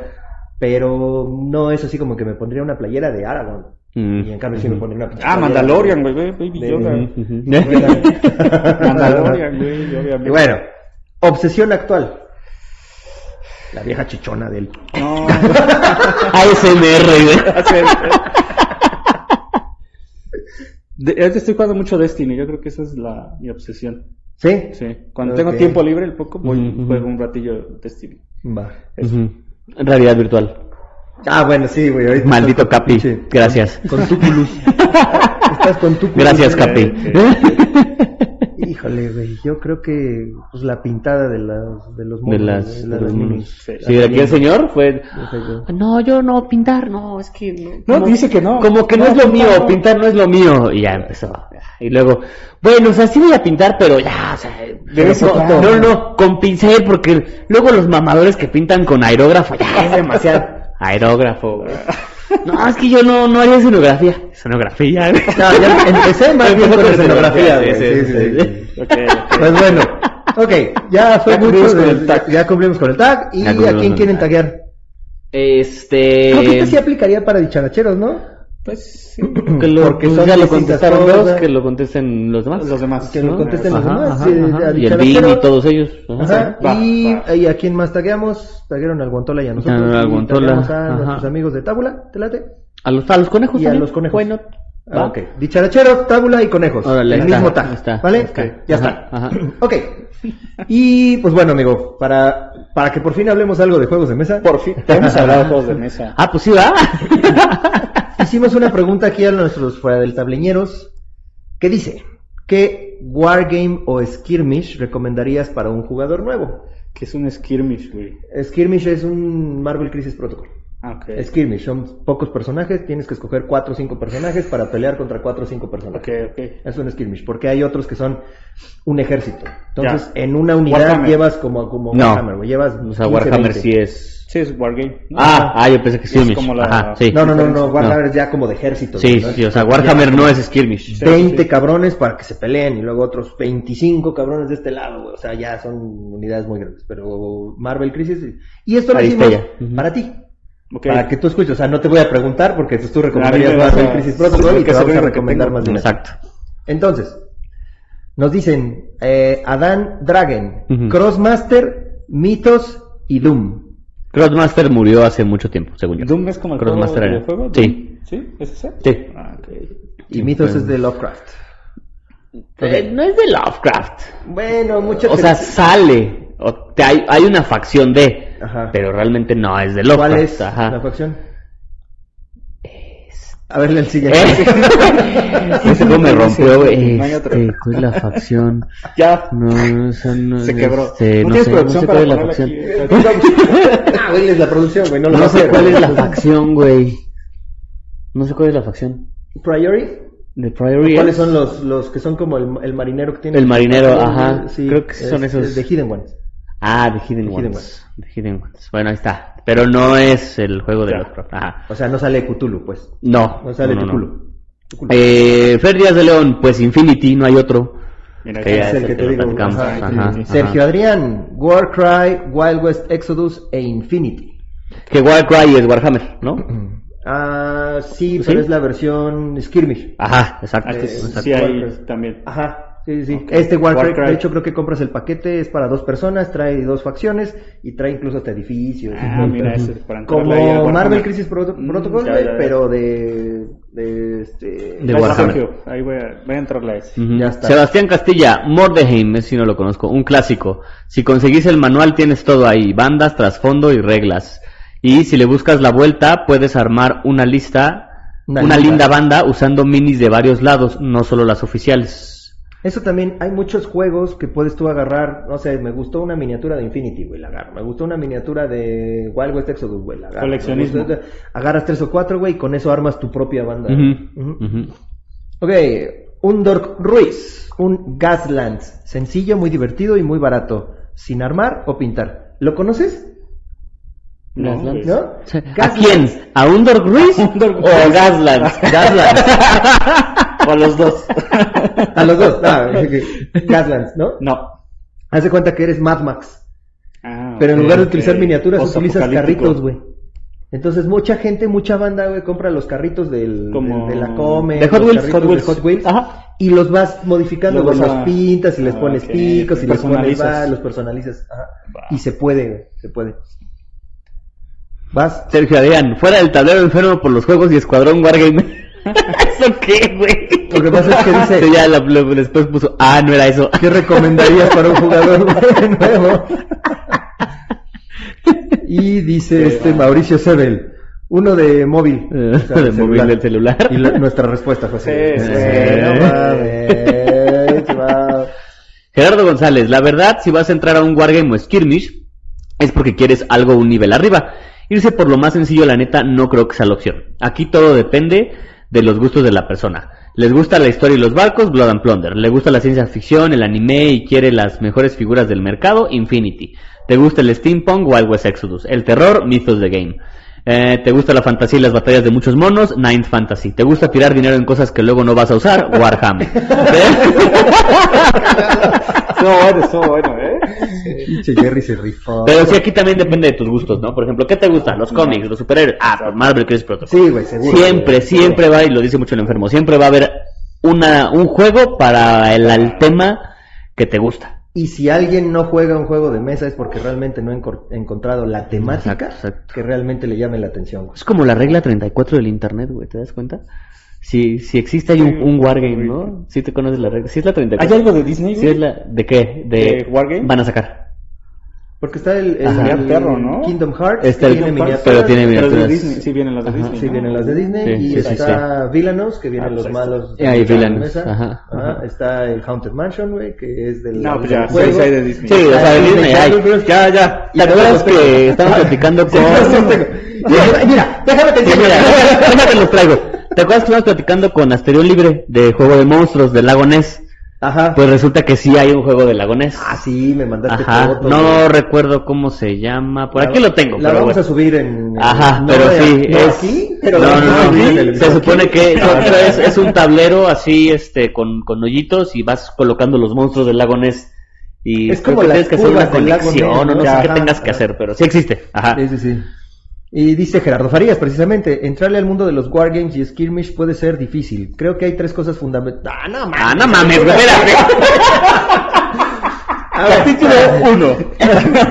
[SPEAKER 1] pero no es así como que me pondría una playera de Aragorn.
[SPEAKER 2] Mm.
[SPEAKER 1] Y en cambio sí me pondría una
[SPEAKER 3] Ah,
[SPEAKER 1] playera
[SPEAKER 3] Mandalorian, güey, güey, Baby
[SPEAKER 1] de-
[SPEAKER 3] Yoda. Mandalorian,
[SPEAKER 1] Mandalorian.
[SPEAKER 3] güey, obviamente.
[SPEAKER 1] y bueno, obsesión actual. La vieja chichona del...
[SPEAKER 3] No,
[SPEAKER 2] ASMR, güey.
[SPEAKER 3] De- ahorita estoy jugando mucho Destiny, yo creo que esa es la, mi obsesión.
[SPEAKER 1] ¿Sí?
[SPEAKER 3] Sí, cuando
[SPEAKER 1] Ok.
[SPEAKER 3] tengo tiempo libre, el poco, voy
[SPEAKER 2] Ujú.
[SPEAKER 3] juego un ratillo Destiny.
[SPEAKER 1] Va.
[SPEAKER 2] Ujú. Realidad virtual.
[SPEAKER 1] Ah, bueno, sí, güey. ahorita
[SPEAKER 2] Maldito
[SPEAKER 1] estás
[SPEAKER 2] Capi.
[SPEAKER 1] pinche-
[SPEAKER 2] Gracias.
[SPEAKER 1] Con tu Estás con tu
[SPEAKER 2] Gracias, Capi.
[SPEAKER 1] Híjole, güey, yo creo que pues, la pintada de las de los
[SPEAKER 2] De
[SPEAKER 1] monos,
[SPEAKER 2] las,
[SPEAKER 1] de
[SPEAKER 2] de los
[SPEAKER 1] minis.
[SPEAKER 2] monos.
[SPEAKER 3] Sí,
[SPEAKER 2] Sí, de aquí el señor fue. "Ah,
[SPEAKER 1] Exacto.
[SPEAKER 2] No, yo no pintar, no, es que.
[SPEAKER 3] No, dice que no.
[SPEAKER 2] Como que no, es lo
[SPEAKER 3] pintar
[SPEAKER 2] mío,
[SPEAKER 3] no.
[SPEAKER 2] pintar no es lo mío. Y ya empezó. Y luego, bueno, o sea, sí voy a pintar, pero ya, o sea,
[SPEAKER 3] Pero eso
[SPEAKER 2] con-
[SPEAKER 3] no.
[SPEAKER 2] no, no, con pincel, porque luego los mamadores que pintan con aerógrafo, ya es demasiado. Aerógrafo, güey. No, es que yo no, no haría escenografía. Escenografía, güey.
[SPEAKER 1] No, ya empecé más bien con la
[SPEAKER 2] Empezó con
[SPEAKER 1] escenografía,
[SPEAKER 2] escenografía,
[SPEAKER 1] güey.
[SPEAKER 2] sí,
[SPEAKER 1] Sí,
[SPEAKER 2] sí,
[SPEAKER 1] sí,
[SPEAKER 2] sí.
[SPEAKER 1] sí.
[SPEAKER 3] Ok, ok.
[SPEAKER 1] Pues bueno, ok, ya fue
[SPEAKER 3] Ya
[SPEAKER 1] mucho
[SPEAKER 3] cumplimos con
[SPEAKER 1] de-
[SPEAKER 3] el tag.
[SPEAKER 1] Ya cumplimos con el tag. ¿Y
[SPEAKER 2] Ya
[SPEAKER 1] a
[SPEAKER 2] cumplimos con
[SPEAKER 1] quién
[SPEAKER 2] el
[SPEAKER 1] quieren
[SPEAKER 2] tag.
[SPEAKER 1] taguear?
[SPEAKER 2] Este.
[SPEAKER 1] Creo que este sí aplicaría para dicharacheros, ¿no?
[SPEAKER 3] Pues sí.
[SPEAKER 2] que lo,
[SPEAKER 1] porque
[SPEAKER 2] pues
[SPEAKER 1] son
[SPEAKER 2] ya lo
[SPEAKER 1] distintas
[SPEAKER 2] contestaron
[SPEAKER 1] cosas,
[SPEAKER 2] dos,
[SPEAKER 1] ¿verdad?
[SPEAKER 2] que lo contesten los demás.
[SPEAKER 3] Los demás.
[SPEAKER 1] Que lo contesten los
[SPEAKER 2] Ajá,
[SPEAKER 1] demás,
[SPEAKER 2] ajá,
[SPEAKER 1] sí, a
[SPEAKER 2] ajá. Y el
[SPEAKER 1] Dicharachero.
[SPEAKER 2] BIM y todos ellos. Ajá.
[SPEAKER 1] Ajá,
[SPEAKER 3] Va,
[SPEAKER 1] y,
[SPEAKER 3] va.
[SPEAKER 1] y a quién más tagueamos, taguearon al Guantola y a nosotros.
[SPEAKER 2] Ah, al
[SPEAKER 1] y
[SPEAKER 2] Guantola,
[SPEAKER 1] tagueamos a
[SPEAKER 2] ajá.
[SPEAKER 1] nuestros amigos de Tábula, ¿te late?
[SPEAKER 2] A los, a los conejos.
[SPEAKER 1] Y a
[SPEAKER 2] también.
[SPEAKER 1] los conejos.
[SPEAKER 2] Ah, Bueno.
[SPEAKER 1] Ah,
[SPEAKER 2] va.
[SPEAKER 1] ok. Dicharacheros, Tábula y conejos.
[SPEAKER 2] Órale,
[SPEAKER 1] el
[SPEAKER 2] está,
[SPEAKER 1] mismo tag.
[SPEAKER 2] está,
[SPEAKER 1] ¿Vale?
[SPEAKER 2] está.
[SPEAKER 1] Ok, Ya
[SPEAKER 2] Ajá,
[SPEAKER 1] está.
[SPEAKER 2] ajá.
[SPEAKER 1] Ok. Y pues bueno, amigo, para, para que por fin hablemos algo de juegos de mesa,
[SPEAKER 3] Por fin, te hemos hablado de juegos de mesa.
[SPEAKER 2] Ah, pues sí, va.
[SPEAKER 1] hicimos una pregunta aquí a nuestros fuera del tableñeros que dice: ¿Qué wargame o skirmish recomendarías para un jugador nuevo?
[SPEAKER 3] Que es un skirmish, güey.
[SPEAKER 1] Skirmish es un Marvel Crisis Protocol.
[SPEAKER 3] Ah, ok.
[SPEAKER 1] Skirmish, son pocos personajes, tienes que escoger cuatro o cinco personajes para pelear contra cuatro o cinco personajes.
[SPEAKER 3] Ok, ok.
[SPEAKER 1] Es un skirmish, porque hay otros que son un ejército. Entonces,
[SPEAKER 3] Ya.
[SPEAKER 1] en una unidad
[SPEAKER 3] Warhammer.
[SPEAKER 1] llevas como, como
[SPEAKER 2] No.
[SPEAKER 1] Warhammer, güey, llevas
[SPEAKER 2] O sea,
[SPEAKER 1] 15,
[SPEAKER 2] Warhammer
[SPEAKER 1] 20.
[SPEAKER 2] sí es.
[SPEAKER 3] Sí, es Wargame. ¿no?
[SPEAKER 2] Ah, ah, yo pensé que sí.
[SPEAKER 3] Es
[SPEAKER 2] Mish.
[SPEAKER 3] como la-
[SPEAKER 2] Ajá, sí.
[SPEAKER 1] No, no, no, no, Warhammer es ya como de ejército.
[SPEAKER 2] Sí,
[SPEAKER 1] güey, ¿no?
[SPEAKER 2] sí, o sea, Warhammer
[SPEAKER 1] Ya,
[SPEAKER 2] no es Skirmish.
[SPEAKER 3] Sí,
[SPEAKER 1] 20
[SPEAKER 3] sí.
[SPEAKER 1] cabrones para que se peleen y luego otros 25 cabrones de este lado, güey. O sea, ya son unidades muy grandes. Pero Marvel Crisis. Y esto lo hicimos
[SPEAKER 2] Aristella. Ujú.
[SPEAKER 1] para ti.
[SPEAKER 3] Ok.
[SPEAKER 1] Para que tú escuches, o sea, no te voy a preguntar porque pues, tú
[SPEAKER 3] A
[SPEAKER 1] recomendarías
[SPEAKER 3] mí me vas
[SPEAKER 1] Marvel
[SPEAKER 3] a-
[SPEAKER 1] Crisis
[SPEAKER 3] sí,
[SPEAKER 1] Protocol y
[SPEAKER 3] porque
[SPEAKER 1] te
[SPEAKER 3] es el
[SPEAKER 1] vamos a
[SPEAKER 3] único que
[SPEAKER 1] recomendar
[SPEAKER 3] tengo.
[SPEAKER 1] más bien. a ti.
[SPEAKER 2] Exacto.
[SPEAKER 1] Entonces, nos dicen eh, Adán Dragon,
[SPEAKER 2] Ujú.
[SPEAKER 1] Crossmaster, Mitos y Doom.
[SPEAKER 2] Crossmaster murió hace mucho tiempo, según yo.
[SPEAKER 3] ¿Doom es como el juego
[SPEAKER 2] Crossmaster
[SPEAKER 3] de
[SPEAKER 2] era.
[SPEAKER 3] videojuego?
[SPEAKER 2] Sí.
[SPEAKER 3] ¿Doom? ¿Sí? ¿Es ese?
[SPEAKER 2] Sí.
[SPEAKER 3] Ah, ok.
[SPEAKER 1] Y
[SPEAKER 2] Sí,
[SPEAKER 1] Mitos
[SPEAKER 3] pues.
[SPEAKER 2] pero-
[SPEAKER 1] es de Lovecraft.
[SPEAKER 2] Eh, no es de Lovecraft.
[SPEAKER 1] Bueno, muchas
[SPEAKER 2] O sea, sale. o te- hay, hay una facción de.
[SPEAKER 1] Ajá.
[SPEAKER 2] Pero realmente no es de Lovecraft.
[SPEAKER 1] ¿cuál es
[SPEAKER 2] Ajá. Este.
[SPEAKER 1] la facción? A ver, el siguiente.
[SPEAKER 2] ¿Eh? Ese juego me rompió, güey.
[SPEAKER 3] No hay otra.
[SPEAKER 2] Este, ¿Cuál es la facción?
[SPEAKER 3] Ya.
[SPEAKER 2] No, o sea, no,
[SPEAKER 3] Se quebró.
[SPEAKER 2] este,
[SPEAKER 3] ¿No
[SPEAKER 2] no
[SPEAKER 3] tienes
[SPEAKER 2] sé, no
[SPEAKER 3] producción
[SPEAKER 2] sé
[SPEAKER 3] para
[SPEAKER 2] cuál es la
[SPEAKER 3] ponerla
[SPEAKER 2] facción.
[SPEAKER 3] aquí?
[SPEAKER 1] ah, güey, es la producción, güey, no lo va
[SPEAKER 2] No
[SPEAKER 1] a
[SPEAKER 2] sé
[SPEAKER 1] hacer,
[SPEAKER 2] cuál
[SPEAKER 1] güey.
[SPEAKER 2] es la facción, güey. No sé cuál es la facción.
[SPEAKER 1] Priori.
[SPEAKER 2] The Priory.
[SPEAKER 1] ¿Cuáles
[SPEAKER 2] es-
[SPEAKER 1] son los, los que son como el, el marinero que tiene? Ah,
[SPEAKER 2] El marinero, ajá. Creo que son
[SPEAKER 1] es-
[SPEAKER 2] esos.
[SPEAKER 1] es De Hidden Ones.
[SPEAKER 2] Ah, The Hidden,
[SPEAKER 1] The Hidden
[SPEAKER 2] Ones.
[SPEAKER 1] Ones.
[SPEAKER 2] The Hidden Ones. Bueno, ahí está. Pero no es el juego de
[SPEAKER 3] Ya.
[SPEAKER 2] Lovecraft. Ajá.
[SPEAKER 1] O sea, no sale Cthulhu, pues.
[SPEAKER 2] No.
[SPEAKER 1] No sale
[SPEAKER 2] no, no, no.
[SPEAKER 1] Cthulhu. Cthulhu.
[SPEAKER 2] Eh, Fer Díaz de León, pues Infinity, no hay otro.
[SPEAKER 3] Mira,
[SPEAKER 2] Que ya
[SPEAKER 1] es el que te
[SPEAKER 2] lo
[SPEAKER 1] digo,
[SPEAKER 2] platicamos.
[SPEAKER 1] ajá,
[SPEAKER 2] Ajá,
[SPEAKER 3] Infinity.
[SPEAKER 2] ajá.
[SPEAKER 1] Sergio Adrián, Warcry, Wild West Exodus e Infinity.
[SPEAKER 2] Que Warcry es Warhammer, ¿no?
[SPEAKER 1] Ah, sí, pero
[SPEAKER 2] ¿Sí?
[SPEAKER 1] es la versión Skirmish.
[SPEAKER 2] Ajá, exacto.
[SPEAKER 3] Ah, que
[SPEAKER 2] exacto.
[SPEAKER 3] sí hay
[SPEAKER 1] Warcraft.
[SPEAKER 3] también.
[SPEAKER 1] Ajá, sí, sí. sí.
[SPEAKER 3] Ok.
[SPEAKER 1] Este Warcry,
[SPEAKER 3] Warcry.
[SPEAKER 1] de hecho, creo que compras el paquete, es para dos personas, trae dos facciones y trae incluso hasta edificios.
[SPEAKER 3] Ah, mira, ese es para entrarle ahí al
[SPEAKER 1] Como
[SPEAKER 3] Warhammer.
[SPEAKER 1] Marvel Crisis Proto-
[SPEAKER 3] Mm,
[SPEAKER 1] Protocol,
[SPEAKER 3] ya,
[SPEAKER 1] güey,
[SPEAKER 3] ya, ya.
[SPEAKER 1] pero de de, este,
[SPEAKER 2] De
[SPEAKER 3] Ahí está
[SPEAKER 2] Warhammer. Mm.
[SPEAKER 3] Sergio, Ahí voy a, voy a entrarle a ese.
[SPEAKER 2] Ujú.
[SPEAKER 1] Ya está.
[SPEAKER 2] Sebastián Castilla, Mordeheim, ese sí no lo conozco, un clásico. Si conseguís el manual tienes todo ahí, bandas, trasfondo y reglas. Y si le buscas la vuelta, puedes armar una lista,
[SPEAKER 1] Una
[SPEAKER 2] una,
[SPEAKER 1] linda.
[SPEAKER 2] linda banda usando minis de varios lados, no solo las oficiales.
[SPEAKER 1] Eso también, hay muchos juegos que puedes tú agarrar, no sé, me gustó una miniatura de Infinity, güey, la agarro. Me gustó una miniatura de Wild West Exodus, güey, la agarro.
[SPEAKER 3] Coleccionismo.
[SPEAKER 1] Me gustó- agarras tres o cuatro, güey, y con eso armas tu propia banda.
[SPEAKER 2] Ujú,
[SPEAKER 1] Ujú.
[SPEAKER 2] ujú.
[SPEAKER 1] Ok, un Dork Ruiz, un Gasland, sencillo, muy divertido y muy barato, sin armar o pintar. ¿Lo conoces?
[SPEAKER 3] No,
[SPEAKER 1] ¿No?
[SPEAKER 3] pues.
[SPEAKER 2] ¿A
[SPEAKER 1] Gaslands.
[SPEAKER 2] quién? ¿A un Dork Ruiz
[SPEAKER 3] A un Dork
[SPEAKER 2] o
[SPEAKER 3] Ruiz.
[SPEAKER 2] Gaslands? Gaslands.
[SPEAKER 3] O los dos.
[SPEAKER 1] A los dos, ah, ok. Gaslands, ¿no?
[SPEAKER 3] No.
[SPEAKER 1] Haz de cuenta que eres Mad Max.
[SPEAKER 3] Ah,
[SPEAKER 1] Pero en
[SPEAKER 3] ok,
[SPEAKER 1] lugar de utilizar
[SPEAKER 3] ok.
[SPEAKER 1] miniaturas, utilizas
[SPEAKER 3] Postapocalíptico.
[SPEAKER 1] carritos, güey. Entonces, mucha gente, mucha banda, güey, compra los carritos del,
[SPEAKER 3] Como-
[SPEAKER 1] del- de la Come.
[SPEAKER 3] De Hot
[SPEAKER 1] los
[SPEAKER 3] Wheels,
[SPEAKER 1] carritos
[SPEAKER 3] Hot Wheels.
[SPEAKER 1] de Hot Wheels,
[SPEAKER 3] Ajá.
[SPEAKER 1] Y los vas modificando,
[SPEAKER 3] Los
[SPEAKER 1] los,
[SPEAKER 3] vas
[SPEAKER 1] los
[SPEAKER 3] a-
[SPEAKER 1] pintas y les
[SPEAKER 3] Ah,
[SPEAKER 1] pones
[SPEAKER 3] ok,
[SPEAKER 1] picos
[SPEAKER 3] ok.
[SPEAKER 1] y les pones,
[SPEAKER 3] Personalizas.
[SPEAKER 1] va, los personalizas. ajá.
[SPEAKER 3] Va.
[SPEAKER 1] Y se puede, güey, se puede. Vas.
[SPEAKER 2] Sergio Adrián, fuera del tablero enfermo por los juegos y Escuadrón Wargame. ¿Eso qué, güey?
[SPEAKER 1] Lo que pasa es que dice-
[SPEAKER 2] Sí, ya la- lo- después puso, ah, no era eso.
[SPEAKER 1] ¿Qué recomendarías para un jugador güey, nuevo? Y dice
[SPEAKER 3] Sí,
[SPEAKER 1] este
[SPEAKER 3] va.
[SPEAKER 1] Mauricio Sebel, uno de móvil.
[SPEAKER 2] Eh,
[SPEAKER 1] O sea,
[SPEAKER 2] de móvil del celular.
[SPEAKER 1] Y la- nuestra respuesta fue así.
[SPEAKER 3] Sí, sí,
[SPEAKER 1] Eh,
[SPEAKER 2] sí.
[SPEAKER 1] no mames, wow.
[SPEAKER 2] Gerardo González, la verdad, si vas a entrar a un Wargame o Skirmish, es porque quieres algo un nivel arriba. Irse por lo más sencillo, la neta, no creo que sea la opción. Aquí todo depende de los gustos de la persona. Les gusta la historia y los barcos, Blood and Plunder. Le gusta la ciencia ficción, el anime y quiere las mejores figuras del mercado, Infinity. Te gusta el steampunk, Wild West Exodus. El terror, Mythos the Game. Eh, te gusta la fantasía y las batallas de muchos monos, Ninth Fantasy. Te gusta tirar dinero en cosas que luego no vas a usar, Warhammer.
[SPEAKER 3] Estuvo bueno, estuvo bueno, ¿eh?
[SPEAKER 1] Pinche Jerry se rifó.
[SPEAKER 2] Pero sí, aquí también depende de tus gustos, ¿no? Por ejemplo, ¿qué te gusta? Los cómics, los superhéroes. Ah, pues Marvel, Crisis Protocol.
[SPEAKER 1] Sí, güey, seguro.
[SPEAKER 2] siempre, siempre va, y lo dice mucho el enfermo, siempre va a haber una, un juego para el, al tema que te gusta.
[SPEAKER 1] Y si alguien no juega un juego de mesa es porque realmente no ha encor- encontrado la temática
[SPEAKER 2] Exacto, exacto.
[SPEAKER 1] que realmente le llame la atención. güey.
[SPEAKER 2] Es como la regla 34 del internet, güey, ¿te das cuenta? Si, si existe hay un, un wargame, ¿no? Si te conoces la regla. Si es la
[SPEAKER 3] ¿Hay
[SPEAKER 2] 34.
[SPEAKER 3] algo de Disney?
[SPEAKER 2] Si es la, ¿De qué?
[SPEAKER 3] ¿De wargame?
[SPEAKER 2] Van a sacar.
[SPEAKER 1] Porque está el, el-
[SPEAKER 2] Ajá.
[SPEAKER 1] el
[SPEAKER 3] Perro, ¿no?
[SPEAKER 1] Kingdom Hearts,
[SPEAKER 2] Está
[SPEAKER 1] que
[SPEAKER 2] el-
[SPEAKER 1] tiene
[SPEAKER 2] pero
[SPEAKER 1] miniaturas,
[SPEAKER 2] tiene
[SPEAKER 3] Pero de
[SPEAKER 2] miniaturas.
[SPEAKER 3] Disney, sí vienen las de Disney.
[SPEAKER 1] Sí,
[SPEAKER 3] ¿no?
[SPEAKER 1] vienen las de Disney
[SPEAKER 2] Sí,
[SPEAKER 1] y
[SPEAKER 2] sí, sí,
[SPEAKER 1] está Villainous, que vienen
[SPEAKER 3] Ah,
[SPEAKER 1] los
[SPEAKER 3] pues ahí
[SPEAKER 1] malos.
[SPEAKER 2] está. Y
[SPEAKER 1] de
[SPEAKER 2] hay
[SPEAKER 1] la
[SPEAKER 2] Villainous,
[SPEAKER 1] mesa.
[SPEAKER 2] ajá,
[SPEAKER 1] Ajá,
[SPEAKER 2] ajá.
[SPEAKER 1] Está el Haunted Mansion, güey, que es del.
[SPEAKER 3] No, pues
[SPEAKER 1] del
[SPEAKER 3] ya,
[SPEAKER 1] juego.
[SPEAKER 3] seis hay de Disney.
[SPEAKER 2] Sí, o sea, de Disney hay.
[SPEAKER 3] Ya, ya.
[SPEAKER 2] ¿Te acuerdas que estábamos platicando con...
[SPEAKER 1] Mira, mira, déjame te
[SPEAKER 2] Sí,
[SPEAKER 1] enseño.
[SPEAKER 2] mira, déjame los traigo. ¿Te acuerdas que estábamos platicando con Asterión Libre de Juego de Monstruos del Lago Ness?
[SPEAKER 1] Ajá.
[SPEAKER 2] Pues resulta que sí hay un juego de Lago Ness.
[SPEAKER 1] Ah, sí, me mandaste
[SPEAKER 2] Ajá,
[SPEAKER 1] fotos, güey.
[SPEAKER 2] no recuerdo cómo se llama. Por
[SPEAKER 1] La-
[SPEAKER 2] aquí lo tengo,
[SPEAKER 1] La
[SPEAKER 2] pero
[SPEAKER 1] vamos
[SPEAKER 2] bueno.
[SPEAKER 1] a subir en.
[SPEAKER 2] Ajá,
[SPEAKER 1] no,
[SPEAKER 2] pero
[SPEAKER 1] no,
[SPEAKER 2] sí,
[SPEAKER 1] no,
[SPEAKER 2] es-
[SPEAKER 1] aquí,
[SPEAKER 2] No,
[SPEAKER 1] pero
[SPEAKER 2] no, no,
[SPEAKER 1] aquí,
[SPEAKER 2] aquí se
[SPEAKER 1] aquí.
[SPEAKER 2] supone que es, es- es un tablero así, este, con, con hoyitos y vas colocando los monstruos del lago Ness. Y
[SPEAKER 1] Es
[SPEAKER 2] creo
[SPEAKER 1] como
[SPEAKER 2] que
[SPEAKER 1] las
[SPEAKER 2] tienes que hacer una
[SPEAKER 1] curvas del lago
[SPEAKER 2] conexión
[SPEAKER 1] Ness,
[SPEAKER 2] o no
[SPEAKER 1] ¿no?
[SPEAKER 2] sé qué
[SPEAKER 1] Ajá,
[SPEAKER 2] tengas que
[SPEAKER 1] ajá.
[SPEAKER 2] hacer, pero sí existe. Ajá.
[SPEAKER 1] Sí, sí, sí. Y dice Gerardo Farías, precisamente, entrarle al mundo de los wargames y skirmish puede ser difícil. Creo que hay tres cosas fundamentales. Ah, no,
[SPEAKER 2] Ah, no mames, güey, espérate.
[SPEAKER 1] ¡Ah!
[SPEAKER 2] Capítulo 1.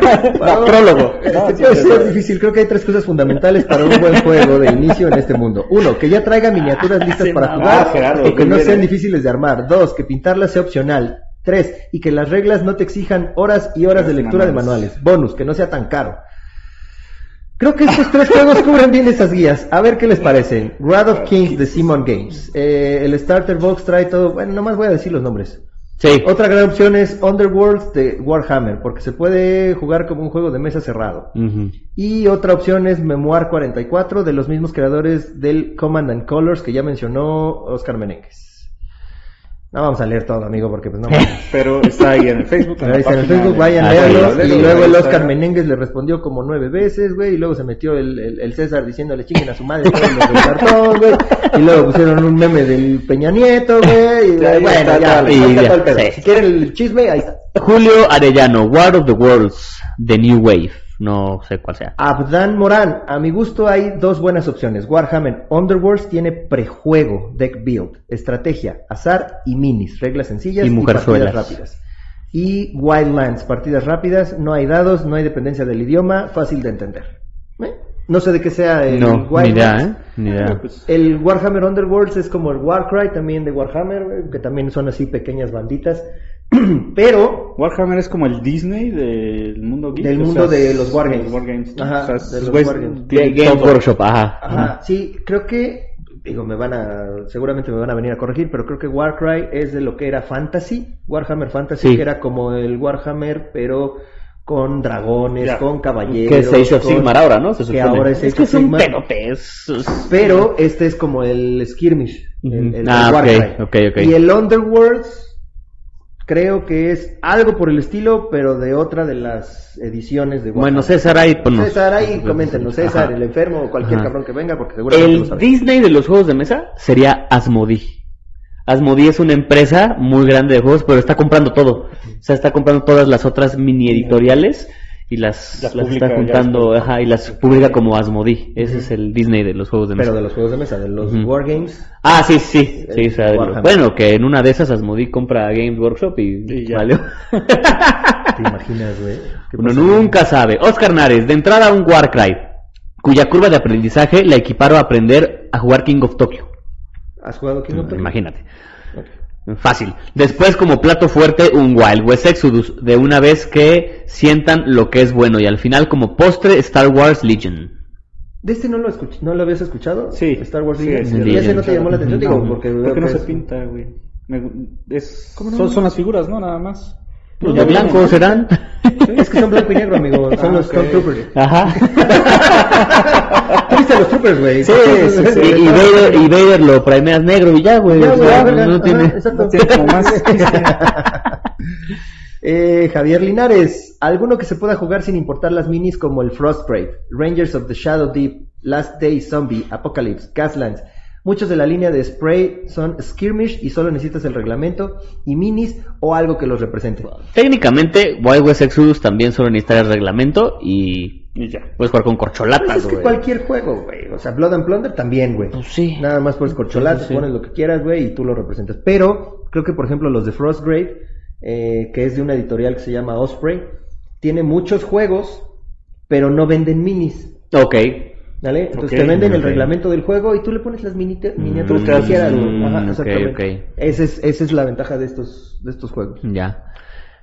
[SPEAKER 2] Prólogo.
[SPEAKER 1] Este puede ser difícil. Creo que hay tres cosas fundamentales para un buen juego de inicio en este mundo. Uno, que ya traiga miniaturas listas
[SPEAKER 2] Se
[SPEAKER 1] para
[SPEAKER 2] mamó,
[SPEAKER 1] jugar
[SPEAKER 3] Gerardo,
[SPEAKER 1] o que
[SPEAKER 3] muy
[SPEAKER 1] no
[SPEAKER 3] bien,
[SPEAKER 1] sean
[SPEAKER 3] eh.
[SPEAKER 1] difíciles de armar. Dos, que pintarlas sea opcional. Tres, y que las reglas no te exijan horas y horas de lectura de manuales. Bonus, que no sea tan caro. Creo que estos tres juegos cubren bien esas guías. A ver qué les parece. Wrath of Kings de Simon Games. Eh, el Starter Box trae todo. Bueno, nomás voy a decir los nombres.
[SPEAKER 2] Sí.
[SPEAKER 1] Otra gran opción es Underworld de Warhammer, porque se puede jugar como un juego de mesa cerrado.
[SPEAKER 2] Ujú.
[SPEAKER 1] Y otra opción es Memoir 44, de los mismos creadores del Command and Colors que ya mencionó Oscar Menéndez. No vamos a leer todo, amigo, porque pues no. mames.
[SPEAKER 3] Pero está ahí en el Facebook.
[SPEAKER 1] Ahí está en el
[SPEAKER 3] página
[SPEAKER 1] Facebook,
[SPEAKER 3] de-
[SPEAKER 1] vayan a
[SPEAKER 2] Ah, sí,
[SPEAKER 1] leerlo.
[SPEAKER 3] sí,
[SPEAKER 1] Y
[SPEAKER 3] sí,
[SPEAKER 1] luego
[SPEAKER 3] ahí
[SPEAKER 1] el
[SPEAKER 3] está.
[SPEAKER 1] Oscar Menéndez le respondió como nueve veces, güey. Y luego se metió el, el- el César diciéndole chinguen a su madre todos los del cartón, güey. Y luego pusieron un meme del Peña Nieto, güey. Y
[SPEAKER 3] Ya, ya
[SPEAKER 1] bueno,
[SPEAKER 3] está,
[SPEAKER 1] ya,
[SPEAKER 2] ya,
[SPEAKER 1] ahí está
[SPEAKER 2] ya,
[SPEAKER 1] todo el pedo.
[SPEAKER 2] sí.
[SPEAKER 1] Si quieren el chisme, ahí está.
[SPEAKER 2] Julio Arellano, War of the Worlds, The New Wave. No sé cuál sea.
[SPEAKER 1] Abdan Morán, a mi gusto hay dos buenas opciones. Warhammer Underworlds tiene prejuego, deck build, estrategia, azar y minis, reglas sencillas
[SPEAKER 2] Y mujerzuelas.
[SPEAKER 1] partidas rápidas. Y Wildlands, partidas rápidas, no hay dados, no hay dependencia del idioma, fácil de entender. ¿Eh? No sé de qué sea el
[SPEAKER 4] No, ni
[SPEAKER 1] Wild
[SPEAKER 4] idea,
[SPEAKER 1] Rift.
[SPEAKER 4] ¿eh? Ni idea.
[SPEAKER 3] pues,
[SPEAKER 1] El Warhammer Underworlds es como el Warcry también de Warhammer, güey, que también son así pequeñas banditas. Pero
[SPEAKER 3] Warhammer es como el Disney del mundo geek.
[SPEAKER 1] Del
[SPEAKER 3] o
[SPEAKER 1] mundo
[SPEAKER 3] sea,
[SPEAKER 1] de los wargames.
[SPEAKER 3] de los wargames, ¿no?
[SPEAKER 1] Ajá,
[SPEAKER 3] O sea,
[SPEAKER 1] de
[SPEAKER 3] esos
[SPEAKER 1] los
[SPEAKER 3] güeyes
[SPEAKER 1] wargames.
[SPEAKER 3] tienen
[SPEAKER 2] Game
[SPEAKER 3] todo.
[SPEAKER 2] Workshop, ajá.
[SPEAKER 1] Ajá, sí, creo que, digo, me van a, seguramente me van a venir a corregir, pero creo que Warcry es de lo que era Fantasy, Warhammer Fantasy,
[SPEAKER 2] Sí.
[SPEAKER 1] que era como el Warhammer, pero con dragones,
[SPEAKER 3] Ya.
[SPEAKER 1] con caballeros.
[SPEAKER 2] Que es Age of
[SPEAKER 1] con-
[SPEAKER 2] Sigmar ahora, ¿no? Se
[SPEAKER 1] que
[SPEAKER 2] supone.
[SPEAKER 1] ahora es Age
[SPEAKER 2] es que
[SPEAKER 1] of
[SPEAKER 2] es un
[SPEAKER 1] Sigmar.
[SPEAKER 2] pedote. es- es-
[SPEAKER 1] Pero este es como el Skirmish, el, el- el
[SPEAKER 2] Ah, ok,
[SPEAKER 1] Warcry.
[SPEAKER 2] ok, ok.
[SPEAKER 1] Y el Underworlds creo que es algo por el estilo, pero de otra de las ediciones de Warhammer.
[SPEAKER 2] Bueno, César, ahí ponnos.
[SPEAKER 1] César, ahí coméntenos, César,
[SPEAKER 2] Ajá.
[SPEAKER 1] el enfermo o cualquier
[SPEAKER 2] Ajá.
[SPEAKER 1] cabrón que venga, porque seguramente lo
[SPEAKER 2] El
[SPEAKER 1] sabe.
[SPEAKER 2] Disney de los juegos de mesa sería Asmodee. Asmodee es una empresa muy grande de juegos, pero está comprando todo. O sea, está comprando todas las otras mini editoriales y las,
[SPEAKER 3] Las
[SPEAKER 2] las
[SPEAKER 3] publica, ya
[SPEAKER 2] está juntando,
[SPEAKER 3] las-
[SPEAKER 2] ajá, y las publica como Asmodee. Ese es el Disney de los juegos de mesa.
[SPEAKER 1] Pero de los juegos de mesa, de los
[SPEAKER 2] Ujú.
[SPEAKER 1] Wargames.
[SPEAKER 2] Ah, sí, sí, sí, o sea, de lo-
[SPEAKER 1] Warhammer.
[SPEAKER 2] bueno, que en una de esas Asmodee compra Games Workshop y,
[SPEAKER 3] Y ya.
[SPEAKER 2] valió.
[SPEAKER 1] ¿Te imaginas, güey? ¿Qué
[SPEAKER 2] Uno
[SPEAKER 1] pasa?
[SPEAKER 2] nunca sabe. Oscar Nares, de entrada un Warcry, cuya curva de aprendizaje la equiparó a aprender a jugar King of Tokyo.
[SPEAKER 1] ¿Has jugado King of Tokyo?
[SPEAKER 2] Imagínate. Fácil. Después, como plato fuerte, un Wild West Exodus, de una vez que sientan lo que es bueno. Y al final, como postre, Star Wars Legion.
[SPEAKER 1] ¿De este no lo, escuch- no lo habías escuchado?
[SPEAKER 3] Sí.
[SPEAKER 1] Star Wars
[SPEAKER 3] Sí,
[SPEAKER 1] Legion.
[SPEAKER 3] sí,
[SPEAKER 1] ¿Y ese
[SPEAKER 2] Legion.
[SPEAKER 1] no te llamó la atención?
[SPEAKER 3] No,
[SPEAKER 1] Digo, porque veo
[SPEAKER 3] porque no
[SPEAKER 1] que
[SPEAKER 3] se
[SPEAKER 1] es-
[SPEAKER 3] pinta, güey. Me- es-
[SPEAKER 1] ¿Cómo no?
[SPEAKER 3] son, son las figuras, ¿no? Nada más.
[SPEAKER 1] Pues
[SPEAKER 2] ¿De
[SPEAKER 1] ya vimos,
[SPEAKER 2] blanco
[SPEAKER 1] ¿no?
[SPEAKER 2] serán?
[SPEAKER 1] Es que son blanco y negro, amigo. Son
[SPEAKER 3] Ah,
[SPEAKER 1] los
[SPEAKER 3] ok.
[SPEAKER 1] Stormtroopers.
[SPEAKER 2] Ajá.
[SPEAKER 1] ¿Tú viste a los Troopers, güey?
[SPEAKER 2] Sí, sí, sí. Y, y Vader, y Vader lo primeas negro y ya, güey.
[SPEAKER 1] Ya,
[SPEAKER 2] O
[SPEAKER 1] güey,
[SPEAKER 2] sea,
[SPEAKER 1] ya, verga.
[SPEAKER 2] no
[SPEAKER 1] Ajá,
[SPEAKER 2] tiene...
[SPEAKER 1] exacto.
[SPEAKER 3] No tiene como más.
[SPEAKER 1] este, Eh, Javier Linares, alguno que se pueda jugar sin importar las minis como el Frostgrave, Rangers of the Shadow Deep, Last Day Zombie, Apocalypse, Gaslands. Muchos de la línea de Spray son skirmish y solo necesitas el reglamento y minis o algo que los represente.
[SPEAKER 2] Técnicamente, Wild West Exodus también solo necesita el reglamento y
[SPEAKER 3] Y ya.
[SPEAKER 2] puedes jugar con
[SPEAKER 1] Pues
[SPEAKER 2] corcholatas,
[SPEAKER 1] es que
[SPEAKER 2] güey.
[SPEAKER 1] cualquier juego, güey. O sea, Blood and Plunder también, güey.
[SPEAKER 2] Pues sí.
[SPEAKER 1] Nada más por corcholatas,
[SPEAKER 2] Sí, sí.
[SPEAKER 1] pones lo que quieras, güey, y tú lo representas. Pero creo que, por ejemplo, los de Frostgrave, eh, que es de una editorial que se llama Osprey, tiene muchos juegos, pero no venden minis.
[SPEAKER 2] Ok.
[SPEAKER 1] ¿Vale? Entonces
[SPEAKER 3] Ok,
[SPEAKER 1] te venden el
[SPEAKER 2] ok.
[SPEAKER 1] reglamento del juego y tú le pones las minite- miniaturas
[SPEAKER 2] Mm,
[SPEAKER 1] que quieras. güey. Ajá,
[SPEAKER 2] ok,
[SPEAKER 1] exactamente.
[SPEAKER 2] ok.
[SPEAKER 1] Ese es, esa es la ventaja de estos, de estos juegos.
[SPEAKER 2] Ya.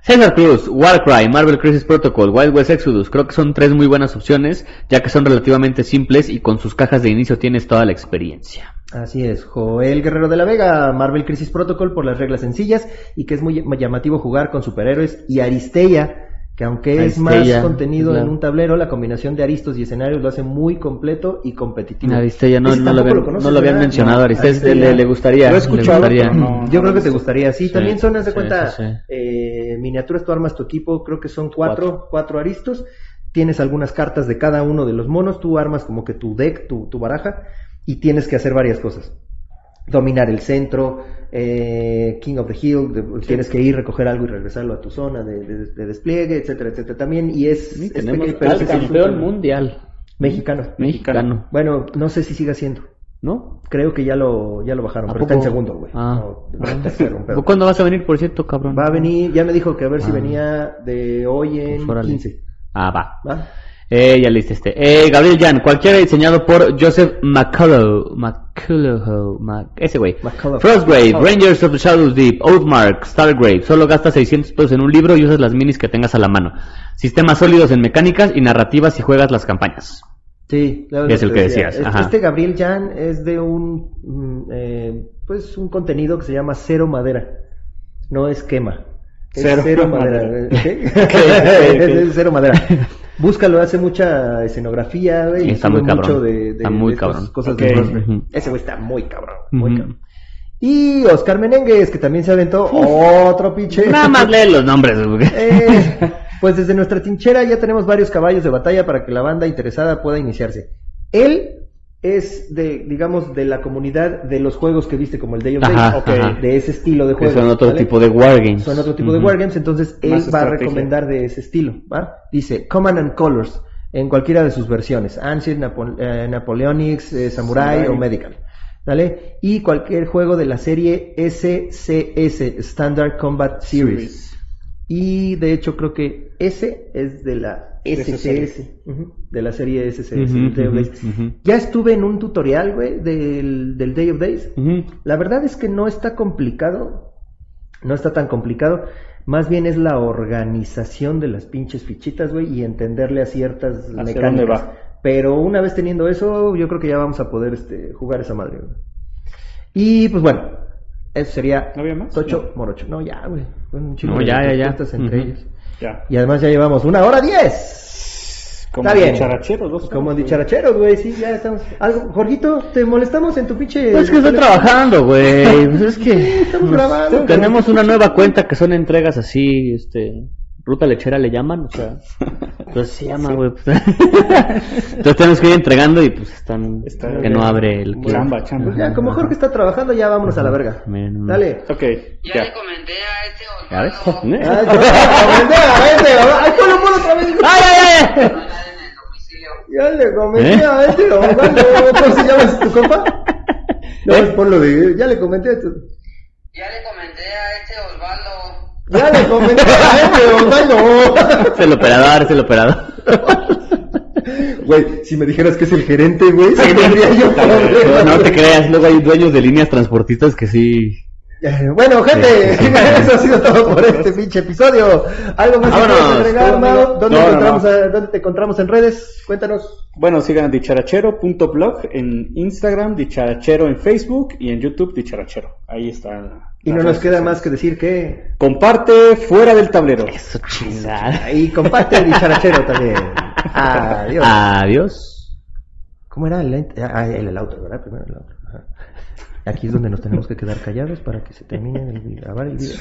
[SPEAKER 2] César Cruz, Warcry, Marvel Crisis Protocol, Wild West Exodus, creo que son tres muy buenas opciones, ya que son relativamente simples y con sus cajas de inicio tienes toda la experiencia.
[SPEAKER 1] Así es, Joel Guerrero de la Vega, Marvel Crisis Protocol por las reglas sencillas y que es muy llamativo jugar con superhéroes y Aristeia, que aunque es
[SPEAKER 2] Aristeia,
[SPEAKER 1] más contenido
[SPEAKER 2] claro.
[SPEAKER 1] en un tablero, la combinación de aristos y escenarios lo hace muy completo y competitivo.
[SPEAKER 2] Aristeia no,
[SPEAKER 1] Ese
[SPEAKER 2] no lo
[SPEAKER 1] tampoco
[SPEAKER 2] habían,
[SPEAKER 1] conoces,
[SPEAKER 2] no lo habían
[SPEAKER 1] ¿verdad?
[SPEAKER 2] mencionado,
[SPEAKER 1] No,
[SPEAKER 2] Aristeia
[SPEAKER 1] Aristeia.
[SPEAKER 2] le, le gustaría.
[SPEAKER 3] Lo
[SPEAKER 2] le
[SPEAKER 3] he escuchado,
[SPEAKER 2] gustaría.
[SPEAKER 3] pero no.
[SPEAKER 1] Yo creo que te gustaría, sí,
[SPEAKER 2] Sí,
[SPEAKER 1] también son, haz de
[SPEAKER 2] sí,
[SPEAKER 1] cuenta,
[SPEAKER 2] sí, sí.
[SPEAKER 1] eh, miniaturas, tú armas tu equipo, creo que son cuatro, cuatro, aristos, tienes algunas cartas de cada uno de los monos, tú armas como que tu deck, tu, tu baraja, y tienes que hacer varias cosas. Dominar el centro, eh, King of the Hill, de- tienes que ir, recoger algo y regresarlo a tu zona de, de- de despliegue, etcétera, etcétera, también, y es...
[SPEAKER 2] Sí,
[SPEAKER 1] es
[SPEAKER 2] tenemos
[SPEAKER 1] pequeño, pero
[SPEAKER 2] al
[SPEAKER 1] sí se
[SPEAKER 2] campeón
[SPEAKER 1] disfruta.
[SPEAKER 2] mundial
[SPEAKER 1] Mexicano.
[SPEAKER 2] mexicano,
[SPEAKER 1] Bueno, no sé si siga siendo.
[SPEAKER 2] ¿no?
[SPEAKER 1] Creo que ya lo, ya lo bajaron,
[SPEAKER 2] ¿A
[SPEAKER 1] pero está en
[SPEAKER 2] poco?
[SPEAKER 1] segundo, güey.
[SPEAKER 2] Ah.
[SPEAKER 1] No, no, tercero, pero-
[SPEAKER 2] ¿Cuándo vas a venir, por cierto, cabrón?
[SPEAKER 1] Va a venir, ya me dijo que a ver si
[SPEAKER 2] Ah.
[SPEAKER 1] venía de hoy en
[SPEAKER 2] Pues, órale.
[SPEAKER 1] 15.
[SPEAKER 2] Ah, va.
[SPEAKER 1] ¿va?
[SPEAKER 2] Eh, ya leíste este. Eh, Gabriel Jan, cualquiera diseñado por Joseph McCullough. McCullough. Mac- ese güey.
[SPEAKER 1] McCullough.
[SPEAKER 2] Frostgrave, Rangers of the Shadows Deep, Oathmark, Stargrave. Solo gastas 600 pesos en un libro y usas las minis que tengas a la mano. Sistemas sólidos en mecánicas y narrativas y juegas las campañas.
[SPEAKER 1] Sí, claro,
[SPEAKER 2] Es
[SPEAKER 1] lo
[SPEAKER 2] el que
[SPEAKER 1] decía.
[SPEAKER 2] decías,
[SPEAKER 1] Es-
[SPEAKER 2] ajá.
[SPEAKER 1] Este Gabriel Jan es de un, mm, eh, pues un contenido que se llama Cero Madera, no esquema. Es
[SPEAKER 3] Cero
[SPEAKER 1] cero, madera.
[SPEAKER 3] madera.
[SPEAKER 1] ¿ok?
[SPEAKER 2] Ok, ok,
[SPEAKER 1] Es-
[SPEAKER 2] ok.
[SPEAKER 1] es cero madera. Búscalo, hace mucha escenografía, güey.
[SPEAKER 2] Sí,
[SPEAKER 1] y
[SPEAKER 2] está
[SPEAKER 1] sube
[SPEAKER 2] muy cabrón.
[SPEAKER 1] mucho de, de-
[SPEAKER 2] Está muy
[SPEAKER 1] de estas
[SPEAKER 2] cabrón.
[SPEAKER 1] Cosas
[SPEAKER 3] Ok.
[SPEAKER 1] de Rosberg.
[SPEAKER 2] Ujú.
[SPEAKER 1] Ese güey está muy cabrón, muy
[SPEAKER 2] Ujú.
[SPEAKER 1] cabrón. Y Oscar Menengues, que también se aventó otro pinche.
[SPEAKER 2] Nada más lee los nombres. güey.
[SPEAKER 1] Eh, pues desde nuestra trinchera ya tenemos varios caballos de batalla para que la banda interesada pueda iniciarse. Él es de, digamos, de la comunidad de los juegos que viste, como el Day of Day,
[SPEAKER 2] Ajá,
[SPEAKER 1] ok,
[SPEAKER 2] ajá.
[SPEAKER 1] de ese estilo de
[SPEAKER 2] Que
[SPEAKER 1] juegos.
[SPEAKER 2] son otro
[SPEAKER 1] ¿vale?
[SPEAKER 2] tipo de wargames.
[SPEAKER 1] Son otro tipo de
[SPEAKER 2] Ujú.
[SPEAKER 1] wargames, entonces él
[SPEAKER 3] Más
[SPEAKER 1] va a
[SPEAKER 3] estrategia.
[SPEAKER 1] recomendar de ese estilo, ¿va? Dice Command and Colors en cualquiera de sus versiones, Ancient, Napo- eh, Napoleonics, eh, Samurai,
[SPEAKER 3] Samurai.
[SPEAKER 1] o Medical, ¿vale? Y cualquier juego de la serie SCS, Standard Combat Series. Y de hecho creo que ese es de la SCS, ujú, de la serie SCS,
[SPEAKER 2] Ujú,
[SPEAKER 1] Day of
[SPEAKER 2] ujú,
[SPEAKER 1] Days.
[SPEAKER 2] ujú.
[SPEAKER 1] Ya estuve en un tutorial, güey, del, del Day of Days.
[SPEAKER 2] Ujú.
[SPEAKER 1] La verdad es que no está complicado, no está tan complicado. Más bien es la organización de las pinches fichitas, güey, y entenderle a ciertas mecánicas.
[SPEAKER 3] dónde va.
[SPEAKER 1] Pero una vez teniendo eso, yo creo que ya vamos a poder este, jugar esa madre. güey. Y pues bueno, eso sería
[SPEAKER 3] ¿No había más?
[SPEAKER 1] Tocho Morocho. No, ya, güey. Fue un chingo
[SPEAKER 2] No,
[SPEAKER 1] de
[SPEAKER 2] ya, ya, ya.
[SPEAKER 1] respuestas entre
[SPEAKER 2] Ujú.
[SPEAKER 1] ellos.
[SPEAKER 3] Ya.
[SPEAKER 1] Y además ya llevamos una hora diez.
[SPEAKER 3] Como
[SPEAKER 1] Está bien.
[SPEAKER 3] dicharacheros, dos
[SPEAKER 1] Como
[SPEAKER 3] horas,
[SPEAKER 1] dicharacheros, güey, sí, ya estamos. Algo, Jorgito, te molestamos en tu pinche.
[SPEAKER 2] Pues es que estoy trabajando, güey. Pues es que
[SPEAKER 1] estamos
[SPEAKER 2] pues,
[SPEAKER 1] grabando,
[SPEAKER 2] tenemos una nueva cuenta que son entregas así, este, ruta lechera le llaman, o sea, entonces se llama, güey. pues. entonces tenemos que ir entregando y pues están
[SPEAKER 3] Está
[SPEAKER 2] que
[SPEAKER 3] bien.
[SPEAKER 2] no abre el.
[SPEAKER 3] güey. Chamba, chamba.
[SPEAKER 1] Pues Ya, como Jorge está trabajando, ya vámonos a la verga.
[SPEAKER 2] Miren.
[SPEAKER 1] Dale.
[SPEAKER 3] Ok,
[SPEAKER 4] Ya,
[SPEAKER 3] ya.
[SPEAKER 4] le comenté a este
[SPEAKER 2] ¿Ya ves?
[SPEAKER 4] Osvaldo
[SPEAKER 1] Ay, yo- comenté, a este, a- ay, yo lo puedo otra vez.
[SPEAKER 2] ¡Ay, ay, ay!
[SPEAKER 4] no andar en el domicilio.
[SPEAKER 1] Ya le comenté
[SPEAKER 2] ¿Eh?
[SPEAKER 1] a este, a Osvaldo, ¿cómo se llama ese tu compa? No,
[SPEAKER 2] ¿Eh?
[SPEAKER 1] es por lo de, ya le comenté a tu-
[SPEAKER 4] Ya le comenté a este Osvaldo.
[SPEAKER 1] Ya le comenté a este, Osvaldo.
[SPEAKER 2] Es el operador, es el operador.
[SPEAKER 1] Güey, si me dijeras que es el gerente, güey, se tendría yo
[SPEAKER 2] No,
[SPEAKER 1] problemas.
[SPEAKER 2] no te creas, luego hay dueños de líneas transportistas que sí.
[SPEAKER 1] Ya, Bueno, gente, eso ha sido todo por este pinche episodio. ¿Algo más que
[SPEAKER 2] Vámonos.
[SPEAKER 1] quieras agregar, Mau? ¿Dónde,
[SPEAKER 3] No, no,
[SPEAKER 1] encontramos
[SPEAKER 3] no.
[SPEAKER 1] a- ¿Dónde te encontramos en redes? Cuéntanos.
[SPEAKER 3] Bueno, sigan a dicharachero.blog en Instagram, dicharachero en Facebook y en YouTube, dicharachero. Ahí está.
[SPEAKER 1] Y no nos queda más que decir que.
[SPEAKER 3] Comparte fuera del tablero.
[SPEAKER 2] Eso chingada.
[SPEAKER 1] Y comparte el dicharachero también. Adiós.
[SPEAKER 2] Ah. Adiós.
[SPEAKER 1] ¿Cómo era el, ent- ah, el, el outro, verdad? Primero el outro. Ajá. Aquí es donde nos tenemos que quedar callados para que se termine de grabar el video.